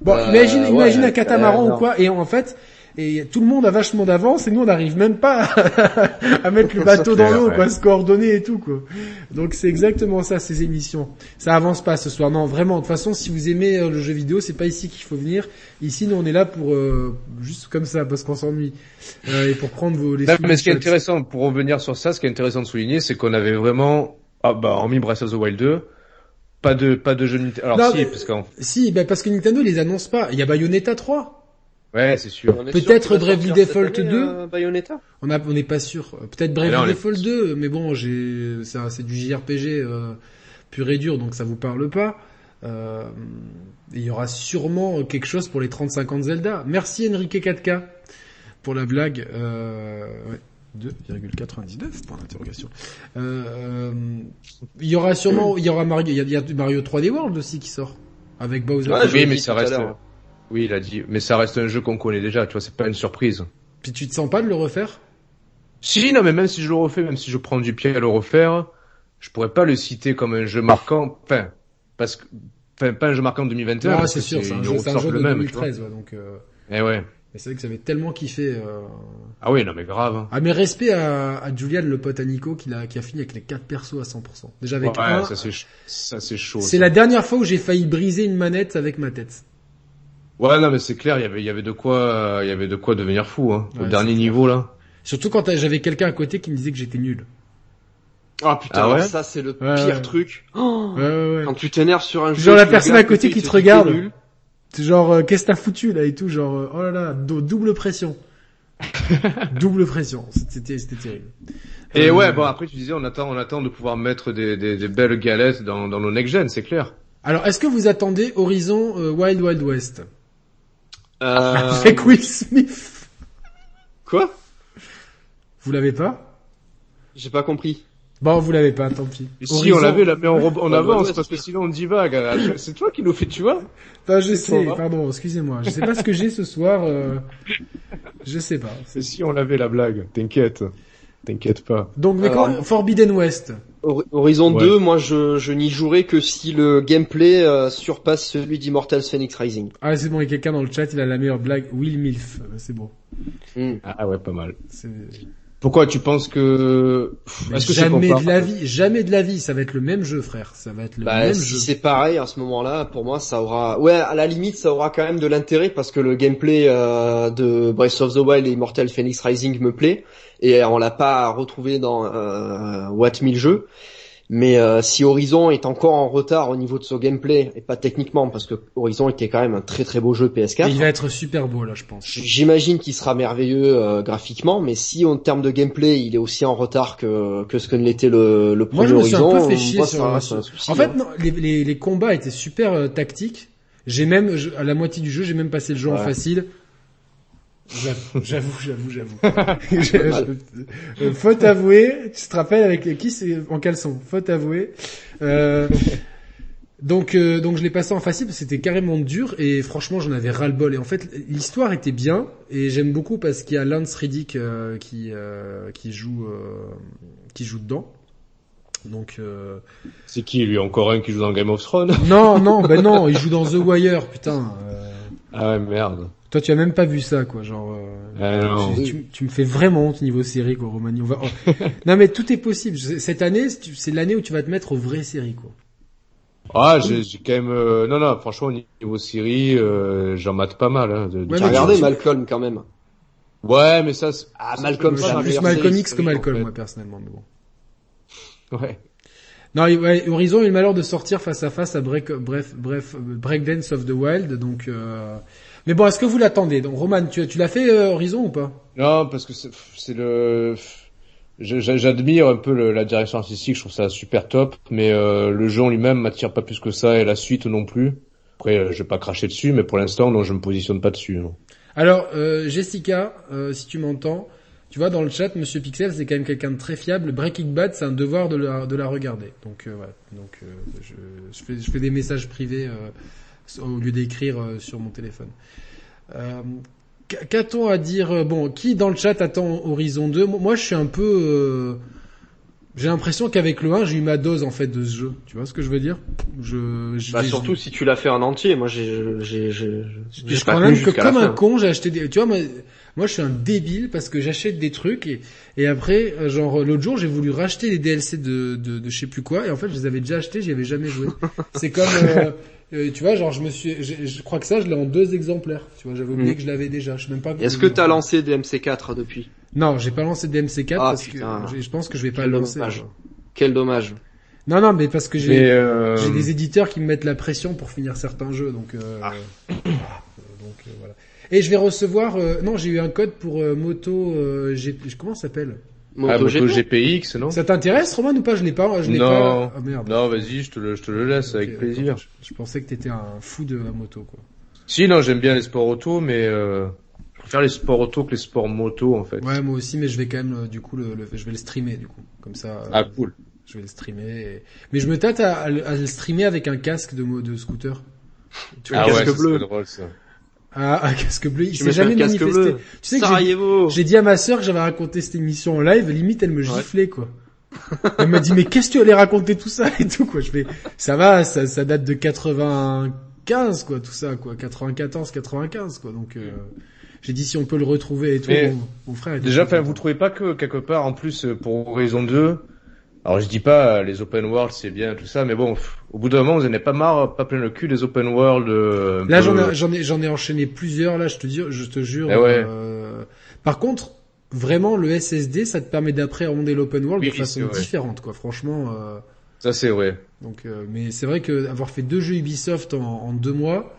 Speaker 1: Bon,
Speaker 3: Euh,
Speaker 1: imagine,
Speaker 3: ouais,
Speaker 1: imagine un
Speaker 3: ouais,
Speaker 1: catamaran
Speaker 3: euh,
Speaker 1: ou
Speaker 3: non.
Speaker 1: quoi, et en fait, et tout le monde a vachement d'avance, et nous on n'arrive même pas à mettre le bateau
Speaker 2: C'est
Speaker 1: dans
Speaker 2: clair,
Speaker 1: l'eau, quoi,
Speaker 2: ouais.
Speaker 1: se coordonner et tout quoi. Donc c'est exactement ça ces émissions. Ça avance pas ce soir, non vraiment. De toute façon, si vous aimez euh, le jeu vidéo, c'est pas ici qu'il faut venir. Ici, nous on est là pour euh, juste comme ça parce qu'on s'ennuie Euh, et pour prendre vos les
Speaker 2: Non, mais ce qui est
Speaker 1: screenshots.
Speaker 2: intéressant, pour revenir sur ça, ce qui est intéressant de souligner, c'est qu'on avait vraiment, ah bah, hormis Breath of the Wild 2, pas de, pas de jeu Nintendo. Alors
Speaker 1: Non,
Speaker 2: si,
Speaker 1: mais-
Speaker 2: parce qu'en,
Speaker 1: Si, ben parce que Nintendo les annonce pas. Il y a Bayonetta 3.
Speaker 2: ouais, c'est sûr.
Speaker 3: On est
Speaker 1: Peut-être
Speaker 3: sûr qu'il va
Speaker 1: Bravely
Speaker 3: sortir cette
Speaker 1: Default
Speaker 3: année,
Speaker 1: 2.
Speaker 3: euh, Bayonetta
Speaker 1: On a- on n'est pas sûr. Euh, Peut-être Brave
Speaker 2: Mais là, on est-
Speaker 1: Default 2, mais bon, j'ai, c'est un- c'est du JRPG euh, pur et dur, donc ça vous parle pas. Euh, Il y aura sûrement quelque chose pour les 35 ans de Zelda. Merci Enrique 4K pour la blague. Euh, ouais, 2,99 point d'interrogation. Euh, euh, Il y aura sûrement, il y aura Mario, il y a, il y a Mario 3D World aussi qui sort avec Bowser.
Speaker 3: Ouais, je
Speaker 2: oui,
Speaker 3: l'ai
Speaker 2: mais
Speaker 3: dit
Speaker 2: ça
Speaker 3: tout à
Speaker 2: reste,
Speaker 3: l'heure.
Speaker 2: oui, il a dit, mais ça reste un jeu qu'on connaît déjà, tu vois, c'est pas une surprise.
Speaker 1: Puis tu te sens pas de le refaire
Speaker 2: Si, non, mais même si je le refais, même si je prends du pied à le refaire, je pourrais pas le citer comme un
Speaker 1: Ah.
Speaker 2: jeu marquant, enfin, parce que, enfin, pas un jeu marquant de 2021.
Speaker 1: Ah,
Speaker 2: parce
Speaker 1: c'est
Speaker 2: que
Speaker 1: sûr, c'est un
Speaker 2: ils
Speaker 1: jeu, c'est un
Speaker 2: ressortent
Speaker 1: jeu de
Speaker 2: le même, tu vois.
Speaker 1: 2013, ouais, donc. euh,
Speaker 2: Eh ouais.
Speaker 1: mais c'est vrai que j'avais tellement kiffé. euh,
Speaker 2: Ah oui, non, mais grave. hein.
Speaker 1: Ah mais respect à, à Julian, le pote à Nico, qui a, qui a fini avec les quatre persos à 100%. Déjà avec
Speaker 2: ouais,
Speaker 1: un,
Speaker 2: ça c'est, ch- ça c'est chaud.
Speaker 1: c'est
Speaker 2: ça.
Speaker 1: la dernière fois où j'ai failli briser une manette avec ma tête.
Speaker 2: Ouais, non, mais c'est clair, il y avait, il y avait de quoi, euh, il y avait de quoi devenir fou, hein,
Speaker 1: Ouais,
Speaker 2: au
Speaker 1: c'est
Speaker 2: dernier niveau, là.
Speaker 1: Surtout quand t'as- j'avais quelqu'un à côté qui me disait que j'étais nul.
Speaker 3: Ah putain,
Speaker 2: Ah ouais
Speaker 3: alors ça c'est le
Speaker 1: Ouais,
Speaker 3: pire
Speaker 1: ouais.
Speaker 3: truc. Oh,
Speaker 1: Ouais, ouais, ouais.
Speaker 3: Quand tu t'énerves sur un jeu...
Speaker 1: Genre la
Speaker 3: que le
Speaker 1: personne
Speaker 3: gars
Speaker 1: à côté
Speaker 3: il
Speaker 1: qui
Speaker 3: te
Speaker 1: te
Speaker 3: dit que t'es
Speaker 1: regarde.
Speaker 3: nul.
Speaker 1: C'est Genre, euh, qu'est-ce que t'as foutu là et tout, genre, euh, oh là là, do- double pression. double pression, c'était c'était terrible.
Speaker 2: Et
Speaker 1: Euh,
Speaker 2: ouais, bon, après, tu disais, on attend, on attend de pouvoir mettre des, des, des belles galettes dans, dans nos next-gen, c'est clair.
Speaker 1: Alors, est-ce que vous attendez Horizon euh, Wild Wild West
Speaker 3: Euh...
Speaker 1: avec Will Smith
Speaker 3: Quoi
Speaker 1: Vous l'avez pas
Speaker 3: J'ai pas compris.
Speaker 1: Bon, vous l'avez pas, tant pis.
Speaker 2: Si, on l'avait, là, mais on, re- on
Speaker 1: bah
Speaker 3: Ouais, ouais,
Speaker 2: avance,
Speaker 3: ouais,
Speaker 2: parce que sinon on divague. à la- C'est toi qui nous fais, tu vois.
Speaker 1: Enfin, je sais,
Speaker 2: Comment va
Speaker 1: pardon, excusez-moi. Je sais pas ce que j'ai ce soir. euh, je sais pas.
Speaker 2: C'est si on l'avait, la blague. T'inquiète. T'inquiète pas.
Speaker 1: Donc, mais quand-
Speaker 3: Alors-
Speaker 1: Forbidden West.
Speaker 3: Hor- Horizon
Speaker 2: Ouais.
Speaker 3: 2, moi je, je n'y jouerai que si le gameplay euh, surpasse celui d'Immortals Phoenix Rising.
Speaker 1: Ah, c'est bon, il y a quelqu'un dans le chat, il a la meilleure blague. Will Milf. euh, C'est bon.
Speaker 3: Hmm.
Speaker 2: Ah ouais, pas mal.
Speaker 1: C'est-
Speaker 2: Pourquoi tu penses que... Pff, Est-ce que c'est
Speaker 1: jamais
Speaker 2: comparable
Speaker 1: de la vie, jamais de la vie. Ça va être le même jeu, frère. Ça va être le
Speaker 3: Bah,
Speaker 1: même
Speaker 3: si
Speaker 1: jeu.
Speaker 3: c'est pareil à ce moment-là, pour moi ça aura... Ouais, à la limite ça aura quand même de l'intérêt parce que le gameplay euh, de Breath of the Wild et Immortals Phoenix Rising me plaît et on l'a pas retrouvé dans euh, What 1000 euh, jeux. Mais euh, si Horizon est encore en retard au niveau de son gameplay, et pas techniquement, parce que Horizon était quand même un très très beau jeu PS4,
Speaker 1: Il va être super beau là, je pense.
Speaker 3: j'imagine qu'il sera merveilleux euh, graphiquement, mais si en termes de gameplay il est aussi en retard que, que ce que ne l'était le, le
Speaker 1: Moi,
Speaker 3: premier
Speaker 1: je me suis un
Speaker 3: Horizon,
Speaker 1: peu fait
Speaker 3: on
Speaker 1: chier
Speaker 3: voit,
Speaker 1: sur-
Speaker 3: ça reste
Speaker 1: sur-
Speaker 3: un souci,
Speaker 1: En fait,
Speaker 3: hein.
Speaker 1: non, les, les- les combats étaient super euh, tactiques. J'ai même, je- à la moitié du jeu, j'ai même passé le jeu en
Speaker 3: Ouais.
Speaker 1: facile. J'avoue, j'avoue, j'avoue, j'avoue. Je- je- euh, Faute avouée, tu te rappelles avec qui c'est en caleçon Faute avouée. Euh, donc, euh, donc je l'ai passé en facile parce que c'était carrément dur et franchement j'en avais ras le bol. Et en fait l'histoire était bien et j'aime beaucoup parce qu'il y a Lance Riddick euh, qui euh, qui joue euh, qui joue dedans. Donc euh,
Speaker 2: C'est qui lui Encore un qui joue dans Game of Thrones
Speaker 1: non, non, ben non, il joue dans The Wire, putain. Euh,
Speaker 2: Ah ouais, merde.
Speaker 1: toi, tu as même pas vu ça, quoi, genre. euh,
Speaker 2: Ah non.
Speaker 1: tu, tu- tu me fais vraiment honte niveau série, quoi, Romani. On va- oh. non, mais tout est possible. Je- Cette année, c'est tu- c'est l'année où tu vas te mettre aux vraies séries, quoi.
Speaker 2: Ah, j'ai j'ai quand même... euh, Non, non, franchement, au niveau série, euh, j'en mate pas mal. Hein, de- de-
Speaker 1: Ouais,
Speaker 3: J'ai
Speaker 1: mais
Speaker 3: regardé
Speaker 1: tu-
Speaker 3: Malcolm quand même.
Speaker 2: Ouais, mais ça... c'est-
Speaker 3: Ah,
Speaker 2: ça,
Speaker 3: Malcolm,
Speaker 2: c'est
Speaker 1: Moi,
Speaker 3: ça,
Speaker 1: j'ai
Speaker 2: ma
Speaker 1: plus
Speaker 2: meilleure
Speaker 1: Malcolm
Speaker 2: série
Speaker 1: X que
Speaker 2: historique, en
Speaker 1: Malcolm,
Speaker 2: fait.
Speaker 1: moi, personnellement, mais bon.
Speaker 2: Ouais.
Speaker 1: Non, et- ouais, Horizon a eu le malheur de sortir face à face à Break, bref, bref, euh, Breakdance of the Wild, donc. euh, Mais bon, est-ce que vous l'attendez Donc, Roman, tu, tu l'as fait euh, Horizon ou pas
Speaker 2: Non, parce que c'est c'est le... je- je- J'admire un peu le- la direction artistique, je trouve ça super top, mais euh, le jeu en lui-même m'attire pas plus que ça, et la suite non plus. Après, euh, je vais pas cracher dessus, mais pour l'instant, non, je me positionne pas dessus. non.
Speaker 1: Alors, euh, Jessica, euh, si tu m'entends, tu vois, dans le chat, Monsieur Pixel, c'est quand même quelqu'un de très fiable. Breaking Bad, c'est un devoir de la, de la regarder. Donc, euh, voilà. Donc, euh, je, je fais, je fais des messages privés euh, au lieu d'écrire euh, sur mon téléphone. Euh, qu- Qu'a-t-on à dire euh, Bon, qui dans le chat attend Horizon 2 Moi, Moi, je suis un peu... euh, j'ai l'impression qu'avec le 1, j'ai eu ma dose, en fait, de ce jeu. Tu vois ce que je veux dire je, je-
Speaker 3: Bah
Speaker 1: j'ai-
Speaker 3: surtout si tu l'as fait en entier, moi j'ai j'ai j'ai
Speaker 1: Je,
Speaker 3: j'ai
Speaker 1: je
Speaker 3: pas
Speaker 1: crois
Speaker 3: tenu
Speaker 1: même que
Speaker 3: jusqu'à la
Speaker 1: comme un
Speaker 3: fin.
Speaker 1: con, j'ai acheté des. Tu vois, moi, moi, je suis un débile parce que j'achète des trucs et, et après, euh, genre l'autre jour, j'ai voulu racheter les DLC de, de de je sais plus quoi et en fait, je les avais déjà achetés, j'y avais jamais joué. C'est comme, euh, euh, tu vois, genre je me suis, je, je crois que ça, je l'ai en deux exemplaires. Tu vois, j'avais oublié
Speaker 3: Mm.
Speaker 1: que je l'avais déjà. Je sais même pas.
Speaker 3: Est-ce que t'as lancé des MC4 depuis
Speaker 1: Non, j'ai pas lancé de DMC4
Speaker 3: Ah,
Speaker 1: parce
Speaker 3: putain.
Speaker 1: que j'ai- je pense que je vais pas
Speaker 3: Quel
Speaker 1: le lancer.
Speaker 3: dommage.
Speaker 1: genre.
Speaker 3: Quel dommage.
Speaker 1: Non, non, mais parce que j'ai.
Speaker 2: Mais, euh,
Speaker 1: J'ai des éditeurs qui me mettent la pression pour finir certains jeux, donc, euh,
Speaker 2: Ah.
Speaker 1: euh, donc euh, voilà. Et je vais recevoir. euh, non, j'ai eu un code pour euh, moto. Euh, G- comment ça s'appelle
Speaker 2: Ah,
Speaker 3: MotoGP.
Speaker 2: MotoGPX, non
Speaker 1: Ça t'intéresse, Roman ou pas Je l'ai pas. Je l'ai
Speaker 2: Non.
Speaker 1: pas. Ah, merde.
Speaker 2: Non, vas-y, je te le, je te le laisse
Speaker 1: Ok,
Speaker 2: avec
Speaker 1: d'accord.
Speaker 2: plaisir.
Speaker 1: Je, je pensais que t'étais un fou de la moto, quoi.
Speaker 2: Si, non, j'aime bien les sports auto, mais euh, je préfère les sports auto que les sports moto, en fait.
Speaker 1: Ouais, moi aussi, mais je vais quand même, euh, du coup, le, le- je vais le streamer, du coup, comme ça. euh,
Speaker 2: Ah, cool.
Speaker 1: Je vais le streamer. et- Mais je me tâte à, à le- à le streamer avec un casque de, mo- de scooter. Tu
Speaker 2: Ah
Speaker 1: le
Speaker 2: ouais,
Speaker 1: casque
Speaker 2: ça,
Speaker 1: bleu.
Speaker 2: serait drôle, ça.
Speaker 1: Ah, un casque bleu. Il
Speaker 3: Tu
Speaker 1: s'est
Speaker 3: mets
Speaker 1: jamais
Speaker 3: le casque
Speaker 1: manifesté.
Speaker 3: bleu.
Speaker 1: Tu sais que j'ai-
Speaker 3: Sarajevo.
Speaker 1: J'ai dit à ma sœur que j'avais raconté cette émission en live, limite elle me
Speaker 3: Ouais.
Speaker 1: giflait quoi. Elle m'a dit mais qu'est-ce que tu allais raconter tout ça et tout quoi. Je fais ça va, ça, ça date de 95 quoi tout ça quoi, 94, 95 quoi. Donc euh, j'ai dit si on peut le retrouver et tout.
Speaker 2: Mais-
Speaker 1: Mon, mon frère. était
Speaker 2: Déjà,
Speaker 1: très
Speaker 2: enfin,
Speaker 1: content.
Speaker 2: vous trouvez pas que, quelque part, en plus, euh, pour Horizon 2, alors je dis pas, euh, les open world, c'est bien, tout ça, mais bon, pff, au bout d'un moment, vous en avez pas marre, pas plein le cul des open world. euh, un
Speaker 1: Là
Speaker 2: peu-
Speaker 1: j'en ai, j'en ai j'en ai enchaîné plusieurs là, je te jure, je te jure.
Speaker 2: Eh ouais.
Speaker 1: euh, par contre. Vraiment, le SSD, ça te permet d'appréhender l'open world
Speaker 2: Oui,
Speaker 1: de façon
Speaker 2: c'est vrai.
Speaker 1: différente, quoi. Franchement, euh,
Speaker 2: Ça, c'est vrai.
Speaker 1: Donc, euh, mais c'est vrai que avoir fait deux jeux Ubisoft en, en deux mois,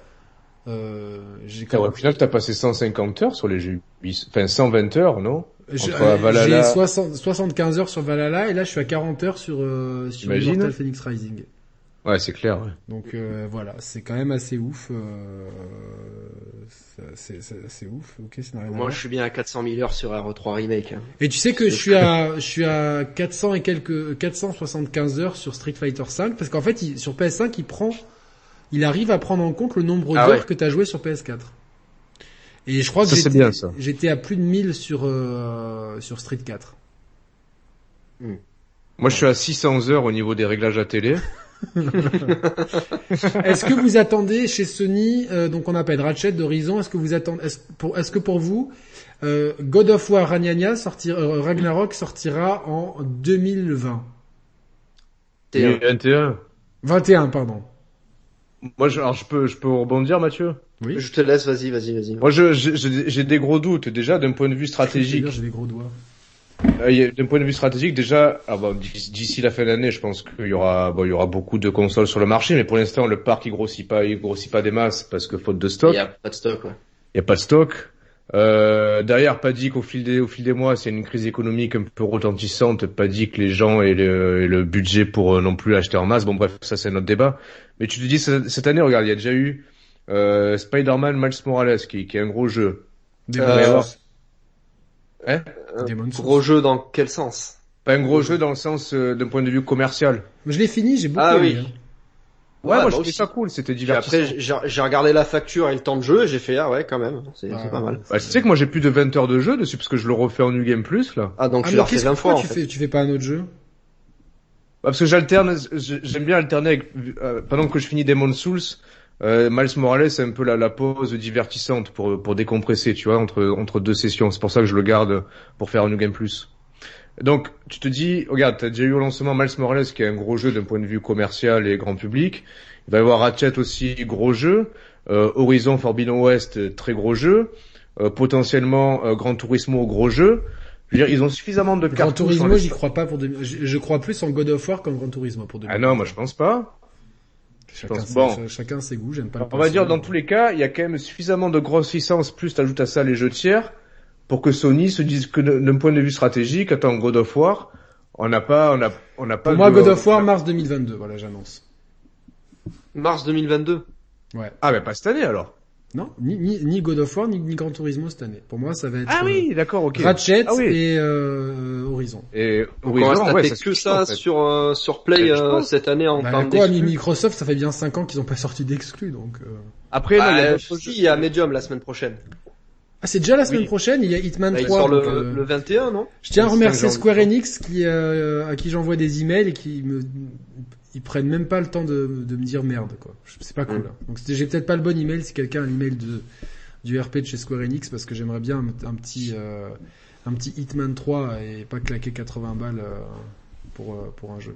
Speaker 1: euh, j'ai
Speaker 2: Car
Speaker 1: quand
Speaker 2: au final, t'as passé 150 heures sur les jeux, Ubisoft. enfin, 120 heures, non?
Speaker 1: j'ai-
Speaker 2: entre
Speaker 1: euh,
Speaker 2: Valhalla-
Speaker 1: j'ai 60 75 heures sur Valhalla et là je suis à 40 heures sur euh, sur
Speaker 2: T'imagines
Speaker 1: Immortal Phoenix Rising.
Speaker 2: Ouais, c'est clair, ouais.
Speaker 1: Donc euh, voilà, c'est quand même assez ouf. euh, ça- c'est c'est- c'est ouf. Ok, c'est rien à
Speaker 3: Moi
Speaker 1: voir.
Speaker 3: je suis bien à 400 000 heures sur RE3 remake. hein.
Speaker 1: Et tu sais que je suis à je suis à 400 et quelques 475 heures sur Street Fighter 5 parce qu'en fait il- sur PS5 il prend il arrive à prendre en compte le nombre
Speaker 3: Ah
Speaker 1: d'heures
Speaker 3: ouais.
Speaker 1: que tu as joué sur PS4. Et je crois que
Speaker 2: Ça, c'est
Speaker 1: j'étais-
Speaker 2: bien, ça.
Speaker 1: j'étais à plus de 1000 sur euh, sur Street 4.
Speaker 2: Moi, je suis à 600 heures au niveau des réglages à télé.
Speaker 1: Est-ce que vous attendez chez Sony euh, donc on appelle Ratchet d'Horizon est-ce que vous attendez est-ce pour est-ce que pour vous euh, God of War Ragnarok sortira euh, Ragnarok sortira en 2020
Speaker 3: T'es euh, un-
Speaker 2: 21.
Speaker 1: 21 pardon.
Speaker 2: Moi, je, alors, je peux, je peux rebondir, Mathieu?
Speaker 1: Oui.
Speaker 3: Je te laisse, vas-y, vas-y, vas-y.
Speaker 2: Moi, je, je- je- j'ai des gros doutes déjà d'un point de vue stratégique.
Speaker 1: J'ai des gros doigts.
Speaker 2: Euh, il y a- D'un point de vue stratégique, déjà, ah bah, d'ici d'ici la fin d'année, je pense qu'il y aura, bon, il y aura beaucoup de consoles sur le marché, mais pour l'instant, le parc il grossit pas, il grossit pas des masses parce que faute de
Speaker 3: Il
Speaker 2: stock,
Speaker 3: n'y a pas de stock, ouais.
Speaker 2: il y a pas de stock. Euh, derrière, pas dit qu'au fil des, au fil des mois, c'est une crise économique un peu retentissante, pas dit que les gens aient le, aient le budget pour euh, non plus acheter en masse. Bon bref, ça c'est notre débat. Mais tu te dis ce- cette année, regarde, il y a déjà eu euh, Spider-Man Miles Morales qui, qui est un gros jeu.
Speaker 1: Demon
Speaker 3: Euh,
Speaker 1: Souls.
Speaker 2: Hein
Speaker 1: Demon Souls.
Speaker 3: Gros jeu dans quel sens
Speaker 2: Pas un gros jeu dans le sens euh, d'un point de vue commercial.
Speaker 1: Je l'ai fini, j'ai beaucoup
Speaker 3: Ah
Speaker 1: aimé,
Speaker 3: oui.
Speaker 1: hein.
Speaker 2: Ouais,
Speaker 3: Ouais,
Speaker 2: moi
Speaker 3: bah
Speaker 2: je trouvais
Speaker 3: aussi.
Speaker 2: ça cool, c'était
Speaker 3: Puis
Speaker 2: divertissant.
Speaker 3: après, j'ai j'ai regardé la facture et le temps de jeu et j'ai fait, ah ouais, quand même, c'est
Speaker 1: Ah.
Speaker 3: c'est pas mal.
Speaker 2: Bah, tu sais que moi j'ai plus de 20 heures de jeu dessus parce que je le refais en New Game Plus là.
Speaker 3: Ah, donc
Speaker 1: Ah,
Speaker 3: tu
Speaker 1: mais
Speaker 3: l'as refait
Speaker 1: qu'est-ce que
Speaker 3: 20 fois,
Speaker 1: pourquoi
Speaker 3: en
Speaker 1: tu
Speaker 3: fait.
Speaker 1: fais, tu fais pas un autre jeu
Speaker 2: Bah, parce que j'alterne, je- j'aime bien alterner avec, euh, pendant que je finis Demon Souls, euh, Miles Morales c'est un peu la, la pause divertissante pour, pour décompresser, tu vois, entre, entre deux sessions. C'est pour ça que je le garde pour faire un New Game Plus. Donc tu te dis, regarde, t'as déjà eu au lancement Miles Morales qui est un gros jeu d'un point de vue commercial et grand public. Il va y avoir Ratchet aussi, gros jeu. Euh, Horizon Forbidden West, euh, très gros jeu. Euh, potentiellement euh, Gran Turismo, gros jeu. Je veux dire, ils ont suffisamment de
Speaker 1: Gran
Speaker 2: cartes.
Speaker 1: Turismo, j'y crois pas pour deux- je, je crois plus en God of War qu'en Gran Turismo pour 2000.
Speaker 2: Ah non, moi je pense pas.
Speaker 1: chacun,
Speaker 2: pense-
Speaker 1: ses,
Speaker 2: bon.
Speaker 1: ch- chacun ses goûts, j'aime pas le
Speaker 2: On va
Speaker 1: principe.
Speaker 2: dire dans tous les cas, il y a quand même suffisamment de grosses licences, plus t'ajoutes à ça les jeux tiers, pour que Sony se dise que de- d'un point de vue stratégique, attends, God of War, on n'a pas, on n'a, on n'a pas.
Speaker 1: Pour moi,
Speaker 2: de-
Speaker 1: God of War, mars 2022, voilà, j'annonce.
Speaker 3: Mars 2022.
Speaker 2: Ah mais pas cette année alors.
Speaker 1: Non, ni, ni, ni God of War, ni, ni Gran Turismo cette année. Pour moi, ça va être
Speaker 2: Ah
Speaker 1: euh,
Speaker 2: oui, d'accord, ok.
Speaker 1: Ratchet
Speaker 2: Ah oui.
Speaker 1: et euh, Horizon.
Speaker 2: Et
Speaker 3: Donc
Speaker 2: oui,
Speaker 3: on va
Speaker 2: vraiment,
Speaker 3: se
Speaker 2: ouais,
Speaker 3: taper
Speaker 2: se
Speaker 3: que
Speaker 2: suffit,
Speaker 3: ça
Speaker 2: en fait.
Speaker 3: sur, euh, sur Play
Speaker 2: Je pense.
Speaker 3: euh, cette année en
Speaker 1: Bah,
Speaker 3: termes
Speaker 1: quoi,
Speaker 3: d'exclus.
Speaker 1: Microsoft, ça fait bien 5 ans qu'ils n'ont pas sorti d'exclus, donc... euh.
Speaker 2: Après, non,
Speaker 3: Bah,
Speaker 2: il y a
Speaker 3: je
Speaker 2: d'autres
Speaker 3: dis,
Speaker 2: jeux.
Speaker 3: il y a Medium la semaine prochaine.
Speaker 1: Ah, c'est déjà la semaine
Speaker 2: Oui.
Speaker 1: prochaine, il y a Hitman
Speaker 3: Là,
Speaker 1: 3.
Speaker 3: il sort
Speaker 1: donc, euh,
Speaker 3: le, le 21, non
Speaker 1: Je tiens à
Speaker 2: le
Speaker 1: remercier
Speaker 2: 5 janvier.
Speaker 1: Square Enix qui, euh, à qui j'envoie des emails et qui me, ils prennent même pas le temps de, de me dire merde, quoi. Je- C'est pas cool.
Speaker 3: Mm.
Speaker 1: hein. Donc c'était- j'ai peut-être pas le bon email si quelqu'un a l'email de, du RP de chez Square Enix parce que j'aimerais bien un, un petit, euh, un petit Hitman 3 et pas claquer 80 balles euh, pour, euh, pour un jeu.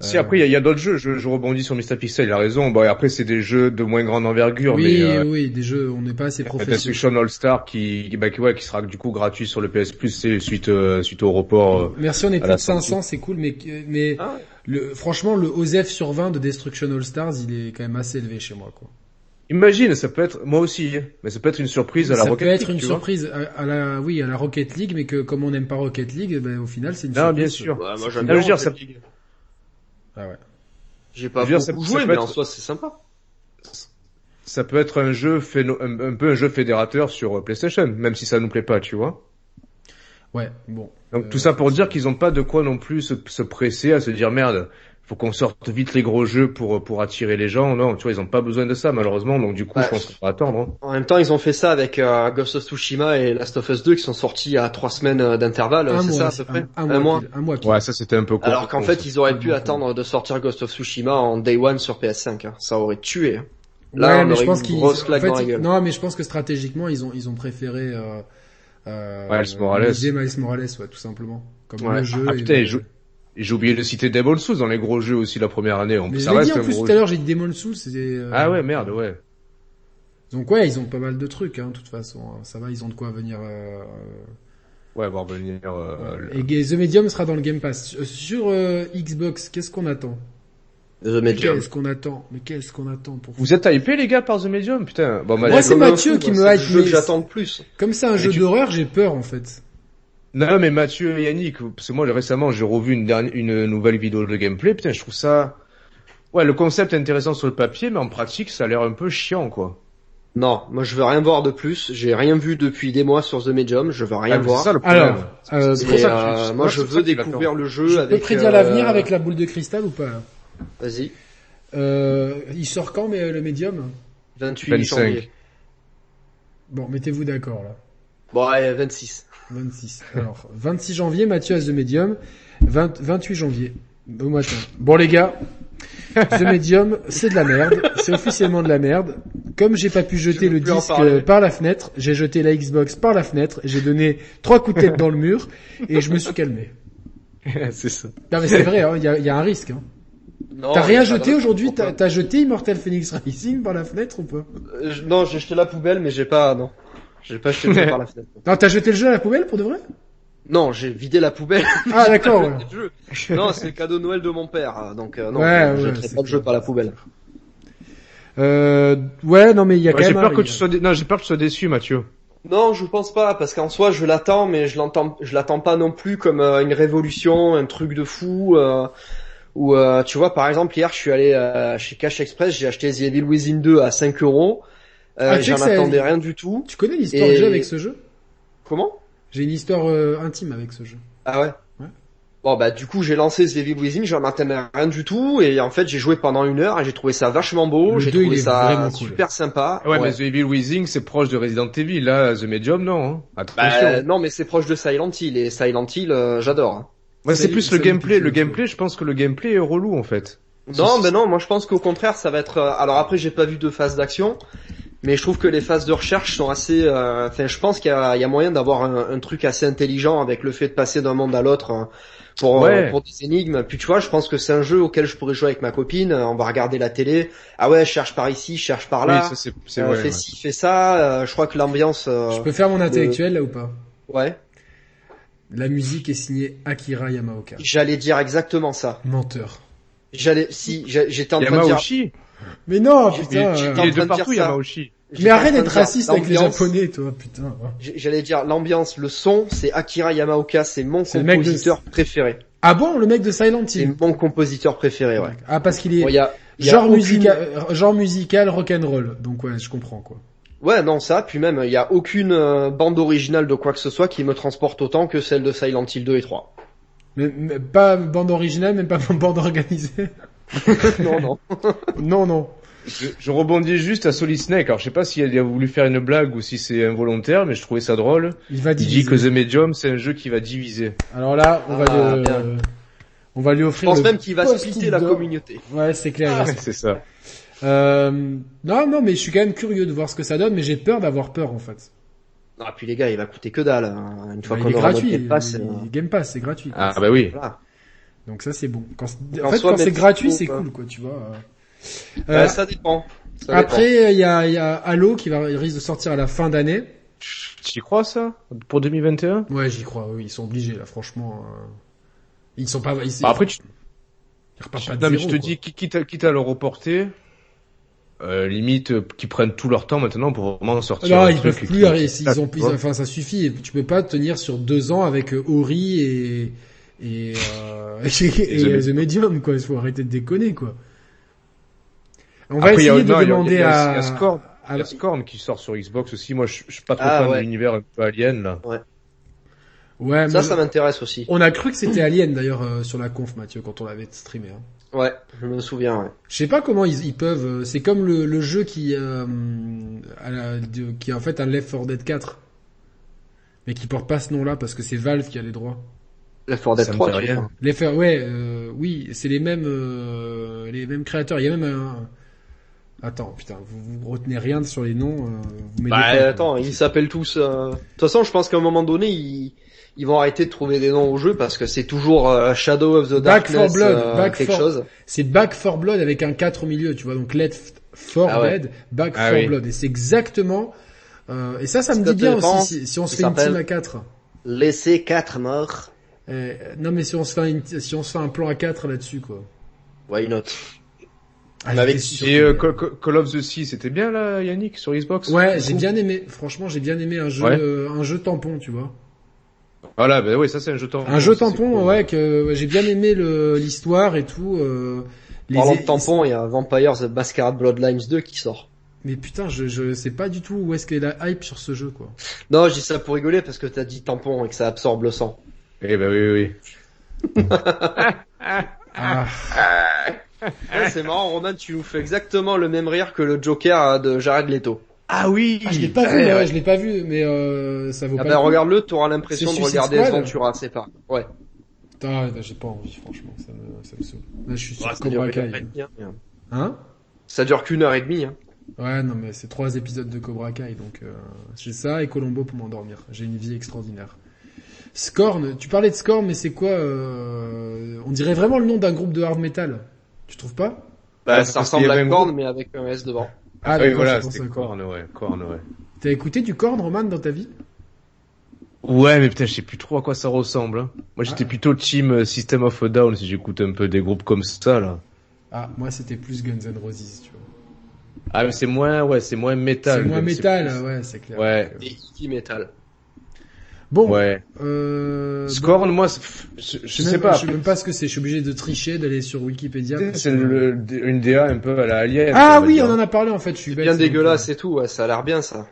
Speaker 2: Si
Speaker 1: Euh,
Speaker 2: après il y a, il y a d'autres jeux, je, je rebondis sur Mr Pixel, il a raison. Bon, et après c'est des jeux de moins grande envergure,
Speaker 1: oui,
Speaker 2: mais euh,
Speaker 1: oui, des jeux, on n'est pas assez
Speaker 2: La
Speaker 1: professionnels.
Speaker 2: Destruction All Star qui, bah, qui, ouais, qui sera du coup gratuit sur le PS Plus c'est suite, euh, suite au report. euh.
Speaker 1: Merci, on est
Speaker 2: à
Speaker 1: plus
Speaker 2: la
Speaker 1: de 500, c'est cool, mais, mais
Speaker 3: Ah ouais.
Speaker 1: le, franchement, le OZEF sur 20 de Destruction All Stars, il est quand même assez élevé chez moi, quoi.
Speaker 2: Imagine, ça peut être, moi aussi, hein, mais ça peut être une surprise à la
Speaker 1: ça
Speaker 2: Rocket
Speaker 1: peut être
Speaker 2: League,
Speaker 1: une
Speaker 2: tu vois.
Speaker 1: surprise à, à la, oui, à la Rocket League, mais que comme on n'aime pas Rocket League, eh ben, au final c'est une
Speaker 2: Non,
Speaker 1: surprise.
Speaker 2: bien sûr.
Speaker 3: Ouais, bah, moi, j'aime
Speaker 2: Ah, je veux
Speaker 3: bien
Speaker 2: dire,
Speaker 3: Rocket
Speaker 2: ça-
Speaker 3: League.
Speaker 1: Ah ouais.
Speaker 3: J'ai pas
Speaker 2: Je veux dire,
Speaker 3: beaucoup
Speaker 2: ça- ça
Speaker 3: joué,
Speaker 2: peut
Speaker 3: mais
Speaker 2: être-
Speaker 3: en soi, c'est sympa.
Speaker 2: Ça peut être un jeu, phéno- un, un peu un jeu fédérateur sur euh, PlayStation, même si ça nous plaît pas, tu vois.
Speaker 1: Ouais, bon.
Speaker 2: Donc
Speaker 1: Euh,
Speaker 2: tout ça pour dire qu'ils ont pas de quoi non plus se, se presser à se dire merde, faut qu'on sorte vite les gros jeux pour euh, pour attirer les gens. Non, tu vois, ils ont pas besoin de ça malheureusement. Donc du coup,
Speaker 3: Ouais.
Speaker 2: je pense qu'on va attendre. hein.
Speaker 3: En même temps, ils ont fait ça avec euh, Ghost of Tsushima et Last of Us 2 qui sont sortis à trois semaines euh, d'intervalle,
Speaker 1: un
Speaker 3: c'est ça
Speaker 1: mois,
Speaker 3: à peu près
Speaker 1: un, un mois,
Speaker 3: Un mois.
Speaker 1: pile, un mois pile.
Speaker 2: Ouais, ça c'était un peu. con-
Speaker 3: Alors qu'en
Speaker 2: con,
Speaker 3: fait, ils auraient pu
Speaker 1: Ouais.
Speaker 3: attendre de sortir Ghost of Tsushima en Day One sur PS5. hein. Ça aurait tué. hein.
Speaker 1: Ouais,
Speaker 3: Là, on
Speaker 1: mais je
Speaker 3: aurait
Speaker 1: pense
Speaker 3: une
Speaker 1: qu'ils,
Speaker 3: grosse claque
Speaker 1: en fait,
Speaker 3: dans la
Speaker 1: ils-
Speaker 3: gueule.
Speaker 1: non, mais je pense que stratégiquement, ils ont, ils ont préféré, euh, euh,
Speaker 2: Miles Morales.
Speaker 1: utiliser Miles Morales, ouais, tout simplement. Comme
Speaker 3: Ouais.
Speaker 1: le jeu.
Speaker 2: Ah
Speaker 1: et-
Speaker 2: putain, et je- et j'ai oublié de citer Demon's Souls dans les gros jeux aussi la première année. On,
Speaker 1: Mais je
Speaker 2: ça
Speaker 1: l'ai
Speaker 2: reste
Speaker 1: dit en
Speaker 2: un
Speaker 1: plus
Speaker 2: gros
Speaker 1: tout à
Speaker 2: jeu.
Speaker 1: l'heure, j'ai dit Demon Souls, c'était, euh,
Speaker 2: Ah ouais, merde, ouais.
Speaker 1: Donc ouais, ils ont pas mal de trucs, hein, de toute façon. hein. Ça va, ils ont de quoi venir, euh,
Speaker 2: Ouais, va revenir. euh, le-
Speaker 1: Et Ga- The Medium sera dans le Game Pass. Sur- Sur euh, Xbox, qu'est-ce qu'on attend
Speaker 3: The Medium.
Speaker 1: Qu'est-ce qu'on attend Mais qu'est-ce qu'on attend pour
Speaker 2: Vous êtes hypé les gars par The Medium Putain, bon bah,
Speaker 1: Moi,
Speaker 2: j'ai-
Speaker 1: c'est Mathieu qui me
Speaker 3: C'est
Speaker 1: hype,
Speaker 3: le jeu
Speaker 1: mais-
Speaker 3: que j'attends le plus.
Speaker 1: Comme c'est un
Speaker 2: Mais
Speaker 1: jeu
Speaker 2: tu-
Speaker 1: d'horreur, j'ai peur en fait.
Speaker 2: Non mais Mathieu et Yannick, parce que moi récemment j'ai revu une, dernière, une nouvelle vidéo de gameplay, putain je trouve ça... Ouais le concept est intéressant sur le papier mais en pratique ça a l'air un peu chiant quoi.
Speaker 3: Non, moi je veux rien voir de plus. J'ai rien vu depuis des mois sur The Medium. Je veux rien
Speaker 2: Ah, mais
Speaker 3: voir.
Speaker 2: c'est ça le problème.
Speaker 1: Alors, euh,
Speaker 2: c'est
Speaker 3: Et,
Speaker 2: pour ça que je-
Speaker 3: euh,
Speaker 2: c'est
Speaker 3: moi
Speaker 2: pour ça
Speaker 3: je
Speaker 2: que
Speaker 3: veux
Speaker 2: tu l'attends.
Speaker 3: découvrir le jeu
Speaker 1: je peux
Speaker 3: avec.
Speaker 1: prédire
Speaker 3: euh,
Speaker 1: l'avenir avec la boule de cristal ou pas hein
Speaker 3: Vas-y.
Speaker 1: euh, Il sort quand mais euh, le médium
Speaker 3: 28
Speaker 2: 25.
Speaker 3: janvier.
Speaker 1: Bon, mettez-vous d'accord là.
Speaker 3: Bon, allez, 26.
Speaker 1: 26. Alors, 26 janvier, Mathieu a The Medium. 20 28 janvier, au matin. Bon les gars, The Medium, c'est de la merde. C'est officiellement de la merde. Comme j'ai pas pu jeter
Speaker 3: veux
Speaker 1: le
Speaker 3: plus en
Speaker 1: disque
Speaker 3: parler.
Speaker 1: euh, par la fenêtre, j'ai jeté la Xbox par la fenêtre, j'ai donné trois coups de tête dans le mur et je me suis calmé.
Speaker 2: c'est ça.
Speaker 1: Non mais c'est vrai, hein, il y, a, il y a un risque. Hein.
Speaker 3: Non,
Speaker 1: T'as
Speaker 3: mais
Speaker 1: rien
Speaker 3: Oh, pas
Speaker 1: jeté
Speaker 3: de-
Speaker 1: aujourd'hui
Speaker 3: pourquoi
Speaker 1: T'as t'as jeté Immortal Phoenix Rising par la fenêtre ou pas
Speaker 3: Euh, je- Non, j'ai jeté la poubelle, mais j'ai pas, non. J'ai pas jeté le jeu par la fenêtre.
Speaker 1: Non, t'as jeté le jeu à la poubelle pour de vrai
Speaker 3: Non, j'ai vidé la poubelle.
Speaker 1: Ah d'accord. ouais.
Speaker 3: du jeu. Non, c'est le cadeau de Noël de mon père, euh, donc euh, non,
Speaker 1: Ouais,
Speaker 3: je
Speaker 1: ouais,
Speaker 3: jetterai
Speaker 1: c'est
Speaker 3: pas le jeu
Speaker 1: clair.
Speaker 3: par la poubelle.
Speaker 1: Euh, ouais, non mais il y a
Speaker 2: Ouais,
Speaker 1: quand
Speaker 2: j'ai
Speaker 1: même.
Speaker 2: peur
Speaker 1: un-
Speaker 2: que tu sois, dé- non, j'ai peur que tu sois déçu, Mathieu.
Speaker 3: Non, je pense pas, parce qu'en soi, je l'attends, mais je l'entends, je l'attends pas non plus comme euh, une révolution, un truc de fou. Euh, Ou euh, tu vois, par exemple, hier, je suis allé euh, chez Cash Express, j'ai acheté The Evil Within 2 à 5 euros. Euh,
Speaker 1: Ah, tu sais
Speaker 3: J'en
Speaker 1: que ça-
Speaker 3: attendais rien du tout.
Speaker 1: Tu connais l'histoire
Speaker 3: Et-
Speaker 1: du jeu avec ce jeu
Speaker 3: Comment
Speaker 1: J'ai une histoire euh, intime avec ce jeu.
Speaker 3: Ah ouais.
Speaker 1: Ouais.
Speaker 3: Bon bah du coup j'ai lancé The Evil Within, j'en attendais rien du tout et en fait j'ai joué pendant une heure et j'ai trouvé ça vachement beau,
Speaker 1: Le
Speaker 3: j'ai
Speaker 1: deux,
Speaker 3: trouvé
Speaker 1: il est
Speaker 3: ça
Speaker 1: vraiment cool.
Speaker 3: super sympa.
Speaker 2: Ouais,
Speaker 3: Ouais.
Speaker 2: mais The Evil Within, c'est proche de Resident Evil, là, The Medium, non. hein.
Speaker 3: Bah,
Speaker 2: Attention.
Speaker 3: euh, non mais c'est proche de Silent Hill et Silent Hill euh, j'adore. hein.
Speaker 2: ouais, c'est
Speaker 1: salut-
Speaker 2: plus le
Speaker 1: salut,
Speaker 2: gameplay.
Speaker 1: Pikachu.
Speaker 2: Le gameplay, je pense que le gameplay est relou, en fait.
Speaker 3: Non ben non moi je pense qu'au contraire ça va être... euh, Alors après j'ai pas vu de phase d'action mais je trouve que les phases de recherche sont assez... euh, Enfin je pense qu'il y, a il y a moyen d'avoir un, un truc assez intelligent avec le fait de passer d'un monde à l'autre euh, pour, euh,
Speaker 2: Ouais.
Speaker 3: pour des énigmes. Puis tu vois je pense que c'est un jeu auquel je pourrais jouer avec ma copine, euh, on va regarder la télé. Ah ouais je cherche par ici, je cherche par là.
Speaker 2: oui, ça, c'est, c'est
Speaker 3: Euh,
Speaker 2: ouais,
Speaker 3: fais
Speaker 2: ouais.
Speaker 3: ci, fais ça. euh, je crois que l'ambiance. euh,
Speaker 1: Je peux faire mon intellectuel là ou pas
Speaker 3: Ouais.
Speaker 1: La musique est signée Akira Yamaoka.
Speaker 3: J'allais dire exactement ça.
Speaker 1: Menteur.
Speaker 3: J'allais. Si j'a- j'étais en train de dire.
Speaker 2: Yamauchi.
Speaker 1: Mais non,
Speaker 3: J'ai-
Speaker 2: Il est-
Speaker 1: putain.
Speaker 2: il
Speaker 1: euh,
Speaker 3: train
Speaker 2: est
Speaker 3: de dire
Speaker 2: de partout,
Speaker 3: ça.
Speaker 2: Yamauchi.
Speaker 1: Mais
Speaker 3: j'étais en
Speaker 1: arrête
Speaker 3: train
Speaker 1: d'être
Speaker 3: de dire
Speaker 1: raciste avec les
Speaker 3: l'ambiance.
Speaker 1: japonais, toi, putain.
Speaker 3: J- J'allais dire l'ambiance, le son, c'est Akira Yamaoka, c'est mon
Speaker 1: C'est le mec de-
Speaker 3: compositeur préféré.
Speaker 1: Ah bon, le mec de Silent
Speaker 3: C'est
Speaker 1: Hill
Speaker 3: mon compositeur préféré, ouais.
Speaker 1: Ah parce qu'il est
Speaker 3: Bon, y a- y a
Speaker 1: genre
Speaker 3: aucune-
Speaker 1: musical, euh, genre musical rock'n'roll. Donc ouais, je comprends quoi.
Speaker 3: Ouais, non, ça, puis même, il y a aucune euh, bande originale de quoi que ce soit qui me transporte autant que celle de Silent Hill 2 et 3.
Speaker 1: Mais, mais pas bande originale, même pas bande organisée.
Speaker 3: non, non.
Speaker 1: non, non.
Speaker 2: Je, je rebondis juste à Solid Snake. Alors, je sais pas si elle a voulu faire une blague ou si c'est involontaire, mais je trouvais ça drôle.
Speaker 1: Il va
Speaker 2: Il dit
Speaker 1: diviser.
Speaker 2: que The Medium, c'est un jeu qui va diviser.
Speaker 1: Alors là, on va
Speaker 3: Ah,
Speaker 1: le-
Speaker 3: bien.
Speaker 1: on va lui
Speaker 3: Je
Speaker 1: offrir.
Speaker 3: pense
Speaker 1: le
Speaker 3: même qu'il va
Speaker 1: post-it
Speaker 3: splitter la
Speaker 1: d'or.
Speaker 3: communauté. Ah.
Speaker 1: Ouais, Ah, c'est clair. il va
Speaker 2: c'est ça.
Speaker 1: Euh, non, non, mais je suis quand même curieux de voir ce que ça donne, mais j'ai peur d'avoir peur en fait.
Speaker 3: Ah, puis les gars, il va coûter que dalle. hein. Une fois
Speaker 1: Bah,
Speaker 3: qu'on
Speaker 1: il est
Speaker 3: aura
Speaker 1: gratuit,
Speaker 3: notre Game Pass,
Speaker 1: il-
Speaker 3: euh,
Speaker 1: il- Game Pass, c'est gratuit.
Speaker 2: Ah, bah oui.
Speaker 3: voilà.
Speaker 1: Donc ça c'est bon. Quand, c'est- en
Speaker 3: En
Speaker 1: fait,
Speaker 3: soi,
Speaker 1: quand c'est
Speaker 3: même si
Speaker 1: gratuit,
Speaker 3: c'est
Speaker 1: c'est
Speaker 3: beau,
Speaker 1: cool, quoi, tu vois. Euh,
Speaker 3: Euh, ça dépend. Ça
Speaker 1: après, il y a, il y a Halo qui va, il risque de sortir à la fin d'année.
Speaker 2: Tu y crois, ça? Pour 2021?
Speaker 1: Ouais, j'y crois. oui, ils sont obligés là, franchement. euh, Ils sont pas. Ils,
Speaker 2: Bah, après, tu,
Speaker 1: ils repartent pas de
Speaker 2: Non, mais je
Speaker 1: zéro,
Speaker 2: te
Speaker 1: quoi.
Speaker 2: dis, qui- quitte à, quitte à le reporter, euh, limite, euh, qu'ils prennent tout leur temps maintenant pour vraiment sortir.
Speaker 1: Ah Non,
Speaker 2: un
Speaker 1: ils
Speaker 2: truc
Speaker 1: peuvent
Speaker 2: qui-
Speaker 1: plus
Speaker 2: qui-
Speaker 1: arrêter. Ils, ont,
Speaker 2: tu
Speaker 1: ils-
Speaker 2: vois.
Speaker 1: enfin, ça suffit. Et tu peux pas tenir sur deux ans avec euh, Ori et et, euh, et, et,
Speaker 2: The
Speaker 1: euh,
Speaker 2: Medium.
Speaker 1: The Medium, quoi. Il faut arrêter de déconner, quoi. On va
Speaker 2: Après, il y a-
Speaker 1: essayer de
Speaker 2: non, il y a-
Speaker 1: demander
Speaker 2: il y a-
Speaker 1: à,
Speaker 2: il y a Scorn.
Speaker 1: à-
Speaker 2: Il y a Scorn qui sort sur Xbox aussi. Moi, je, je suis pas trop
Speaker 3: Ah,
Speaker 2: fan
Speaker 3: ouais.
Speaker 2: de l'univers un peu alien, là.
Speaker 1: ouais,
Speaker 3: dépend. Ça,
Speaker 1: mais-
Speaker 3: ça m'intéresse aussi.
Speaker 1: on a cru que c'était Alien d'ailleurs euh, sur la conf, Mathieu, quand on l'avait streamé. hein.
Speaker 3: Ouais, je me souviens. Ouais.
Speaker 1: Je sais pas comment ils, ils peuvent. euh, C'est comme le, le jeu qui, euh, à la- de- qui est en fait un Left 4 Dead 4, mais qui porte pas ce nom-là parce que c'est Valve qui a les droits.
Speaker 3: Left 4 Dead
Speaker 2: Ça me
Speaker 3: 3,
Speaker 2: dit
Speaker 3: tu
Speaker 2: rien.
Speaker 3: vois.
Speaker 1: Les faire, ouais, euh, oui, c'est les mêmes, euh, les mêmes créateurs. Il y a même un. Attends, putain, vous, vous retenez rien sur les noms. euh, vous m'aidez
Speaker 2: Ah
Speaker 3: Bah
Speaker 1: pas, quoi.
Speaker 3: attends, ils s'appellent tous... euh, De toute façon, je pense qu'à un moment donné, ils... ils vont arrêter de trouver des noms au jeu parce que c'est toujours euh, Shadow of the
Speaker 1: Back for
Speaker 3: Darkness,
Speaker 1: Blood,
Speaker 3: euh,
Speaker 1: Back
Speaker 3: quelque
Speaker 1: for-
Speaker 3: chose.
Speaker 1: C'est Back 4 Blood avec un 4 au milieu, tu vois. Donc Left 4
Speaker 3: Ah ouais.
Speaker 1: Dead, Back 4
Speaker 2: Ah oui.
Speaker 1: Blood, et c'est exactement. euh, et ça, ça me
Speaker 3: Ça
Speaker 1: dit bien
Speaker 3: dépend.
Speaker 1: aussi si, si on se
Speaker 3: Il
Speaker 1: fait une team
Speaker 3: s'appelle-
Speaker 1: à 4
Speaker 3: Laissez quatre morts.
Speaker 1: Euh, non, mais si on se fait une- si on se fait un plan à 4 là-dessus, quoi.
Speaker 3: Why not
Speaker 1: Ah, j'étais
Speaker 3: Avec-
Speaker 1: sûr
Speaker 2: Et
Speaker 1: que-
Speaker 2: euh, Co- Co- Call of the Sea, c'était bien, là, Yannick, sur Xbox?
Speaker 1: ouais,
Speaker 2: Du
Speaker 1: j'ai
Speaker 2: coup
Speaker 1: bien aimé. Franchement, j'ai bien aimé un jeu,
Speaker 2: Ouais.
Speaker 1: euh, un jeu tampon, tu vois.
Speaker 2: Voilà, bah oui, ça, c'est un jeu tampon.
Speaker 1: Un jeu
Speaker 2: Ça, c'est
Speaker 1: tampon,
Speaker 2: cool.
Speaker 1: ouais, que ouais, j'ai bien aimé le- l'histoire et tout. Euh,
Speaker 3: Parlant de tampon, il y a Vampire the Masquerade Bloodlines 2 qui sort.
Speaker 1: Mais putain, je, je sais pas du tout où est-ce qu'est la hype sur ce jeu, quoi.
Speaker 3: Non, je dis ça pour rigoler parce que t'as dit tampon et que ça absorbe le sang.
Speaker 2: Eh ben oui, oui, oui.
Speaker 1: Ah,
Speaker 2: Ah.
Speaker 3: Ouais, c'est marrant, Roman, tu nous fais exactement le même rire que le Joker euh, de Jared Leto.
Speaker 2: Ah oui!
Speaker 1: je l'ai pas vu, ouais, je l'ai pas vu, mais euh, ça vaut
Speaker 3: Ah
Speaker 1: pas.
Speaker 3: ben
Speaker 1: le coup.
Speaker 3: regarde-le, t'auras l'impression
Speaker 1: C'est
Speaker 3: de
Speaker 1: Suicide
Speaker 3: regarder
Speaker 1: Squad
Speaker 3: Ventura, c'est pas. Ouais.
Speaker 1: Putain, bah, j'ai pas envie, franchement, ça me, ça me saoule. Là, je suis sur
Speaker 3: Ouais, ça, dure
Speaker 1: Cobra
Speaker 3: qu'une heure et
Speaker 1: Kai.
Speaker 3: demie, hein.
Speaker 1: Hein
Speaker 3: Ça dure qu'une heure et demie. Hein.
Speaker 1: Ouais, non, mais c'est trois épisodes de Cobra Kai, donc euh, j'ai ça et Colombo pour m'endormir. J'ai une vie extraordinaire. Scorn, tu parlais de Scorn, mais c'est quoi euh, On dirait vraiment le nom d'un groupe de hard metal. Tu trouves pas
Speaker 3: Bah,
Speaker 2: Ouais,
Speaker 3: ça
Speaker 2: parce qu'il y
Speaker 3: ressemble à
Speaker 2: avait un
Speaker 3: Korn, mais avec un S devant.
Speaker 1: Ah,
Speaker 2: oui,
Speaker 1: d'accord,
Speaker 2: voilà,
Speaker 1: c'est pour
Speaker 2: c'était
Speaker 1: ça, quoi.
Speaker 2: Korn, ouais, Korn, ouais.
Speaker 1: T'as écouté du Korn, Roman, dans ta vie
Speaker 2: Ouais, mais putain, je sais plus trop à quoi ça ressemble. hein. Moi, j'étais
Speaker 1: Ah.
Speaker 2: plutôt team euh, System of a Down si j'écoute un peu des groupes comme ça là.
Speaker 1: Ah, moi c'était plus Guns N' Roses, tu vois.
Speaker 2: Ah, mais c'est moins, ouais, c'est moins métal.
Speaker 1: C'est moins
Speaker 2: donc
Speaker 1: métal,
Speaker 2: plus-
Speaker 1: ouais, c'est clair.
Speaker 2: Ouais.
Speaker 3: Des heavy metal.
Speaker 1: Bon,
Speaker 2: Ouais.
Speaker 1: euh,
Speaker 2: Scorn, moi, c'est- pff, je, je
Speaker 1: même-
Speaker 2: sais pas.
Speaker 1: Je sais même pas ce que c'est. Je suis obligé de tricher, d'aller sur Wikipédia. parce
Speaker 2: C'est
Speaker 1: que-
Speaker 2: le- une DA un peu à la Alien.
Speaker 1: Ah
Speaker 2: va
Speaker 1: oui,
Speaker 2: dire.
Speaker 1: on en a parlé en fait. Je suis bête,
Speaker 3: Bien
Speaker 1: c'est-
Speaker 3: dégueulasse et tout, ouais, ça a l'air bien ça.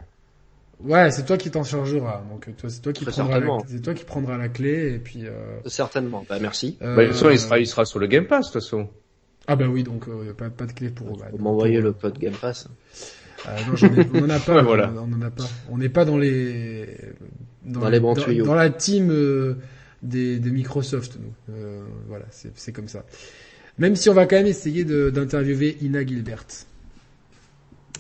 Speaker 1: Ouais, c'est toi qui t'en chargeras. Donc toi, c'est toi qui
Speaker 3: Très
Speaker 1: prendras la,
Speaker 3: certainement.
Speaker 1: c'est toi qui prendras la clé et puis. Euh,
Speaker 3: Certainement. Bah merci.
Speaker 1: euh,
Speaker 2: Bah, de toute façon, il sera, il sera sur le Game Pass de toute façon.
Speaker 1: Ah bah oui, donc euh, pas, pas de clé pour. bah,
Speaker 3: Vous m'envoyez
Speaker 1: pour-
Speaker 3: le code Game Pass.
Speaker 1: Euh, non, j'en ai- on en a pas.
Speaker 2: Ouais, voilà.
Speaker 1: On en a pas. On n'est pas dans les
Speaker 3: Dans les bons
Speaker 1: dans,
Speaker 3: tuyaux.
Speaker 1: dans la team euh, des, de Microsoft. Nous. Euh, voilà, c'est c'est comme ça. Même si on va quand même essayer de- d'interviewer Ina Gilbert,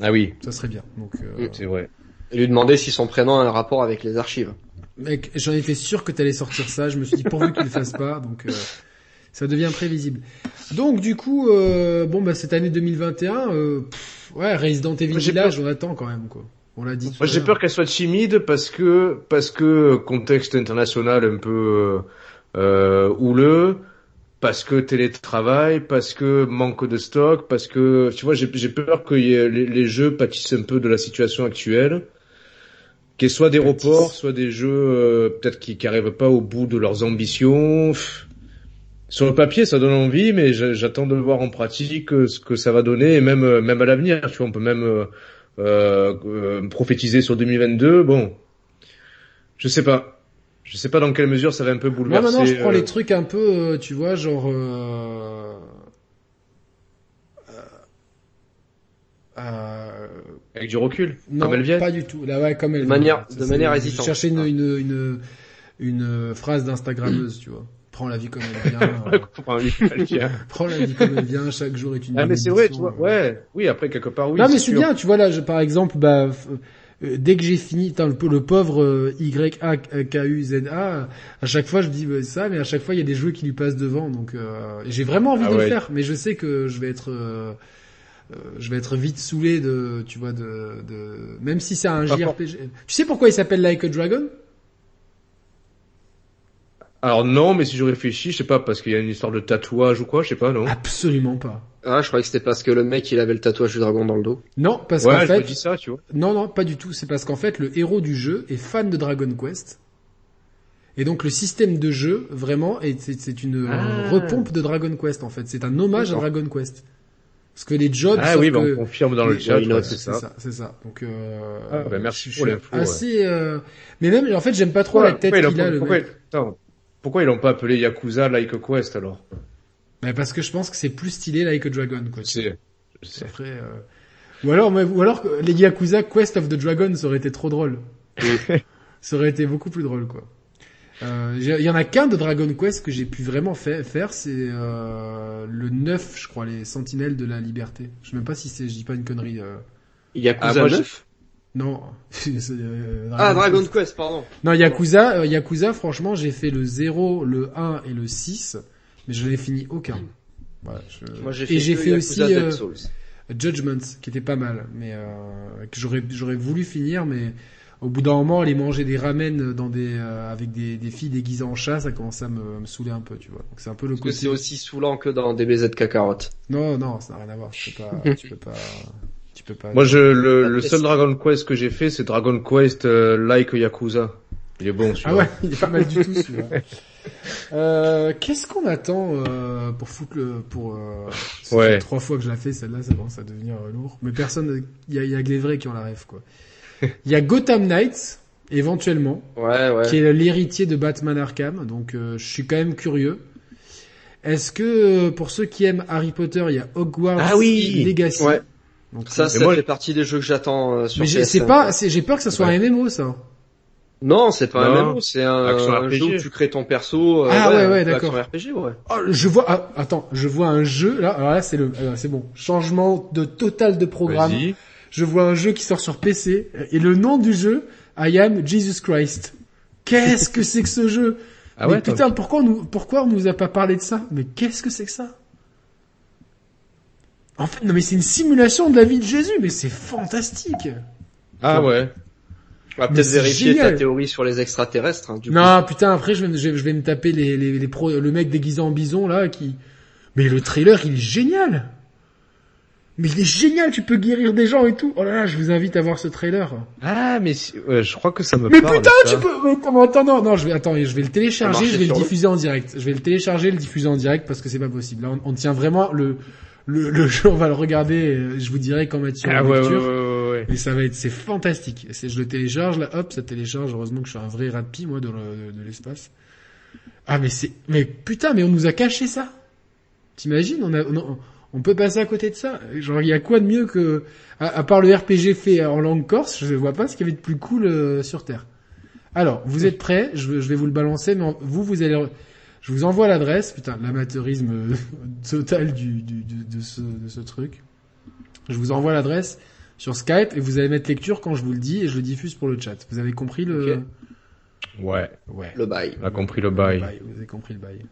Speaker 2: Ah oui,
Speaker 1: ça serait bien. Donc, euh,
Speaker 2: c'est vrai.
Speaker 3: Et lui demander si son prénom a un rapport avec les archives.
Speaker 1: mec, j'en étais sûr que t'allais sortir ça. Je me suis dit pourvu qu'il le fasse pas. Donc, euh, ça devient prévisible. Donc, du coup, euh, bon bah cette année 2021, euh, pff, ouais, Resident Evil
Speaker 2: Moi, j'ai
Speaker 1: Village, on attend quand même quoi. On l'a dit. tout
Speaker 2: Moi,
Speaker 1: à
Speaker 2: j'ai
Speaker 1: l'heure.
Speaker 2: peur qu'elle soit timide parce que parce que contexte international un peu euh, euh, houleux, parce que télétravail, parce que manque de stock, parce que tu vois, j'ai j'ai peur que y ait- les, les jeux pâtissent un peu de la situation actuelle, qu'il y ait soit des reports, soit des jeux euh, peut-être qui qui arrivent pas au bout de leurs ambitions. Pff. Sur le papier, ça donne envie, mais j'a- j'attends de voir en pratique euh, ce que ça va donner, et même euh, même à l'avenir. Tu vois, on peut même euh, euh, euh, prophétiser sur 2022, bon, je sais pas. Je sais pas dans quelle mesure ça va un peu
Speaker 1: Moi
Speaker 2: bouleverser.
Speaker 1: maintenant je prends
Speaker 2: euh,
Speaker 1: les trucs un peu, euh, tu vois, genre... Euh... euh, euh,
Speaker 2: Avec du recul.
Speaker 1: Non,
Speaker 2: Comme elles viennent.
Speaker 1: pas du tout. Là, ouais, comme elle
Speaker 3: De manière-
Speaker 1: vient.
Speaker 3: de
Speaker 1: Ça,
Speaker 3: manière
Speaker 1: c'est-
Speaker 3: hésitante.
Speaker 1: Je cherchais une,
Speaker 3: Ah.
Speaker 1: une, une, une, euh, phrase d'Instagrammeuse, tu vois. Prends la vie comme elle vient. euh,
Speaker 2: Enfin, oui, elle vient.
Speaker 1: prends Oh, la vie comme elle vient. Chaque jour est une
Speaker 2: ah mais c'est vrai, tu vois.
Speaker 1: bénédiction, euh.
Speaker 2: Ouais, oui, après quelque part, oui.
Speaker 1: non mais c'est
Speaker 2: sûr.
Speaker 1: bien, tu vois là, je, par exemple, bah, f- euh, dès que j'ai fini, putain, le, p- le pauvre euh, Y A K U Z A, à chaque fois je dis bah, ça, mais à chaque fois il y a des jeux qui lui passent devant, donc euh, et j'ai vraiment envie
Speaker 2: Ah
Speaker 1: de le
Speaker 2: ouais.
Speaker 1: faire, mais je sais que je vais être, euh, euh, je vais être vite saoulé de, tu vois, de, de même si c'est un
Speaker 2: Par
Speaker 1: JRPG. Tu sais pourquoi il s'appelle Like a Dragon
Speaker 2: Alors non, mais si je réfléchis, je sais pas, parce qu'il y a une histoire de tatouage ou quoi, je sais pas, non.
Speaker 1: Absolument pas.
Speaker 3: Ah, je croyais que c'était parce que le mec il avait le tatouage du dragon dans le dos.
Speaker 1: Non, parce
Speaker 2: ouais,
Speaker 1: qu'en
Speaker 2: je me
Speaker 1: fait,
Speaker 2: dis ça, tu vois.
Speaker 1: Non, non, pas du tout. C'est parce qu'en fait, le héros du jeu est fan de Dragon Quest. Et donc, le système de jeu, vraiment, est- c'est c'est une euh,
Speaker 2: Ah.
Speaker 1: repompe de Dragon Quest, en fait. C'est un hommage à
Speaker 3: D'accord.
Speaker 1: Dragon Quest. Parce que les jobs...
Speaker 2: Ah
Speaker 1: sauf
Speaker 2: oui, bah,
Speaker 1: que-
Speaker 2: on confirme dans le
Speaker 1: Oui,
Speaker 2: chat,
Speaker 3: oui, non,
Speaker 2: ouais,
Speaker 1: c'est
Speaker 2: c'est
Speaker 1: ça,
Speaker 2: ça.
Speaker 1: c'est ça. Donc, euh,
Speaker 2: Ah, bah, merci
Speaker 1: je
Speaker 2: pour
Speaker 1: suis
Speaker 2: l'info, ouais.
Speaker 1: Assez, euh, mais même, en fait, j'aime pas trop
Speaker 2: Pourquoi-
Speaker 1: la tête
Speaker 2: pourquoi ils l'ont-
Speaker 1: qu'il a, le
Speaker 2: pourquoi-
Speaker 1: mec.
Speaker 2: attends, pourquoi ils l'ont pas appelé Yakuza Like a Quest alors
Speaker 1: Bah, parce que je pense que c'est plus stylé, Like a Dragon, quoi. tu
Speaker 2: C'est, c'est-
Speaker 1: Après, euh, ou alors, mais- ou alors que les Yakuza Quest of the Dragon, ça aurait été trop drôle. ça aurait été beaucoup plus drôle, quoi. Euh, j'ai- Il y en a qu'un de Dragon Quest que j'ai pu vraiment fa- faire, c'est euh, le 9, je crois, les Sentinelles de la Liberté. Je sais même pas si c'est, je dis pas une connerie. euh,
Speaker 3: Yakuza
Speaker 2: Ah, moi, je-
Speaker 3: 9
Speaker 1: Non. C'est, euh,
Speaker 3: Ah, Dragon
Speaker 1: Quest.
Speaker 3: Quest, pardon.
Speaker 1: Non, Yakuza, euh, Yakuza, franchement, j'ai fait le 0, le 1 et le 6, mais je n'ai fini aucun. Voilà, je-
Speaker 3: Moi j'ai fait,
Speaker 1: et j'ai
Speaker 3: que
Speaker 1: fait aussi
Speaker 3: Yakuza Dead
Speaker 1: euh,
Speaker 3: Souls.
Speaker 1: Judgment, qui était pas mal, mais euh, que j'aurais j'aurais voulu finir, mais au bout d'un moment, aller manger des ramen dans des euh, avec des, des filles déguisées en chat, ça commençait à me, me saouler un peu, tu vois. Donc c'est un peu le
Speaker 3: Parce que c'est
Speaker 1: côté.
Speaker 3: aussi saoulant que dans DBZ Kakarot.
Speaker 1: Non, non, ça n'a rien à voir. Tu peux pas, tu peux pas, tu peux pas.
Speaker 2: Moi, je, le, le
Speaker 3: Quest.
Speaker 2: seul Dragon Quest que j'ai fait, c'est Dragon Quest euh, Like Yakuza. Il est bon, celui-là.
Speaker 1: ah ouais, il est pas mal du tout celui-là. Euh, Qu'est-ce qu'on attend euh, pour foutre le pour euh, ça
Speaker 2: Ouais.
Speaker 1: fait trois fois que je la fais celle-là ça commence à devenir euh, lourd mais personne il y a, il y a que les vrais qui ont la rêve quoi il y a Gotham Knights éventuellement
Speaker 3: Ouais, ouais.
Speaker 1: qui est l'héritier de Batman Arkham. Donc euh, je suis quand même curieux. Est-ce que euh, pour ceux qui aiment Harry Potter, il y a Hogwarts
Speaker 2: Ah oui
Speaker 1: Legacy
Speaker 3: Ouais.
Speaker 1: Donc,
Speaker 3: Ça,
Speaker 1: euh,
Speaker 3: ça
Speaker 2: moi,
Speaker 3: fait partie des jeux que j'attends euh, sur
Speaker 1: mais j'ai-
Speaker 3: PS5.
Speaker 1: c'est pas, c'est- j'ai peur que ça soit un MMO ça.
Speaker 3: Non, c'est pas
Speaker 2: Non.
Speaker 3: un MMO, c'est un,
Speaker 2: Action
Speaker 3: un jeu
Speaker 2: RPG.
Speaker 3: où tu crées ton perso. euh,
Speaker 1: Ah, ouais, ouais,
Speaker 3: un peu
Speaker 1: d'accord.
Speaker 3: Action RPG, ouais.
Speaker 1: Oh, je vois, ah, attends, je vois un jeu là. Alors là, c'est le, alors, c'est bon, changement de total de programme.
Speaker 2: Vas-y.
Speaker 1: Je vois un jeu qui sort sur PC et le nom du jeu, I am Jesus Christ. Qu'est-ce que c'est que ce jeu
Speaker 2: Ah
Speaker 1: Mais
Speaker 2: ouais,
Speaker 1: putain, pourquoi on nous, pourquoi on nous a pas parlé de ça Mais qu'est-ce que c'est que ça En fait, non mais c'est une simulation de la vie de Jésus, mais c'est fantastique.
Speaker 2: Ah ouais.
Speaker 3: Tu vas
Speaker 1: Mais
Speaker 3: peut-être
Speaker 1: c'est
Speaker 3: vérifier
Speaker 1: génial.
Speaker 3: ta théorie sur les extraterrestres. hein, du coup.
Speaker 1: Non, putain, après, je vais, me- je vais- je vais me taper les, les, les pros- le mec déguisé en bison, là, qui... Mais le trailer, il est génial Mais il est génial, tu peux guérir des gens et tout Oh là là, je vous invite à voir ce trailer.
Speaker 2: Ah, mais si- ouais, je crois que ça me
Speaker 1: Mais
Speaker 2: parle.
Speaker 1: putain,
Speaker 2: ça.
Speaker 1: tu peux... Mais attends, mais attends, non, non, je vais, attends, je vais le
Speaker 3: Ça
Speaker 1: télécharger,
Speaker 3: marchait
Speaker 1: je vais le
Speaker 3: sur le-
Speaker 1: diffuser en direct. Je vais le télécharger, le diffuser en direct, parce que c'est pas possible. Là, on, on tient vraiment le, le, le jeu, on va le regarder, euh, je vous dirai quand Mathieu
Speaker 2: Ah
Speaker 1: en
Speaker 2: ouais, ouais,
Speaker 1: lecture.
Speaker 2: ouais, ouais, ouais.
Speaker 1: Mais ça va être, c'est fantastique. C'est, je le télécharge, là, hop, ça télécharge. Heureusement que je suis un vrai rapide, moi, de, le- de l'espace. Ah, mais c'est, mais putain, mais on nous a caché ça. T'imagines, on a, on, on peut passer à côté de ça. Genre, il y a quoi de mieux que, à, à part le RPG fait en langue corse, je vois pas ce qu'il y avait de plus cool euh, sur Terre. Alors, vous êtes prêts Je, vais- je vais vous le balancer, mais en- vous, vous allez, je vous envoie l'adresse. Putain, l'amateurisme euh, total du, du- du- de, ce, de ce truc. Je vous envoie l'adresse sur Skype et vous allez mettre lecture quand je vous le dis et je le diffuse pour le chat. Vous avez compris le
Speaker 3: Ok.
Speaker 2: Ouais,
Speaker 1: Ouais.
Speaker 3: Le bail.
Speaker 2: on a compris le bail.
Speaker 1: Le Vous avez compris le bail.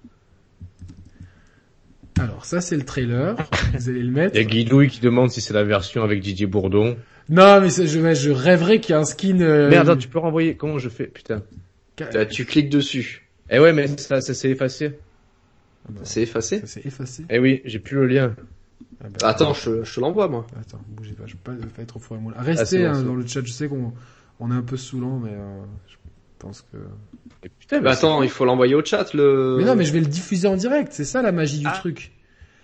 Speaker 1: Alors ça c'est le trailer. vous allez le mettre.
Speaker 2: Il y a Guidouille qui demande si c'est la version avec Didier Bourdon.
Speaker 1: Non mais ça, je, ouais, je rêverais qu'il y ait un skin. euh,
Speaker 2: Merde, attends, tu peux renvoyer. Comment je fais Putain.
Speaker 1: ca-
Speaker 3: Là, tu cliques dessus.
Speaker 2: Eh ouais, mais ça, ça s'est effacé.
Speaker 3: C'est effacé.
Speaker 1: Ah bah, Ça s'est effacé.
Speaker 2: Eh oui, j'ai plus le lien.
Speaker 1: Ah bah,
Speaker 3: Attends, je, je te l'envoie moi.
Speaker 1: Attends, bougez pas, je vais pas, je vais pas être au four et au moulin.
Speaker 2: Ah, c'est
Speaker 1: Restez
Speaker 2: bon,
Speaker 1: hein,
Speaker 2: c'est bon.
Speaker 1: dans le chat, je sais qu'on on est un peu saoulant, mais euh, je pense que...
Speaker 2: Et putain,
Speaker 3: Bah
Speaker 2: mais c'est-
Speaker 3: attends, il faut l'envoyer au chat le.
Speaker 1: Mais non, mais je vais le diffuser en direct, c'est ça la magie du truc.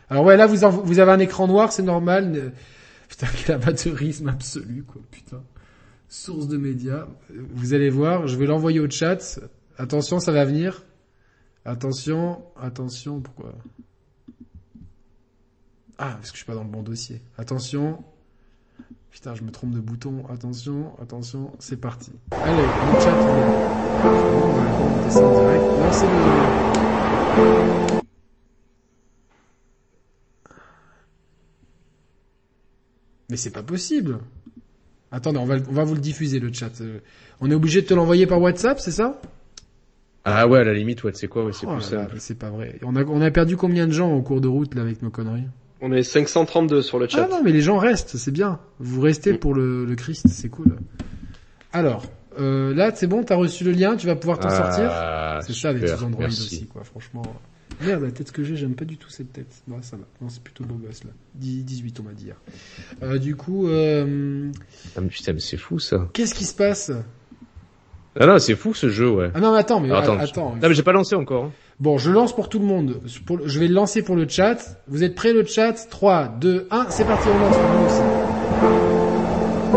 Speaker 1: Alors ouais, là vous, en- vous avez un écran noir, c'est normal. ne- Putain, quel amateurisme absolu, quoi, putain. Source de médias. Euh, Vous allez voir, je vais l'envoyer au chat. Attention, ça va venir. Attention, attention, pourquoi Ah, parce que je suis pas dans le bon dossier. Attention. Putain, je me trompe de bouton. Attention, attention, c'est parti. Allez, le chat, on est- on va commenter ça en direct. Lancez le... Mais c'est pas possible. Attendez, on va, on va vous le diffuser le chat. Euh, On est obligé de te l'envoyer par WhatsApp, c'est ça
Speaker 2: Ah ouais, à la limite, ouais, tu sais quoi, ouais, c'est
Speaker 1: Oh
Speaker 2: plus
Speaker 1: là là,
Speaker 2: simple.
Speaker 1: C'est pas vrai. On a, on a perdu combien de gens au cours de route là avec nos conneries
Speaker 3: On est 532 sur le
Speaker 1: Ah
Speaker 3: chat.
Speaker 1: non, mais les gens restent, c'est bien. Vous restez pour le, le Christ, c'est cool. Alors, euh, là, c'est bon, t'as reçu le lien, tu vas pouvoir t'en sortir.
Speaker 2: Ah,
Speaker 1: C'est ça les
Speaker 2: super,
Speaker 1: petits Android
Speaker 2: merci.
Speaker 1: aussi, quoi. Franchement. Merde, la tête que j'ai, j'aime pas du tout cette tête. Non, ça va. Non, c'est plutôt beau gosse là. 10 18, on m'a dit hier. Euh, du coup, euh,
Speaker 2: Ah, mais putain, mais c'est fou ça.
Speaker 1: qu'est-ce qui se passe
Speaker 2: Ah non, c'est fou ce jeu, ouais.
Speaker 1: Ah non, mais attends, mais
Speaker 2: Alors,
Speaker 1: attends.
Speaker 2: attends, Non, mais j'ai pas lancé encore. hein.
Speaker 1: Bon, je lance pour tout le monde. Pour le- je vais le lancer pour le chat. Vous êtes prêts le chat 3, 2, 1, c'est parti, on lance pour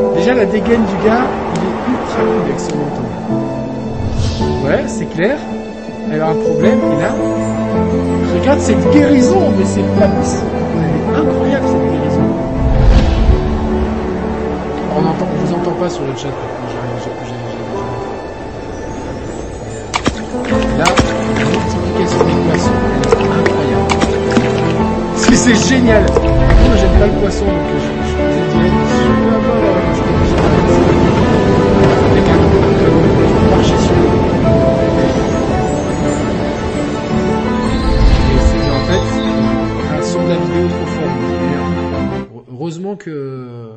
Speaker 1: nous aussi. Déjà, la dégaine du gars, il est ultra cool avec son menton. Ouais, c'est clair. Elle a un problème, et là, regarde cette guérison, mais c'est pas possible. Elle est incroyable cette guérison. On entend, on vous entend pas sur le chat. J'ai- j'ai- j'ai- j'ai- Là, la multiplication des poissons, elle est incroyable. C'est, c'est génial. Moi, j'aime pas le poisson, donc je, je vous ai dit, je peux avoir, euh, je peux déjà faire avec un comme marcher sur le Et c'est en fait un son de la vidéo trop fort. Heureusement que...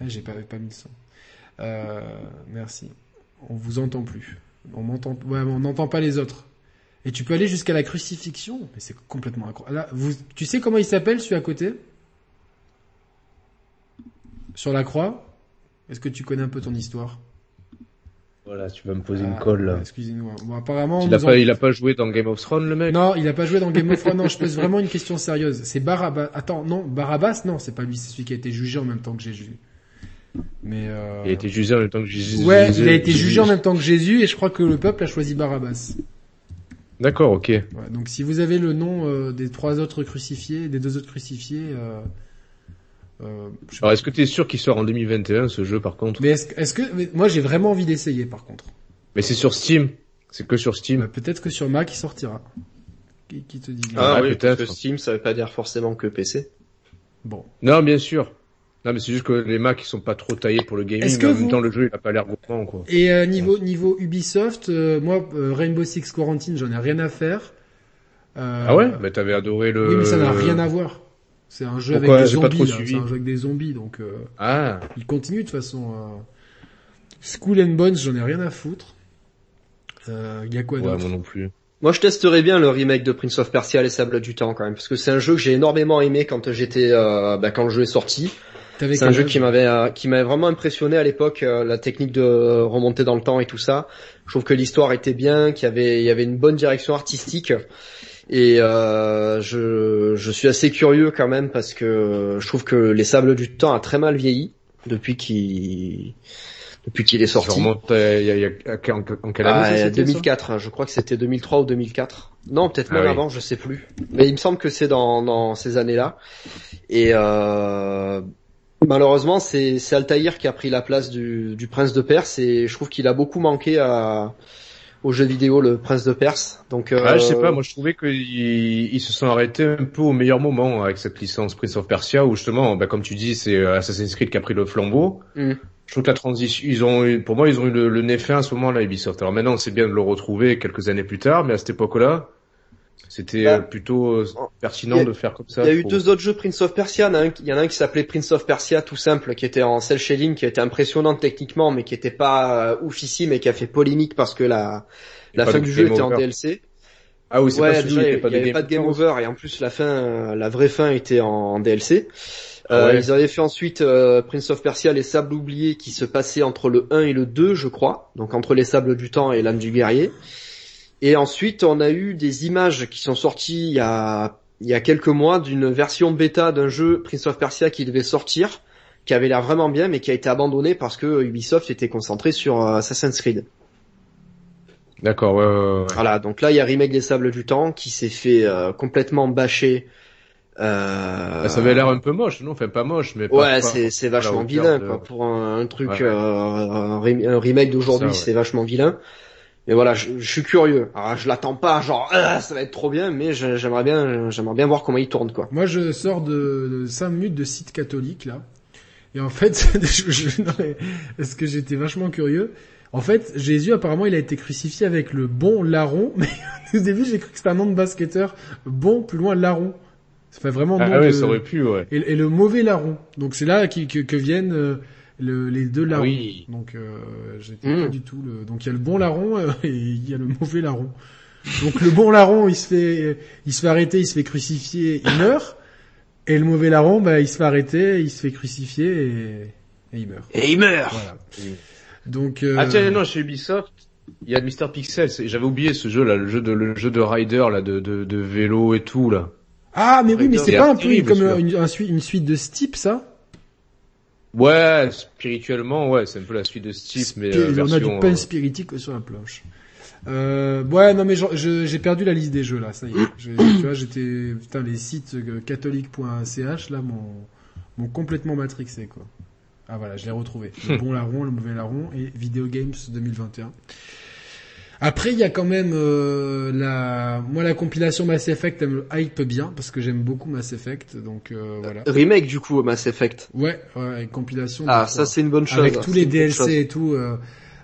Speaker 1: Ah, j'ai pas, pas mis le son. Euh, merci. On vous entend plus. On m'entend, ouais, on n'entend pas les autres. Et tu peux aller jusqu'à la crucifixion. Mais c'est complètement incroyable. Là, vous, tu sais comment il s'appelle celui à côté Sur la croix Est-ce que tu connais un peu ton histoire
Speaker 2: Voilà, tu vas me poser
Speaker 1: Ah,
Speaker 2: une colle là.
Speaker 1: Excusez-nous. Bon, apparemment, on
Speaker 2: Il a,
Speaker 1: nous
Speaker 2: pas,
Speaker 1: en-
Speaker 2: il a pas joué dans Game of Thrones, le mec
Speaker 1: non, il a pas joué dans Game of Thrones. Non, je pose vraiment une question sérieuse. C'est Barabbas. Attends, non, Barabbas, non, c'est pas lui. C'est celui qui a été jugé en même temps que Jésus. Mais euh...
Speaker 2: Il a été jugé en même temps que Jésus.
Speaker 1: ouais, il a été jugé en même temps que Jésus, et je crois que le peuple a choisi Barabbas.
Speaker 2: D'accord, ok.
Speaker 1: Ouais, donc si vous avez le nom euh, des trois autres crucifiés, des deux autres crucifiés, euh, euh, je sais pas.
Speaker 2: Alors, est-ce que t'es sûr qu'il sort en 2021, ce jeu, par contre
Speaker 1: mais est-ce est que mais moi j'ai vraiment envie d'essayer par contre.
Speaker 2: Mais c'est sur Steam. C'est que sur Steam.
Speaker 1: Bah, Peut-être que sur Mac il sortira. Qui, qui te dit
Speaker 3: Ah
Speaker 2: Ah,
Speaker 3: oui, parce
Speaker 2: peut-être.
Speaker 3: que Steam, ça veut pas dire forcément que PC.
Speaker 1: Bon.
Speaker 2: Non, bien sûr. Non, mais c'est juste que les Macs, ils sont pas trop taillés pour le gaming.
Speaker 1: Est-ce
Speaker 2: mais
Speaker 1: que
Speaker 2: en
Speaker 1: vous-
Speaker 2: même temps, le jeu, il a pas l'air gourmand, quoi.
Speaker 1: Et euh, niveau niveau Ubisoft, euh, moi euh, Rainbow Six Quarantine, j'en ai rien à faire. Euh,
Speaker 2: Ah ouais Mais t'avais adoré le...
Speaker 1: Oui, mais ça n'a rien à voir. C'est un jeu avec
Speaker 2: Pourquoi
Speaker 1: des
Speaker 2: J'ai pas
Speaker 1: zombies.
Speaker 2: trop
Speaker 1: là.
Speaker 2: suivi.
Speaker 1: C'est un jeu avec des zombies, donc euh,
Speaker 2: Ah
Speaker 1: il continue de toute façon. euh. School and Bones, j'en ai rien à foutre. Euh, y a quoi
Speaker 2: Ouais,
Speaker 1: d'autre
Speaker 2: moi non plus.
Speaker 3: Moi, je testerais bien le remake de Prince of Persia les Sables du Temps quand même, parce que c'est un jeu que j'ai énormément aimé quand j'étais, euh, bah, quand le jeu est sorti.
Speaker 1: T'avais
Speaker 3: C'est un
Speaker 1: quel
Speaker 3: jeu
Speaker 1: âge
Speaker 3: qui m'avait, euh, qui m'avait vraiment impressionné à l'époque, euh, la technique de remonter dans le temps et tout ça. Je trouve que l'histoire était bien, qu'il y avait, il y avait une bonne direction artistique. Et euh, je, je suis assez curieux quand même parce que je trouve que les Sables du Temps a très mal vieilli depuis qu'il, depuis qu'il est
Speaker 2: Ça
Speaker 3: sorti.
Speaker 2: remonte à- il y a- il y a- en, en quelle année
Speaker 3: Ah,
Speaker 2: ça, c'était, ça
Speaker 3: 2004, hein, je crois que c'était 2003 ou 2004. Non, peut-être
Speaker 2: Ah
Speaker 3: même
Speaker 2: oui.
Speaker 3: avant, je sais plus. Mais il me semble que c'est dans, dans ces années-là. Et euh, malheureusement, c'est c'est Altaïr qui a pris la place du, du prince de Perse et je trouve qu'il a beaucoup manqué à, aux jeux vidéo le prince de Perse. Donc, euh,
Speaker 2: Ah, je sais pas, moi je trouvais qu'ils ils se sont arrêtés un peu au meilleur moment avec cette licence Prince of Persia où justement, bah, comme tu dis, c'est euh, Assassin's Creed qui a pris le flambeau.
Speaker 3: Mm.
Speaker 2: Je trouve que la transition, ils ont eu, pour moi, ils ont eu le, le nez fin à ce moment-là, Ubisoft. Alors maintenant, c'est bien de le retrouver quelques années plus tard, mais à cette époque-là, c'était
Speaker 3: Bah,
Speaker 2: euh, plutôt euh, pertinent
Speaker 3: il y a-
Speaker 2: de faire comme ça.
Speaker 3: Il y a
Speaker 2: je
Speaker 3: eu
Speaker 2: trouve.
Speaker 3: deux autres jeux Prince of Persia. Il y en a un qui- il y en a un qui s'appelait Prince of Persia tout simple, qui était en cel shading, qui était impressionnant techniquement, mais qui était pas euh, ouf ici, mais qui a fait polémique parce que la,
Speaker 2: Il y a
Speaker 3: la
Speaker 2: pas
Speaker 3: fin
Speaker 2: de
Speaker 3: du jeu
Speaker 2: game
Speaker 3: était en
Speaker 2: over.
Speaker 3: DLC.
Speaker 2: Ah oui, c'est
Speaker 3: ouais,
Speaker 2: pas celui
Speaker 3: déjà,
Speaker 2: où
Speaker 3: il
Speaker 2: il
Speaker 3: n'y
Speaker 2: n'y a pas de
Speaker 3: avait
Speaker 2: game.
Speaker 3: pas de game over et en plus la fin, euh, la vraie fin était en, en DLC. Euh,
Speaker 2: Ouais.
Speaker 3: Ils avaient fait ensuite euh, Prince of Persia les sables oubliés qui se passaient entre le 1 et le 2 je crois, donc entre les sables du temps et l'âme du guerrier. Et ensuite on a eu des images qui sont sorties il y a, il y a quelques mois d'une version bêta d'un jeu Prince of Persia qui devait sortir, qui avait l'air vraiment bien mais qui a été abandonné parce que Ubisoft était concentré sur euh, Assassin's Creed.
Speaker 2: D'accord, ouais, ouais, ouais.
Speaker 3: Voilà, donc là il y a Remake des Sables du Temps qui s'est fait euh, complètement bâcher. Euh,
Speaker 2: Ah, Ça avait l'air un peu moche, non Enfin, pas moche, mais pas-
Speaker 3: Ouais,
Speaker 2: pas-
Speaker 3: c'est c'est vachement
Speaker 2: à la hauteur
Speaker 3: vilain
Speaker 2: de-
Speaker 3: quoi. Pour un, un truc,
Speaker 2: Ouais.
Speaker 3: euh, un, rem- un remake d'aujourd'hui,
Speaker 2: Ça, ouais.
Speaker 3: c'est vachement vilain. Mais voilà, je, je suis curieux. Alors, je l'attends pas, genre Ah, ça va être trop bien, mais je- j'aimerais bien, j'aimerais bien voir comment il tourne quoi.
Speaker 1: Moi, je sors de 5 minutes de site catholique, là. Et en fait, je, je- non, mais, parce que j'étais vachement curieux. En fait, Jésus, apparemment, il a été crucifié avec le bon larron. Mais au début, j'ai cru que c'était un nom de basketteur. Bon, plus loin, larron. Ça fait vraiment nom
Speaker 2: Ah, ouais,
Speaker 1: de-
Speaker 2: ça aurait pu, ouais.
Speaker 1: et, et le mauvais larron. Donc, c'est là qui- que, que viennent euh, le- les deux
Speaker 2: Ah
Speaker 1: larrons.
Speaker 2: oui. Mmh.
Speaker 1: Donc, euh, j'étais
Speaker 3: Mm.
Speaker 1: pas du tout le... Donc, il y a le bon larron euh, et il y a le mauvais larron. Donc, le bon larron, il se fait, il se fait arrêter, il se fait crucifier, il meurt. Et le mauvais larron, bah, il se fait arrêter, il se fait crucifier et, et il meurt.
Speaker 3: Et il meurt.
Speaker 1: Voilà. Donc, euh,
Speaker 2: Ah tiens, non, chez Ubisoft, il y a Mister Pixel. c'est- J'avais oublié ce jeu-là, le jeu de le jeu de rider là, de, de, de vélo et tout là.
Speaker 1: ah, mais oui, mais c'est
Speaker 2: C'est
Speaker 1: pas un peu
Speaker 2: terrible,
Speaker 1: comme
Speaker 2: celui-là.
Speaker 1: une, un sui- une suite de ce type, ça
Speaker 2: Ouais, spirituellement, ouais, c'est un peu la suite de Steve, mais euh,
Speaker 1: On a
Speaker 2: version.
Speaker 1: du pain
Speaker 2: euh,
Speaker 1: spiritique sur la planche. Euh, ouais, non mais genre, je- j'ai perdu la liste des jeux là, ça y est. Je- tu vois, j'étais putain les sites euh, catholique.ch là m'ont m'ont complètement matrixé quoi. Ah voilà, je l'ai retrouvé. Le bon larron, le mauvais larron et Video Games 2021. Après, il y a quand même euh, la moi la compilation Mass Effect, elle me hype bien parce que j'aime beaucoup Mass Effect, donc euh, voilà.
Speaker 3: Remake du coup Mass Effect.
Speaker 1: Ouais, ouais, et compilation. euh, de
Speaker 3: Ah,
Speaker 1: trois.
Speaker 3: ça c'est une bonne chose.
Speaker 1: Avec tous
Speaker 3: C'est
Speaker 1: les
Speaker 3: une bonne chose.
Speaker 1: DLC et tout. Euh,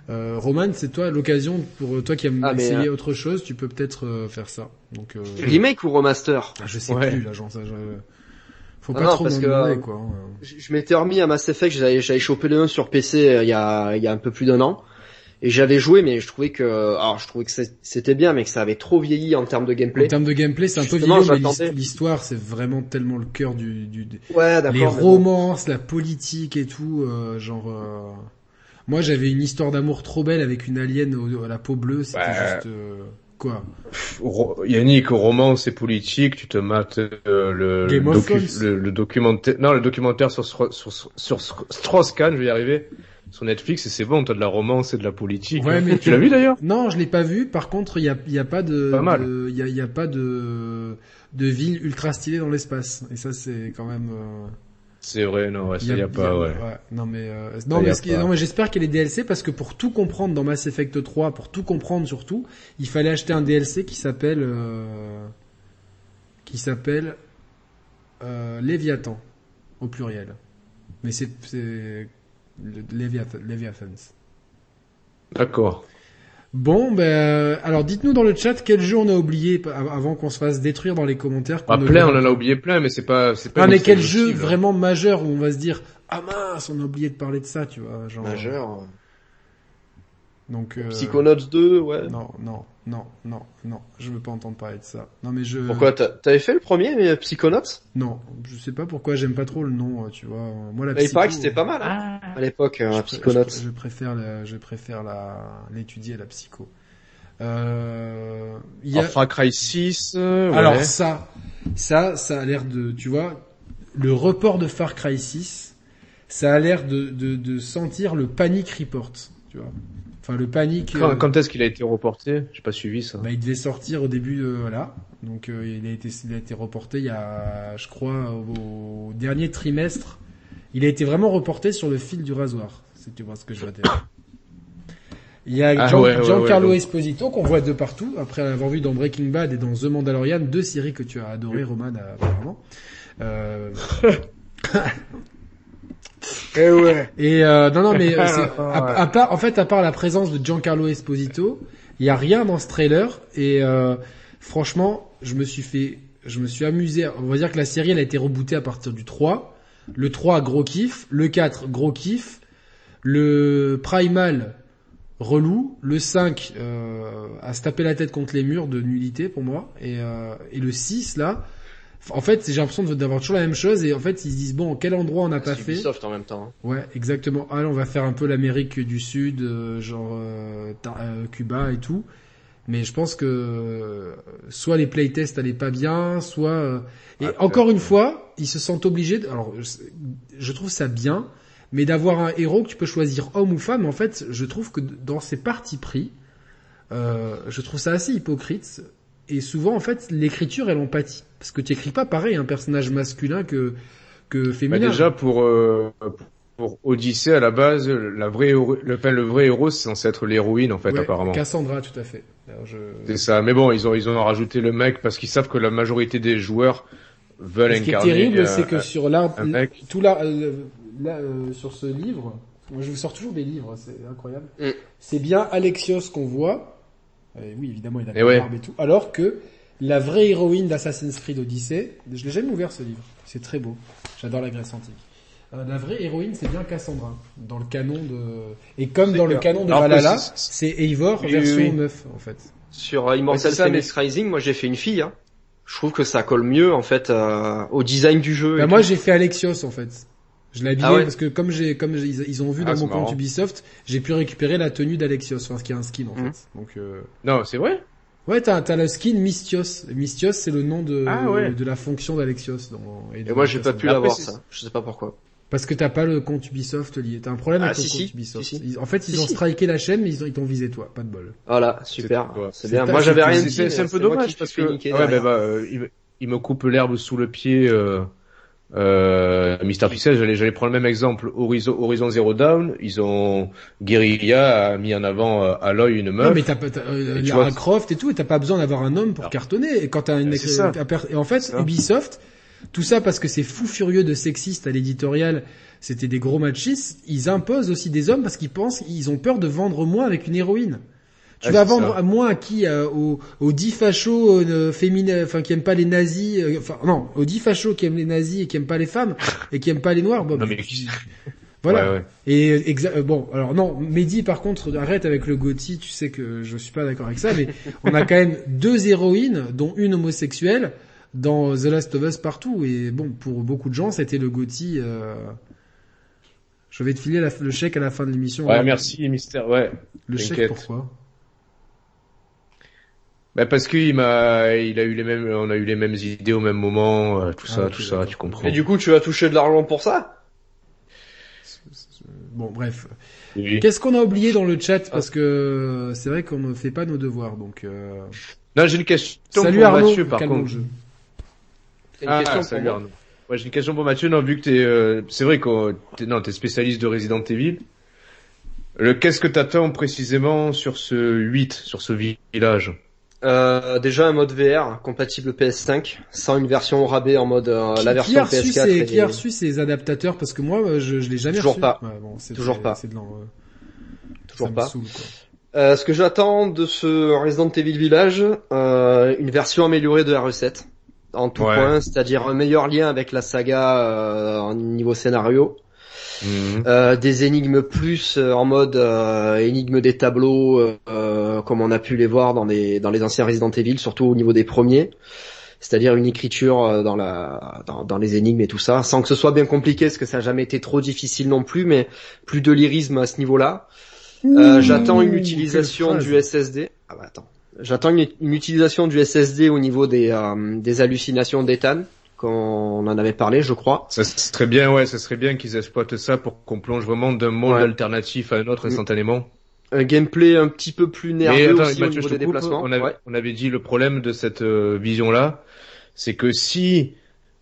Speaker 1: euh, Roman, c'est toi l'occasion pour euh, toi qui aimes
Speaker 3: Ah, mais,
Speaker 1: essayer autre chose, tu peux peut-être euh, faire ça. Donc, euh,
Speaker 3: Remake ou remaster
Speaker 1: ah, je sais
Speaker 2: Ouais.
Speaker 1: plus là, j'en sais. je- Faut
Speaker 3: Non,
Speaker 1: pas
Speaker 3: non,
Speaker 1: trop
Speaker 3: parce
Speaker 1: m'en
Speaker 3: que,
Speaker 1: demander,
Speaker 3: euh,
Speaker 1: quoi. hein.
Speaker 3: je je m'étais remis à Mass Effect, j'avais, j'avais chopé le 1 sur PC euh, il y a, il y a un peu plus d'un an. Et j'avais joué, mais je trouvais que, alors je trouvais que c'est- c'était bien, mais que ça avait trop vieilli en termes de
Speaker 1: En
Speaker 3: gameplay.
Speaker 1: termes de gameplay, c'est un peu
Speaker 3: Justement,
Speaker 1: vieux, mais
Speaker 3: j'attendais.
Speaker 1: l'his- l'histoire, c'est vraiment tellement le cœur du, du, du-
Speaker 3: Ouais, d'accord.
Speaker 1: les
Speaker 3: mais bon.
Speaker 1: romances, la politique et tout, euh, genre. euh, Moi, j'avais une histoire d'amour trop belle avec une alien au- à la peau bleue. C'était
Speaker 2: Ouais.
Speaker 1: juste euh, quoi
Speaker 2: pff, ro- Yannick, romance et politique, tu te mates euh, le,
Speaker 1: Game
Speaker 2: le
Speaker 1: of
Speaker 2: docu-
Speaker 1: Thrones.
Speaker 2: le, le documentaire, non, le documentaire sur Stro- sur, sur, Strauss-Kahn, je vais y arriver, sur Netflix, et c'est bon, t'as de la romance et de la politique.
Speaker 1: Ouais,
Speaker 2: hein.
Speaker 1: mais
Speaker 2: tu l'as vu d'ailleurs
Speaker 1: Non, je l'ai pas vu. Par contre, il y a, il y a pas de,
Speaker 2: Pas mal.
Speaker 1: de- il y a, il y a pas de de ville ultra stylée dans l'espace. Et ça, c'est quand même. euh,
Speaker 2: C'est vrai, non, ouais, ça
Speaker 1: il
Speaker 2: y a, pas, ouais.
Speaker 1: Non mais euh, non
Speaker 2: y
Speaker 1: mais,
Speaker 2: a
Speaker 1: ce qui-
Speaker 2: pas.
Speaker 1: non, mais j'espère qu'il y a les DLC parce que pour tout comprendre dans Mass Effect 3, pour tout comprendre surtout, il fallait acheter un DLC qui s'appelle euh, qui s'appelle euh, Léviathan au pluriel. Mais c'est c'est le- Léviathan, Léviathans.
Speaker 2: D'accord.
Speaker 1: Bon, ben, alors dites-nous dans le chat quel jeu on a oublié pa- av- avant qu'on se fasse détruire dans les commentaires. qu'on
Speaker 2: Ah,
Speaker 1: a
Speaker 2: plein, on
Speaker 1: oublié.
Speaker 2: en a oublié plein, mais c'est pas, c'est pas.
Speaker 1: Ah,
Speaker 2: une
Speaker 1: mais quel
Speaker 2: liste
Speaker 1: jeu
Speaker 2: exhaustive.
Speaker 3: hein.
Speaker 1: vraiment majeur où on va se dire ah mince, on a oublié de parler de ça, tu vois, genre.
Speaker 3: Majeur. hein.
Speaker 1: Donc, euh,
Speaker 3: Psychonauts 2, ouais.
Speaker 1: Non, non, non, non, non. Je veux pas entendre parler de ça. Non, mais je.
Speaker 3: Pourquoi t'a- T'avais fait le premier, mais Psychonauts
Speaker 1: Non, je sais pas pourquoi j'aime pas trop le nom, euh, tu vois. Moi, la
Speaker 3: Bah, Il
Speaker 1: psycho,
Speaker 3: paraît que c'était pas mal, hein,
Speaker 4: Ah,
Speaker 3: à l'époque,
Speaker 1: je
Speaker 3: euh,
Speaker 1: pr-
Speaker 3: Psychonauts.
Speaker 1: Je, je préfère, la, je préfère la, l'étudier à la psycho. Euh, il y a-
Speaker 2: Alors, Far Cry 6, euh, ouais.
Speaker 1: Alors ça, ça, ça a l'air de, tu vois, le report de Far Cry 6, ça a l'air de, de, de sentir le panic report, tu vois. Enfin le panic.
Speaker 2: Quand,
Speaker 1: euh,
Speaker 2: quand est-ce qu'il a été reporté J'ai pas suivi ça.
Speaker 1: bah, il devait sortir au début, euh, voilà. Donc euh, il a été, il a été reporté il y a, je crois, au, au dernier trimestre. Il a été vraiment reporté sur le fil du rasoir, si tu vois ce que je veux dire. Il y a
Speaker 2: Ah,
Speaker 1: Gian-
Speaker 2: ouais, ouais,
Speaker 1: Giancarlo
Speaker 2: ouais, donc-
Speaker 1: Esposito qu'on voit de partout après l'avoir vu dans Breaking Bad et dans The Mandalorian, deux séries que tu as adoré, Roman apparemment. Euh,
Speaker 2: Eh ouais.
Speaker 1: Et euh, non, non, mais euh, c'est- à, à part, en fait, à part la présence de Giancarlo Esposito, il y a rien dans ce trailer. Et euh, franchement, je me suis fait, je me suis amusé. On va dire que la série, elle a été rebootée à partir du 3. Le 3, gros kiff. Le 4, gros kiff. Le Primal, relou. Le 5, euh, à se taper la tête contre les murs de nullité pour moi. Et, euh, et le 6, là. En fait, j'ai l'impression de- d'avoir toujours la même chose et en fait, ils se disent bon, quel endroit on n'a pas
Speaker 3: C'est
Speaker 1: fait
Speaker 3: Ubisoft en même temps. hein.
Speaker 1: Ouais, exactement. Allez, on va faire un peu l'Amérique du Sud, euh, genre euh, ta- euh, Cuba et tout. Mais je pense que euh, soit les playtests allaient pas bien, soit euh, et
Speaker 2: Ah,
Speaker 1: encore
Speaker 2: peut-être,
Speaker 1: une
Speaker 2: ouais.
Speaker 1: fois, ils se sentent obligés. de- Alors, je, je trouve ça bien, mais d'avoir un héros que tu peux choisir homme ou femme. En fait, je trouve que d- dans ces partis pris, euh, je trouve ça assez hypocrite. Et souvent, en fait, l'écriture elle en pâtit parce que tu écris pas pareil un personnage masculin que que
Speaker 2: Bah,
Speaker 1: féminin.
Speaker 2: déjà pour euh, pour Odyssée à la base, la vraie héro- le, enfin, le vrai héros c'est censé être l'héroïne en fait
Speaker 1: Ouais,
Speaker 2: apparemment.
Speaker 1: Cassandra, tout à fait. Alors, je-
Speaker 2: C'est ça. Mais bon, ils ont ils ont rajouté le mec parce qu'ils savent que la majorité des joueurs veulent
Speaker 1: Ce qui est
Speaker 2: incarner.
Speaker 1: terrible,
Speaker 2: euh,
Speaker 1: c'est que sur l'art,
Speaker 2: un mec.
Speaker 1: tout là, euh, là, euh, sur ce livre, moi je vous sors toujours des livres, c'est incroyable.
Speaker 3: Mm.
Speaker 1: C'est bien Alexios qu'on voit. Et oui, évidemment, il a
Speaker 2: Et
Speaker 1: la
Speaker 2: Eh ouais.
Speaker 1: barbe et tout. Alors que la vraie héroïne d'Assassin's Creed Odyssey, je l'ai jamais ouvert ce livre. C'est très beau. J'adore la Grèce antique. Euh, la vraie héroïne, c'est bien Cassandra, dans le canon de, et comme
Speaker 2: C'est
Speaker 1: dans le
Speaker 2: clair.
Speaker 1: canon de
Speaker 2: Alors que
Speaker 1: Valhalla,
Speaker 2: c'est-
Speaker 1: c'est Eivor
Speaker 2: Oui, oui,
Speaker 1: version
Speaker 2: oui.
Speaker 1: meuf, en fait.
Speaker 3: Sur euh, Immortal
Speaker 2: Ouais, c'est ça,
Speaker 3: Phoenix Rising, moi j'ai fait une fille. Hein. Je trouve que ça colle mieux en fait euh, au design du jeu.
Speaker 1: Bah
Speaker 3: et
Speaker 1: moi j'ai fait Alexios en fait. Je l'ai habillé
Speaker 3: Ah ouais
Speaker 1: parce que comme j'ai comme j'ai- ils, ils ont vu
Speaker 2: Ah,
Speaker 1: dans mon
Speaker 2: c'est
Speaker 1: compte
Speaker 2: marrant.
Speaker 1: Ubisoft, j'ai pu récupérer la tenue d'Alexios, enfin ce qui est un skin en
Speaker 3: Mhm.
Speaker 1: fait. Donc euh,
Speaker 2: Non, c'est vrai.
Speaker 1: ouais t'as t'as le skin Mystios. Mystios c'est le nom de
Speaker 2: Ah ouais.
Speaker 1: de la fonction d'Alexios. dans-
Speaker 3: tout.
Speaker 1: dans
Speaker 3: Et moi j'ai
Speaker 1: Assassin's
Speaker 3: pas pu
Speaker 2: Après,
Speaker 3: l'avoir
Speaker 2: c'est-
Speaker 3: ça. Je sais pas pourquoi.
Speaker 1: Parce que t'as pas le compte Ubisoft lié. T'as un problème
Speaker 3: Ah,
Speaker 1: avec
Speaker 3: si,
Speaker 1: ton
Speaker 3: si,
Speaker 1: compte Ubisoft.
Speaker 3: si, si.
Speaker 1: Ils- en fait ils
Speaker 3: Si,
Speaker 1: ont
Speaker 3: si.
Speaker 1: striké la chaîne mais ils ont ils t'ont visé toi. Pas de bol.
Speaker 3: Voilà, super.
Speaker 2: C'est- ouais.
Speaker 3: C'est
Speaker 1: C'est
Speaker 3: bien.
Speaker 1: pas-
Speaker 3: Moi j'avais
Speaker 1: c'est-
Speaker 3: rien
Speaker 2: C'est-
Speaker 3: dit.
Speaker 2: C'est c'est un
Speaker 3: mais
Speaker 2: peu
Speaker 3: moi qui
Speaker 2: dommage
Speaker 3: me
Speaker 2: parce
Speaker 3: suis
Speaker 2: que
Speaker 3: fait
Speaker 2: ouais,
Speaker 3: niquer
Speaker 2: bah,
Speaker 3: derrière.
Speaker 2: bah, euh, il, me- il me coupe l'herbe sous le pied. Euh, euh, Mister Pixel, j'allais j'allais prendre le même exemple. Horizon, Horizon Zero Down, ils ont Guerrilla a mis en avant euh, Aloy une meuf.
Speaker 1: Non mais t'as pas t'as, euh,
Speaker 2: Et tu
Speaker 1: Lara
Speaker 2: vois-
Speaker 1: Croft et tout, et t'as pas besoin d'avoir un homme pour
Speaker 2: Alors.
Speaker 1: cartonner. Et quand t'as une
Speaker 2: Euh, c'est ça.
Speaker 1: un per- et en fait
Speaker 2: C'est ça.
Speaker 1: Ubisoft, tout ça parce que c'est fou furieux de sexistes à l'éditorial, c'était des gros machistes. Ils imposent aussi des hommes parce qu'ils pensent, ils ont peur de vendre moins avec une héroïne. Tu
Speaker 2: Ah,
Speaker 1: vas
Speaker 2: c'est
Speaker 1: vendre
Speaker 2: ça.
Speaker 1: à moins à qui euh, aux, aux 10 fachos euh, féminins, enfin qui aiment pas les nazis, euh, enfin non, aux 10 fachos qui aiment les nazis et qui aiment pas les femmes et qui aiment pas les noirs. Bob.
Speaker 2: Non, mais-
Speaker 1: voilà.
Speaker 2: Ouais, ouais.
Speaker 1: Et exa- euh, bon, alors non, Mehdi par contre, arrête avec le Gotti, tu sais que je suis pas d'accord avec ça, mais on a quand même deux héroïnes, dont une homosexuelle, dans The Last of Us partout. Et bon, pour beaucoup de gens, c'était le Gotti. euh, Je vais te filer la- le chèque à la fin de l'émission.
Speaker 2: Ouais,
Speaker 1: hein.
Speaker 2: merci Mister. Ouais.
Speaker 1: Le chèque,
Speaker 2: t'inquiète.
Speaker 1: pourquoi
Speaker 2: Bah parce qu'il m'a, il a eu les mêmes, on a eu les mêmes idées au même moment, euh, tout
Speaker 1: Ah,
Speaker 2: ça,
Speaker 1: ok,
Speaker 2: tout ça,
Speaker 1: d'accord.
Speaker 2: tu comprends.
Speaker 3: Et du coup tu vas toucher de l'argent pour ça
Speaker 1: Bon, bref.
Speaker 2: Oui.
Speaker 1: Qu'est-ce qu'on a oublié dans le chat Parce
Speaker 2: Ah.
Speaker 1: que euh, c'est vrai qu'on ne fait pas nos devoirs, donc... euh,
Speaker 2: Non, j'ai une question
Speaker 1: Salut
Speaker 2: pour
Speaker 1: Arnaud,
Speaker 2: Mathieu par
Speaker 1: calmons le
Speaker 2: contre.
Speaker 1: jeu.
Speaker 3: C'est une
Speaker 2: Ah,
Speaker 3: question
Speaker 2: salut
Speaker 3: pour moi.
Speaker 2: Arnaud. Ouais, j'ai une question pour Mathieu. Non, vu que t'es, euh, c'est vrai que t'es, non, t'es spécialiste de Resident Evil. Le, qu'est-ce que t'attends précisément sur ce 8, sur ce vi- village
Speaker 3: Euh, déjà un mode VR compatible PS5 sans une version au rabais en mode euh, la
Speaker 1: qui
Speaker 3: version
Speaker 1: a reçu
Speaker 3: PS4
Speaker 1: ces-
Speaker 3: et-
Speaker 1: qui a reçu ces adaptateurs Parce que moi, euh, je, je l'ai jamais
Speaker 3: Toujours
Speaker 1: reçu.
Speaker 3: pas.
Speaker 1: Ouais, bon, c'est-
Speaker 3: Toujours
Speaker 1: c'est-
Speaker 3: pas.
Speaker 1: c'est de l'en- euh,
Speaker 3: toujours
Speaker 1: ça me
Speaker 3: pas.
Speaker 1: saoule, quoi.
Speaker 3: Euh, ce que j'attends de ce Resident Evil Village, euh, une version améliorée de la recette en tout
Speaker 2: Ouais.
Speaker 3: point, c'est-à-dire un meilleur lien avec la saga euh, en niveau scénario.
Speaker 2: Mhm.
Speaker 3: Euh, des énigmes plus euh, en mode euh, énigme des tableaux euh, comme on a pu les voir dans les dans les anciens Resident Evil, surtout au niveau des premiers. C'est-à-dire une écriture euh, dans la dans, dans les énigmes et tout ça, sans que ce soit bien compliqué, parce que ça n'a jamais été trop difficile non plus, mais plus de lyrisme à ce niveau-là. Euh, J'attends une utilisation du SSD. Ah bah attends. J'attends une, une utilisation du SSD au niveau des euh, des hallucinations d'Ethan, qu'on on en avait parlé, je crois.
Speaker 2: Ça serait bien, ouais, ça serait bien qu'ils exploitent ça pour qu'on plonge vraiment d'un monde
Speaker 3: Ouais.
Speaker 2: alternatif à un autre
Speaker 3: Mm.
Speaker 2: instantanément.
Speaker 3: un gameplay un petit peu plus
Speaker 2: Mais
Speaker 3: nerveux
Speaker 2: attends,
Speaker 3: aussi au
Speaker 2: Mathieu,
Speaker 3: niveau
Speaker 2: je
Speaker 3: des
Speaker 2: te coupe. hein,
Speaker 3: déplacements.
Speaker 2: On avait,
Speaker 3: Ouais.
Speaker 2: on avait dit le problème de cette euh, vision-là, c'est que si,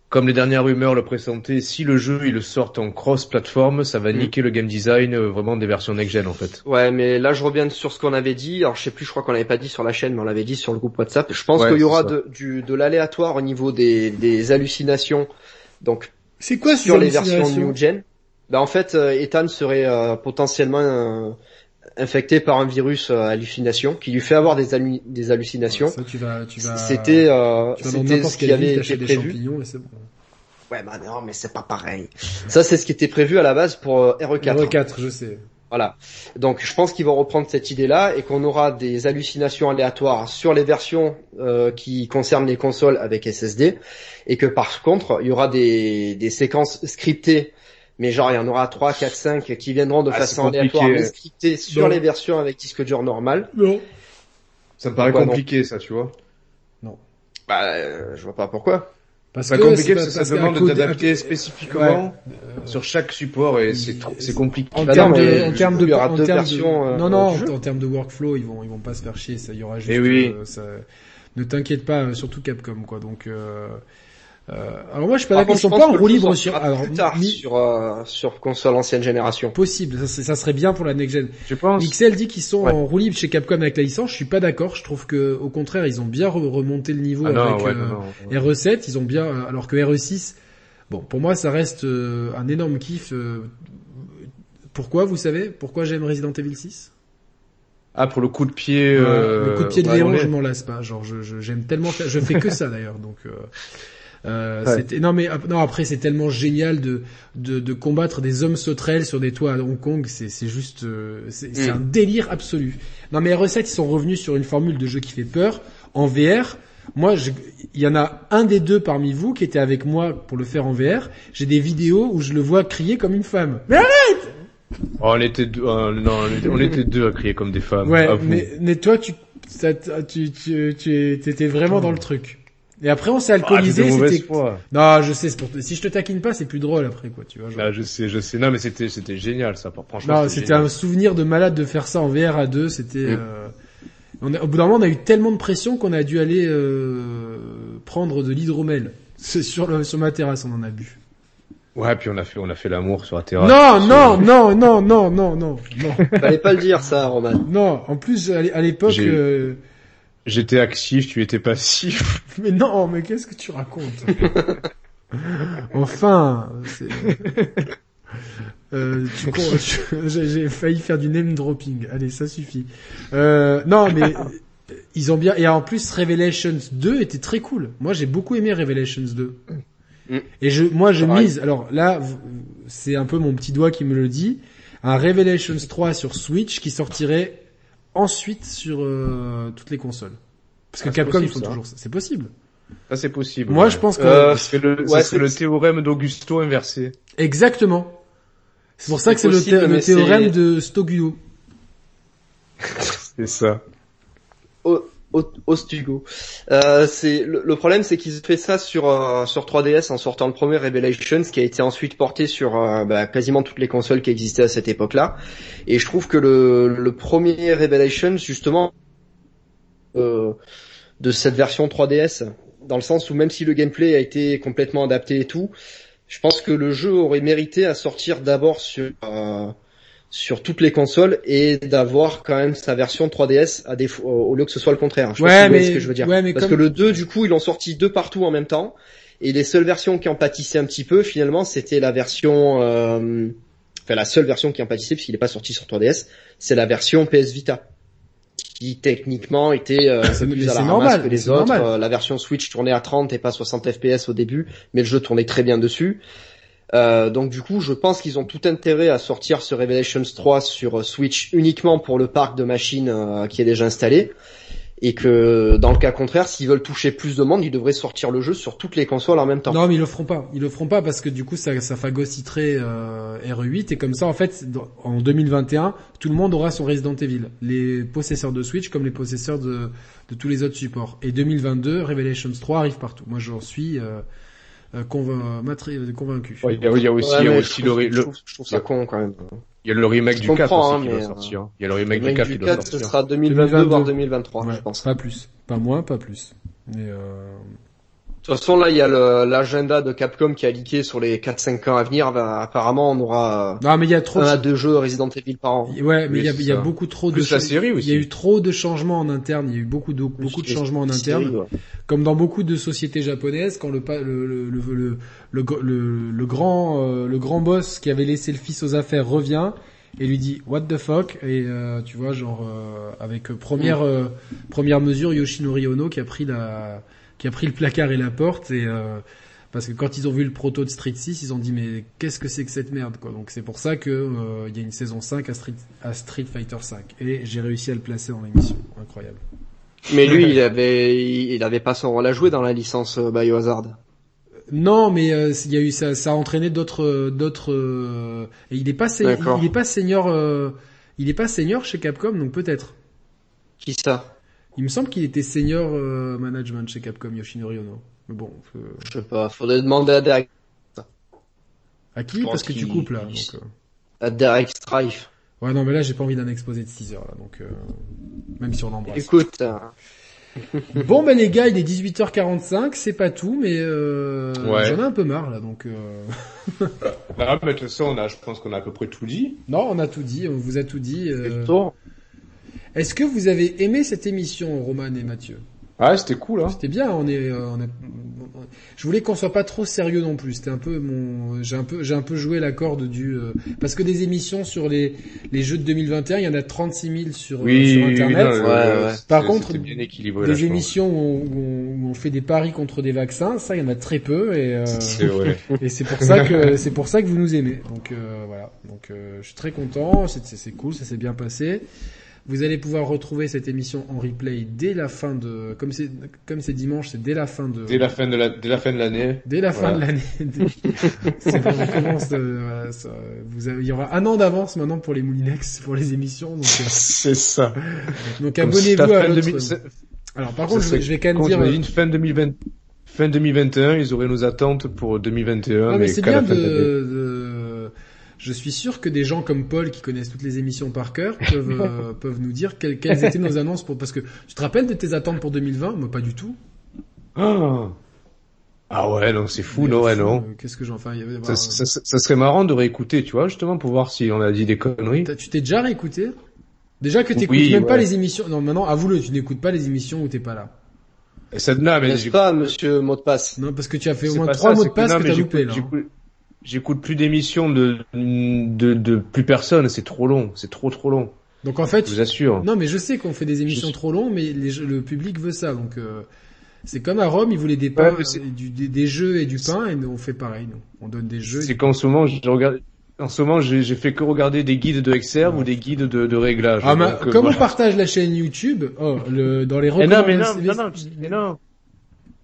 Speaker 2: comme les dernières rumeurs le présentaient, si le jeu il le sort en cross-platform, ça va
Speaker 3: Mm.
Speaker 2: niquer le game design euh, vraiment des versions next-gen en fait.
Speaker 3: Ouais, mais là je reviens sur ce qu'on avait dit. Alors je sais plus, je crois qu'on l'avait pas dit sur la chaîne, mais on l'avait dit sur le groupe WhatsApp. Je pense
Speaker 2: Ouais,
Speaker 3: qu'il y
Speaker 2: c'est
Speaker 3: aura
Speaker 2: ça.
Speaker 3: de, du, de l'aléatoire au niveau des, des hallucinations. Donc
Speaker 1: C'est quoi ce
Speaker 3: sur
Speaker 1: genre
Speaker 3: les versions
Speaker 1: d'hallucination
Speaker 3: new gen, bah en fait euh, Ethan serait euh, potentiellement euh, infecté par un virus euh, hallucination qui lui fait avoir des, hallu- des hallucinations.
Speaker 1: Ça, tu vas, tu vas.
Speaker 3: C'était euh,
Speaker 1: tu vas dans
Speaker 3: c'était
Speaker 1: n'importe
Speaker 3: ce qui
Speaker 1: quelle
Speaker 3: avait
Speaker 1: ville,
Speaker 3: été
Speaker 1: t'achètes des
Speaker 3: prévu.
Speaker 1: champignons et c'est bon.
Speaker 3: Ouais, bah non, mais c'est pas pareil. Ça, c'est ce qui était prévu à la base pour euh,
Speaker 1: E
Speaker 3: RE4.
Speaker 1: R4, je sais.
Speaker 3: Voilà. Donc je pense qu'ils vont reprendre cette idée-là et qu'on aura des hallucinations aléatoires sur les versions euh, qui concernent les consoles avec SSD et que par contre il y aura des, des séquences scriptées mais genre il y en aura 3, 4, 5 qui viendront de
Speaker 2: Ah, c'est
Speaker 3: façon aléatoire
Speaker 2: compliqué.
Speaker 3: mais scriptées sur
Speaker 1: Non.
Speaker 3: les versions avec disque dur normal.
Speaker 1: Non.
Speaker 2: Ça me paraît
Speaker 3: Pourquoi
Speaker 2: compliqué ça, tu vois.
Speaker 3: Bah euh, je vois pas pourquoi.
Speaker 1: Parce
Speaker 2: C'est Bah, compliqué
Speaker 1: c'est
Speaker 2: parce que
Speaker 1: parce
Speaker 2: ça demande
Speaker 1: qu'à cause-
Speaker 2: d'adapter spécifiquement
Speaker 1: euh,
Speaker 2: sur chaque support et
Speaker 1: il-
Speaker 2: c'est trop- c'est compliqué.
Speaker 1: En
Speaker 3: Bah non,
Speaker 1: termes
Speaker 3: mais
Speaker 1: de,
Speaker 3: du
Speaker 1: en
Speaker 3: coup,
Speaker 1: termes de,
Speaker 3: il y aura
Speaker 1: en
Speaker 3: deux
Speaker 1: termes de-
Speaker 3: versions, euh,
Speaker 1: non, non,
Speaker 3: du jeu.
Speaker 1: en termes de workflow, ils vont, ils vont pas se faire chier, ça il y aura juste,
Speaker 2: Eh oui.
Speaker 1: euh, ça- ne t'inquiète pas, euh, surtout Capcom, quoi, donc, euh, euh, alors moi je suis pas
Speaker 3: Par
Speaker 1: d'accord,
Speaker 3: contre,
Speaker 1: ils sont
Speaker 3: je pense
Speaker 1: pas en
Speaker 3: que le
Speaker 1: roue
Speaker 3: jeu
Speaker 1: libre sur,
Speaker 3: sortira
Speaker 1: alors,
Speaker 3: plus tard
Speaker 1: ni-
Speaker 3: sur euh, sur console ancienne génération.
Speaker 1: possible, ça, c'est- ça serait bien pour la next gen.
Speaker 2: Je pense.
Speaker 1: Mixel dit qu'ils sont
Speaker 2: Ouais.
Speaker 1: en roue libre chez Capcom avec la licence, je suis pas d'accord, je trouve que, au contraire, ils ont bien re- remonté le niveau
Speaker 2: Ah non,
Speaker 1: avec,
Speaker 2: ouais,
Speaker 1: euh,
Speaker 2: non, non.
Speaker 1: RE7, ils ont bien, euh, alors que RE6, bon, pour moi, ça reste euh, un énorme kiff. euh, pourquoi, vous savez Pourquoi j'aime Resident Evil 6
Speaker 2: Ah pour le coup de pied.
Speaker 1: Voilà, Le coup de pied de
Speaker 2: euh,
Speaker 1: Léon,
Speaker 2: ouais,
Speaker 1: je m'en lasse pas. Genre, je je- j'aime tellement faire, je fais que ça d'ailleurs, donc. Euh... euh,
Speaker 2: Ouais.
Speaker 1: c'était- Non mais ap- non après c'est tellement génial de, de de combattre des hommes sauterelles sur des toits à Hong Kong c'est c'est juste euh, c'est c'est
Speaker 3: Mm.
Speaker 1: un délire absolu non mais R7 ils sont revenus sur une formule de jeu qui fait peur en VR. Moi, je- il y en a un des deux parmi vous qui était avec moi pour le faire en VR. J'ai des vidéos où je le vois crier comme une femme.
Speaker 2: Oh, on était deux, euh, non, on était, on était deux à crier comme des femmes.
Speaker 1: ouais,
Speaker 2: à Ah, vous.
Speaker 1: mais, mais toi, tu, ça t- ah, tu, tu, tu étais vraiment dans le truc. Et après, on s'est
Speaker 2: Ah, j'étais
Speaker 1: alcoolisé.
Speaker 2: de mauvaise
Speaker 1: c'était-
Speaker 2: foi.
Speaker 1: non, je sais. c'est Pour... Si je te taquine pas, c'est plus drôle après, quoi. Tu vois. genre.
Speaker 2: Là, Bah, je sais, je sais. Non, mais c'était, c'était génial, ça. par- Franchement,
Speaker 1: Non, c'était un souvenir de malade de faire ça en VR à deux. C'était.
Speaker 3: Mm.
Speaker 1: euh, on a- au bout d'un moment, on a eu tellement de pression qu'on a dû aller euh, prendre de l'hydromel. C'est sur, le- sur ma terrasse, on en a bu.
Speaker 2: Ouais, puis on a fait, on a fait l'amour sur la terrasse.
Speaker 1: Non, non,
Speaker 2: Sur-
Speaker 1: non, non, non, non, non, non,
Speaker 3: Fallait pas le dire ça, Roman.
Speaker 1: non. En plus, à l'é- à l'époque,
Speaker 2: J'ai-
Speaker 1: euh,
Speaker 2: J'étais actif, tu étais passif.
Speaker 1: mais non, mais qu'est-ce que tu racontes Enfin, c'est- Euh, tu crois- tu- j'ai j'ai failli faire du name dropping. Allez, ça suffit. Euh, non, mais euh, ils ont bien. Et en plus, Revelations 2 était très cool. Moi, j'ai beaucoup aimé Revelations 2.
Speaker 3: Mm.
Speaker 1: Et je, moi, je
Speaker 3: Pareil.
Speaker 1: mise. Alors là, vous- c'est un peu mon petit doigt qui me le dit. Un Revelations 3 sur Switch qui sortirait ensuite sur euh, toutes les consoles. Parce que
Speaker 2: Ah, c'est
Speaker 1: Capcom, ils
Speaker 2: possible,
Speaker 1: font
Speaker 2: ça.
Speaker 1: toujours ça. C'est possible.
Speaker 2: Ça, c'est possible.
Speaker 1: Moi,
Speaker 2: ouais.
Speaker 1: je pense que
Speaker 3: Euh,
Speaker 2: Ça serait le, ça
Speaker 3: ouais,
Speaker 2: serait le
Speaker 3: c'est-
Speaker 2: théorème d'Augusto inversé.
Speaker 1: exactement. C'est pour ça
Speaker 3: C'est
Speaker 1: que c'est le,
Speaker 3: possible,
Speaker 1: thé- le
Speaker 3: mais c'est-
Speaker 1: théorème de Stoguro.
Speaker 2: C'est ça.
Speaker 3: au, au studio. Euh, c'est le, le problème, c'est qu'ils ont fait ça sur euh, sur 3DS en sortant le premier Revelations, qui a été ensuite porté sur euh, bah, quasiment toutes les consoles qui existaient à cette époque-là. Et je trouve que le, le premier Revelations, justement, euh, de cette version 3DS, dans le sens où même si le gameplay a été complètement adapté et tout, je pense que le jeu aurait mérité à sortir d'abord sur euh, sur toutes les consoles et d'avoir quand même sa version 3DS à défaut au lieu que ce soit le contraire. Je
Speaker 1: Ouais,
Speaker 3: sais pas si vous voyez
Speaker 1: mais-
Speaker 3: ce que je veux dire.
Speaker 1: ouais, mais
Speaker 3: Parce
Speaker 1: comme-
Speaker 3: que le 2 du coup, ils l'ont sorti deux partout en même temps et les seules versions qui en pâtissaient un petit peu finalement, c'était la version euh, enfin la seule version qui en pâtissait puisqu'il n'est pas sorti sur 3DS, c'est la version PS Vita qui techniquement était euh, un
Speaker 1: C'est-
Speaker 3: peu
Speaker 1: mais
Speaker 3: plus à
Speaker 1: c'est
Speaker 3: la
Speaker 1: normal,
Speaker 3: ramasse que
Speaker 1: c'est
Speaker 3: les autres.
Speaker 1: normal.
Speaker 3: Euh, la version Switch tournait à 30 et pas 60 FPS au début, mais le jeu tournait très bien dessus. Euh, donc du coup, je pense qu'ils ont tout intérêt à sortir ce Revelations 3 sur euh, Switch uniquement pour le parc de machines euh, qui est déjà installé. Et que dans le cas contraire, s'ils veulent toucher plus de monde, ils devraient sortir le jeu sur toutes les consoles en même temps.
Speaker 1: Non, mais ils le feront pas. Ils le feront pas parce que du coup, ça, ça phagocyterait euh, RE8 et comme ça, en fait, dans- en 2021, tout le monde aura son Resident Evil. Les possesseurs de Switch comme les possesseurs de, de tous les autres supports. Et 2022, Revelations 3 arrive partout. Moi, j'en suis euh, euh, convain- matré- convaincu.
Speaker 2: Ouais, Il y a- il y a aussi,
Speaker 3: Ouais,
Speaker 2: il y a
Speaker 3: mais
Speaker 2: aussi
Speaker 3: je
Speaker 2: le,
Speaker 3: trouve,
Speaker 2: ré-
Speaker 3: je
Speaker 2: le-
Speaker 3: trouve- je trouve ça con quand même.
Speaker 2: il y a le remake
Speaker 3: je
Speaker 2: du 4
Speaker 3: comprends,
Speaker 2: aussi qui
Speaker 3: hein,
Speaker 2: doit
Speaker 3: mais,
Speaker 2: sortir. hein. Il y a le remake du
Speaker 3: Même
Speaker 2: 4
Speaker 3: du
Speaker 2: qui doit
Speaker 3: 4, ce
Speaker 2: sortir.
Speaker 3: sera 2022,
Speaker 1: 2022,
Speaker 3: voire 2023,
Speaker 1: Ouais,
Speaker 3: je pense.
Speaker 1: Pas plus, pas moins, pas plus. Mais, euh,
Speaker 3: De toute façon, là, il y a le- l'agenda de Capcom qui a leaké sur les 4-5 ans à venir. Bah, apparemment, on aura
Speaker 1: Non, mais il y a trop.
Speaker 3: un
Speaker 1: de-
Speaker 3: à deux jeux Resident Evil par an.
Speaker 1: Ouais, mais
Speaker 2: Oui,
Speaker 1: il y a,
Speaker 2: c'est
Speaker 1: il y a
Speaker 2: ça.
Speaker 1: beaucoup trop de.
Speaker 2: Plus la
Speaker 1: choses.
Speaker 2: série
Speaker 1: Il
Speaker 2: aussi.
Speaker 1: y a eu trop de changements en interne. Il y a eu beaucoup de beaucoup de changements en interne. comme dans beaucoup de sociétés japonaises, quand le pa- le le le le, le, gr- le- le grand euh, le grand boss qui avait laissé le fils aux affaires revient et lui dit what the fuck et euh, tu vois genre euh, avec euh, première euh, première mesure Yoshinori Ono qui a pris la qui a pris le placard et la porte et euh, parce que quand ils ont vu le proto de Street 6, ils ont dit mais qu'est-ce que c'est que cette merde quoi. Donc c'est pour ça que euh, il y a une saison 5 à Street à Street Fighter 5 et j'ai réussi à le placer dans l'émission. Incroyable.
Speaker 3: Mais lui, il avait, il il avait pas son rôle à jouer dans la licence euh, Biohazard.
Speaker 1: Non, mais euh, il y a eu ça, ça a entraîné d'autres, euh, d'autres. euh, et il est pas, sé-
Speaker 3: D'accord.
Speaker 1: il est pas senior, euh, il est pas senior chez Capcom, donc peut-être.
Speaker 3: Qui ça?
Speaker 1: Il me semble qu'il était senior euh, management chez Capcom, Yoshinori Ono. Mais bon, euh,
Speaker 3: Je sais pas. Faudrait demander à Derek,
Speaker 1: à qui
Speaker 3: Je
Speaker 1: Parce
Speaker 3: pense
Speaker 1: que tu
Speaker 3: qu'il-
Speaker 1: coupes là. donc, euh.
Speaker 3: à Derek Strife.
Speaker 1: Ouais, non, mais là j'ai pas envie d'un exposé de 6 heures là, donc euh, même si on l'embrasse.
Speaker 3: Écoute, euh,
Speaker 1: Bon, ben les gars, il est 18h45, c'est pas tout, mais euh,
Speaker 2: Ouais.
Speaker 1: j'en ai un peu marre là, donc. euh,
Speaker 2: Ah, mais de toute façon, on a, je pense qu'on a à peu près tout dit.
Speaker 1: Non, on a tout dit, on vous a tout dit.
Speaker 3: c'est
Speaker 1: euh.
Speaker 3: le tour.
Speaker 1: Est-ce que vous avez aimé cette émission, Roman et Mathieu
Speaker 2: Ouais, c'était cool, hein.
Speaker 1: C'était bien, on est, euh, on est- Je voulais qu'on soit pas trop sérieux non plus. C'était un peu mon, j'ai un peu, j'ai un peu joué la corde du, euh, parce que des émissions sur les les jeux de 2021, il y en a 36 000 sur, euh, sur internet.
Speaker 2: non, le- le-
Speaker 3: Ouais, ouais.
Speaker 2: c'était-
Speaker 1: Par contre,
Speaker 2: c'était bien équilibré, là,
Speaker 1: des
Speaker 2: je pense.
Speaker 1: émissions où on, où on- où on fait des paris contre des vaccins, ça il y en a très peu et euh,
Speaker 2: C'est ouais.
Speaker 1: et c'est pour ça que c'est pour ça que vous nous aimez. Donc euh, voilà. Donc euh, je suis très content. C'est- C'est c'est cool. Ça s'est bien passé. Vous allez pouvoir retrouver cette émission en replay dès la fin de comme c'est comme c'est dimanche, c'est dès la fin de
Speaker 2: Dès la fin de la, dès la fin de l'année.
Speaker 1: Dès la fin
Speaker 2: Voilà.
Speaker 1: de l'année. C'est bon, on commence, euh, voilà, ça, vous avez- il y aura un an d'avance maintenant pour les Moulinex, pour les émissions. Donc, euh,
Speaker 2: C'est ça.
Speaker 1: donc
Speaker 2: Comme si
Speaker 1: abonnez-vous
Speaker 2: ta
Speaker 1: à
Speaker 2: fin
Speaker 1: notre...
Speaker 2: 2000 c'est-
Speaker 1: Alors par contre, je,
Speaker 2: ça
Speaker 1: vais-
Speaker 2: serait
Speaker 1: je vais quand même
Speaker 2: con,
Speaker 1: dire...
Speaker 2: t'imagines, fin 2020, fin 2021, ils auraient nos attentes pour 2021,
Speaker 1: euh, Non, Ah, mais
Speaker 2: mais,
Speaker 1: c'est bien
Speaker 2: qu'à
Speaker 1: de,
Speaker 2: la fin de l'année.
Speaker 1: de- Je suis sûr que des gens comme Paul, qui connaissent toutes les émissions par cœur, peuvent, euh, peuvent nous dire quelles, quelles étaient nos annonces pour... Parce que tu te rappelles de tes attentes pour 2020 Moi, pas du tout.
Speaker 2: Ah. Ah ouais, non, c'est fou,
Speaker 1: Mais,
Speaker 2: non, ouais,
Speaker 1: euh,
Speaker 2: non.
Speaker 1: Qu'est-ce que j'en fais Il y avait-
Speaker 2: Ça, ça- ça- ça serait marrant de réécouter, tu vois, justement, pour voir si on a dit des conneries.
Speaker 1: T'as- Tu t'es déjà réécouté Déjà que t'écoutes
Speaker 2: Oui,
Speaker 1: même pas
Speaker 2: ouais.
Speaker 1: les émissions... Non, maintenant, avoue-le, tu n'écoutes pas les émissions où t'es pas là.
Speaker 2: Et ça, non, mais
Speaker 3: N'est-ce
Speaker 2: j'ai-
Speaker 3: pas, monsieur mot de passe?
Speaker 1: Non, parce que tu as fait au
Speaker 2: c'est
Speaker 1: moins
Speaker 2: pas
Speaker 1: trois
Speaker 2: ça,
Speaker 1: mots
Speaker 2: c'est
Speaker 1: de passe
Speaker 2: non,
Speaker 1: que,
Speaker 2: mais
Speaker 1: t'as
Speaker 2: j'écoute-
Speaker 1: loupé, là. hein.
Speaker 2: j'écoute- J'écoute plus d'émissions de, de, de plus personne, c'est trop long, c'est trop trop long,
Speaker 1: Donc en fait,
Speaker 2: je vous assure.
Speaker 1: non, mais je sais qu'on fait des émissions
Speaker 2: suis-
Speaker 1: trop longues, mais les jeux- le public veut ça. Donc euh, c'est comme à Rome, ils voulaient des pains,
Speaker 2: Ouais, mais c'est-
Speaker 1: euh, du- des, des jeux et du pain, et nous, on fait pareil. Nous. On donne des jeux.
Speaker 2: C'est qu'en ce moment, je regarde, en ce moment, j'ai j'ai fait que regarder des guides de Exerve ou des guides de, de réglage.
Speaker 1: Ah, mais
Speaker 2: Donc, euh,
Speaker 1: comme on
Speaker 2: voilà.
Speaker 1: partage la chaîne YouTube, oh, le, dans les
Speaker 2: Eh non, mais
Speaker 1: recommandations-
Speaker 2: non, non, non, tu- mais non.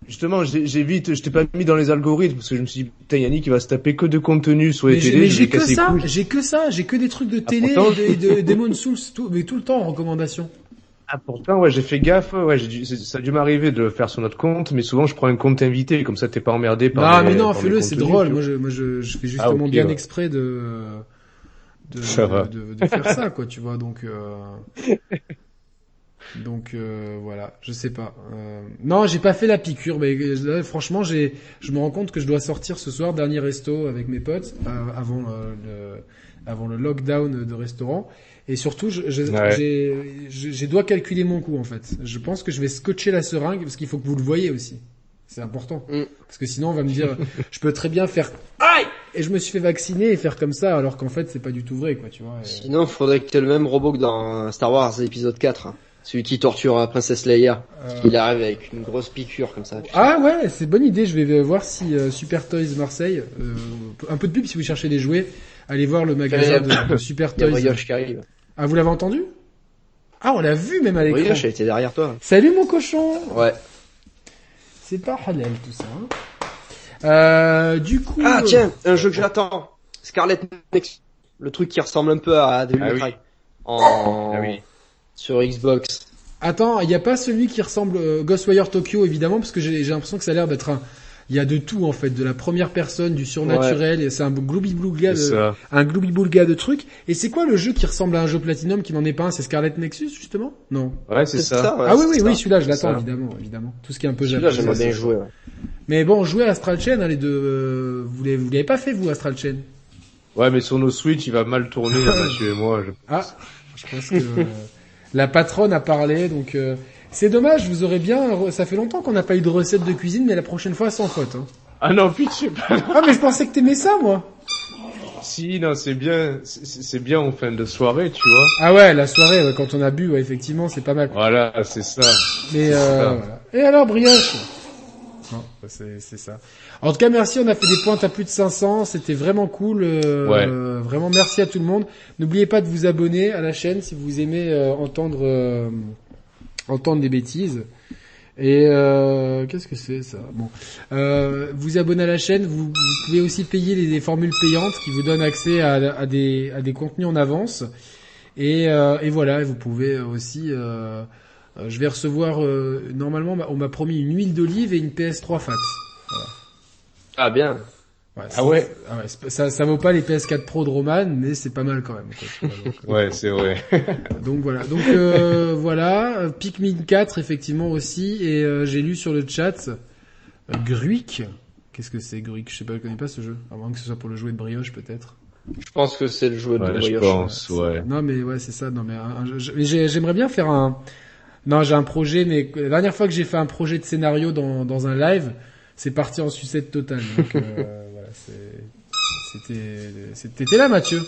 Speaker 2: Justement, j'ai j'ai vite, je t'ai pas mis dans les algorithmes parce que je me suis dit, putain, Yannick, il va se taper que de contenu sur les
Speaker 1: Mais j'ai-
Speaker 2: télés,
Speaker 1: mais
Speaker 2: je
Speaker 1: j'ai
Speaker 2: vais
Speaker 1: que
Speaker 2: casser les
Speaker 1: ça,
Speaker 2: couilles. Ah,
Speaker 1: j'ai que ça, j'ai que des trucs de télé
Speaker 2: pourtant,
Speaker 1: et de, et de- Demon Souls, tout, mais tout le temps en recommandation.
Speaker 2: Ah, pourtant, ouais, j'ai fait gaffe, ouais, j'ai dû- c'est- ça a dû m'arriver de le faire sur notre compte, mais souvent je prends un compte invité, comme ça t'es pas emmerdé par
Speaker 1: Non,
Speaker 2: les-
Speaker 1: mais non,
Speaker 2: par les
Speaker 1: fais-le, c'est
Speaker 2: contenus,
Speaker 1: drôle.
Speaker 2: tu
Speaker 1: Moi,
Speaker 2: vois.
Speaker 1: je, moi, je, je fais justement
Speaker 2: Ah, ok,
Speaker 1: bien
Speaker 2: ouais.
Speaker 1: exprès de, de,
Speaker 2: Ça va.
Speaker 1: de, de faire ça, quoi, tu vois. Donc, euh, donc euh, voilà, je sais pas. Euh, Non, j'ai pas fait la piqûre, mais euh, là, franchement, j'ai, je me rends compte que je dois sortir ce soir dernier resto avec mes potes euh, avant euh, le, avant le lockdown de restaurant. Et surtout, je- je-
Speaker 2: Ouais.
Speaker 1: j'ai, je, je dois calculer mon coût en fait. Je pense que je vais scotcher la seringue parce qu'il faut que vous le voyez aussi. C'est important.
Speaker 3: Mm.
Speaker 1: Parce que sinon, on va me dire, je peux très bien faire aïe et je me suis fait vacciner et faire comme ça, alors qu'en fait, c'est pas du tout vrai, quoi, tu vois. Et-
Speaker 3: Sinon, faudrait que t'aies le même robot que dans euh, Star Wars épisode 4. hein. Celui qui torture la Princesse Leia.
Speaker 1: Euh,
Speaker 3: Il arrive avec une grosse piqûre comme ça.
Speaker 1: Ah ouais, c'est bonne idée. Je vais euh, voir si euh, Super Toys Marseille, euh, un peu de pub si vous cherchez des jouets, allez voir le magasin de, de Super
Speaker 3: Il y a
Speaker 1: Toys.
Speaker 3: Brioche qui arrive.
Speaker 1: Ah vous l'avez entendu Ah on l'a vu même à l'écran.
Speaker 3: Brioche, elle était derrière toi.
Speaker 1: Salut mon cochon.
Speaker 3: Ouais.
Speaker 1: C'est pas halal tout ça. hein. Euh, du coup.
Speaker 3: Ah
Speaker 1: euh,
Speaker 3: tiens, un jeu que j'attends. Scarlet Nexus. Le truc qui ressemble un peu à Devil
Speaker 2: Ah
Speaker 3: May
Speaker 2: oui.
Speaker 3: Cry. En...
Speaker 2: Ah oui.
Speaker 3: Sur Xbox.
Speaker 1: Attends, il n'y a pas celui qui ressemble euh, Ghostwire Tokyo évidemment parce que j'ai j'ai l'impression que ça a l'air d'être un. Il y a de tout en fait, de la première personne, du surnaturel, et c'est un gloubi
Speaker 2: C'est ça.
Speaker 1: un gloubi-boulga de trucs. Et c'est quoi le jeu qui ressemble à un jeu Platinum qui n'en est pas un C'est Scarlet Nexus justement Non.
Speaker 2: Ouais, c'est ça.
Speaker 3: ouais,
Speaker 1: ah oui
Speaker 3: c'est
Speaker 1: oui
Speaker 3: ça.
Speaker 1: oui, celui-là je
Speaker 2: Euh, C'est
Speaker 1: l'attends
Speaker 2: ça.
Speaker 1: évidemment, évidemment. Tout ce qui est un peu
Speaker 3: Celui-là,
Speaker 1: japonais.
Speaker 3: j'aimerais bien jouer. Ouais.
Speaker 1: Mais bon, jouez à Astral Chain, hein, les deux. euh, Vous l'avez, vous l'avez pas fait vous Astral Chain
Speaker 2: Ouais, mais sur nos Switch, il va mal tourner, là, Mathieu et moi. je-
Speaker 1: Ah, je pense que euh, la patronne a parlé, donc euh, c'est dommage. Vous aurez bien. re- Ça fait longtemps qu'on n'a pas eu de recette de cuisine, mais la prochaine fois sans faute. hein.
Speaker 2: Ah non, pitié, pas.
Speaker 1: Ah mais je pensais que t'aimais ça, moi.
Speaker 2: Si, non, c'est bien, c'est- c'est bien en fin de soirée, tu vois.
Speaker 1: Ah ouais, la soirée ouais, quand on a bu, ouais, effectivement, c'est pas mal.
Speaker 2: Voilà, c'est ça.
Speaker 1: Mais euh, voilà. Et alors, Brioche Non, bah, c'est c'est ça. En tout cas, merci, on a fait des pointes à plus de 500, c'était vraiment cool. euh,
Speaker 2: Ouais.
Speaker 1: euh, Vraiment, merci à tout le monde. N'oubliez pas de vous abonner à la chaîne si vous aimez euh, entendre euh, entendre des bêtises. Et euh, qu'est-ce que c'est ça Bon, euh, vous abonnez à la chaîne. Vous, vous pouvez aussi payer les, les formules payantes qui vous donnent accès à, à des à des contenus en avance. Et, euh, et voilà, et vous pouvez aussi. euh, euh, je vais recevoir euh, normalement, on m'a promis une huile d'olive et une PS3 Fat.
Speaker 3: Ah bien.
Speaker 1: Ouais,
Speaker 2: Ah ouais.
Speaker 1: c'est- ah ouais, c'est pas- ça, ça vaut pas les PS4 Pro de Roman, mais c'est pas mal quand même. quoi. Voilà, donc,
Speaker 2: Ouais, c'est vrai.
Speaker 1: euh, donc voilà, donc euh, voilà, euh, Pikmin 4 effectivement aussi, et euh, j'ai lu sur le chat euh, Gruik. Qu'est-ce que c'est Gruik Je sais pas, je connais pas ce jeu. À moins que ce soit pour le jouet de brioche peut-être.
Speaker 3: Je pense que c'est le jeu de
Speaker 2: Ouais, je
Speaker 3: Brioche.
Speaker 2: pense, ouais.
Speaker 1: Non mais ouais c'est ça. Non mais un- un jeu- je- mais j'ai- j'aimerais bien faire un. Non j'ai un projet mais que- la dernière fois que j'ai fait un projet de scénario dans dans un live, c'est parti en sucette totale. Donc euh, voilà c'est. C'était c'était- t'étais là Mathieu.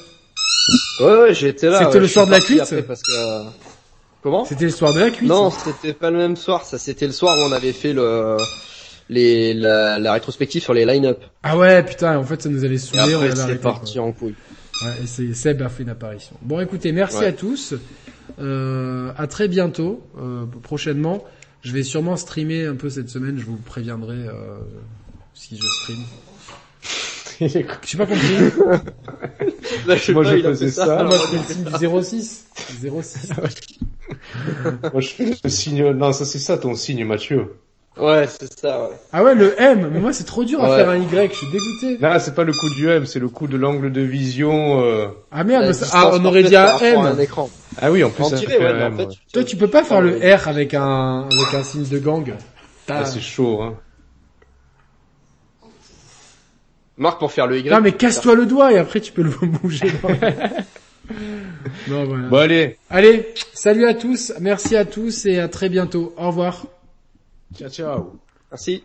Speaker 3: Ouais, ouais, j'étais là.
Speaker 1: C'était
Speaker 3: ouais,
Speaker 1: le
Speaker 3: je suis
Speaker 1: soir de la
Speaker 3: parti
Speaker 1: cuite
Speaker 3: après parce que, euh, Comment
Speaker 1: C'était le soir de la cuite.
Speaker 3: Non, c'était pas le même soir. Ça, c'était le soir où on avait fait le les la, la rétrospective sur les line-up.
Speaker 1: Ah ouais putain en fait ça nous avait
Speaker 3: Et
Speaker 1: saoulé. on
Speaker 3: après,
Speaker 1: avait
Speaker 3: c'est
Speaker 1: arrêté,
Speaker 3: parti en couille.
Speaker 1: quoi. Ouais, et c'est- Seb a fait une apparition. Bon écoutez merci
Speaker 3: Ouais.
Speaker 1: à tous. Euh, à très bientôt euh, prochainement. Je vais sûrement streamer un peu cette semaine. Je vous préviendrai euh, si je stream. Je sais pas compris.
Speaker 3: Là, je sais
Speaker 2: Moi,
Speaker 3: pas,
Speaker 2: je
Speaker 3: il a
Speaker 2: faisais
Speaker 3: fait
Speaker 2: ça.
Speaker 1: Ah,
Speaker 3: alors,
Speaker 1: moi, je fais le signe du 06. 06.
Speaker 2: Moi, je fais le signe, non, ça, c'est ça ton signe, Mathieu.
Speaker 3: Ouais, c'est ça. Ouais.
Speaker 1: Ah ouais, le M. Mais moi, c'est trop dur à
Speaker 3: Ouais.
Speaker 1: faire un Y. Je suis dégoûté.
Speaker 2: Là, c'est pas le coup du M, c'est le coup de l'angle de vision, euh...
Speaker 1: Ah merde,
Speaker 3: La
Speaker 1: ça-
Speaker 3: distance
Speaker 1: ah, on aurait dit un
Speaker 3: parfaite par rapport à
Speaker 1: M.
Speaker 3: Un Ah, écran.
Speaker 2: Ah oui, en plus,
Speaker 3: En
Speaker 2: ça
Speaker 3: tiré,
Speaker 2: fait
Speaker 3: ouais,
Speaker 2: un
Speaker 3: mais en
Speaker 2: M,
Speaker 3: fait,
Speaker 2: ouais.
Speaker 3: tu-
Speaker 1: Toi, tu peux pas faire le R avec un, avec un signe de gang.
Speaker 2: Ah,
Speaker 1: T'as-
Speaker 2: c'est chaud, hein.
Speaker 3: Marc pour faire le Y.
Speaker 1: Non, mais casse-toi le doigt et après, tu peux le bouger. non, voilà.
Speaker 2: Bon, allez.
Speaker 1: Allez, salut à tous. Merci à tous et à très bientôt. Au revoir.
Speaker 2: Ciao, ciao.
Speaker 3: Merci.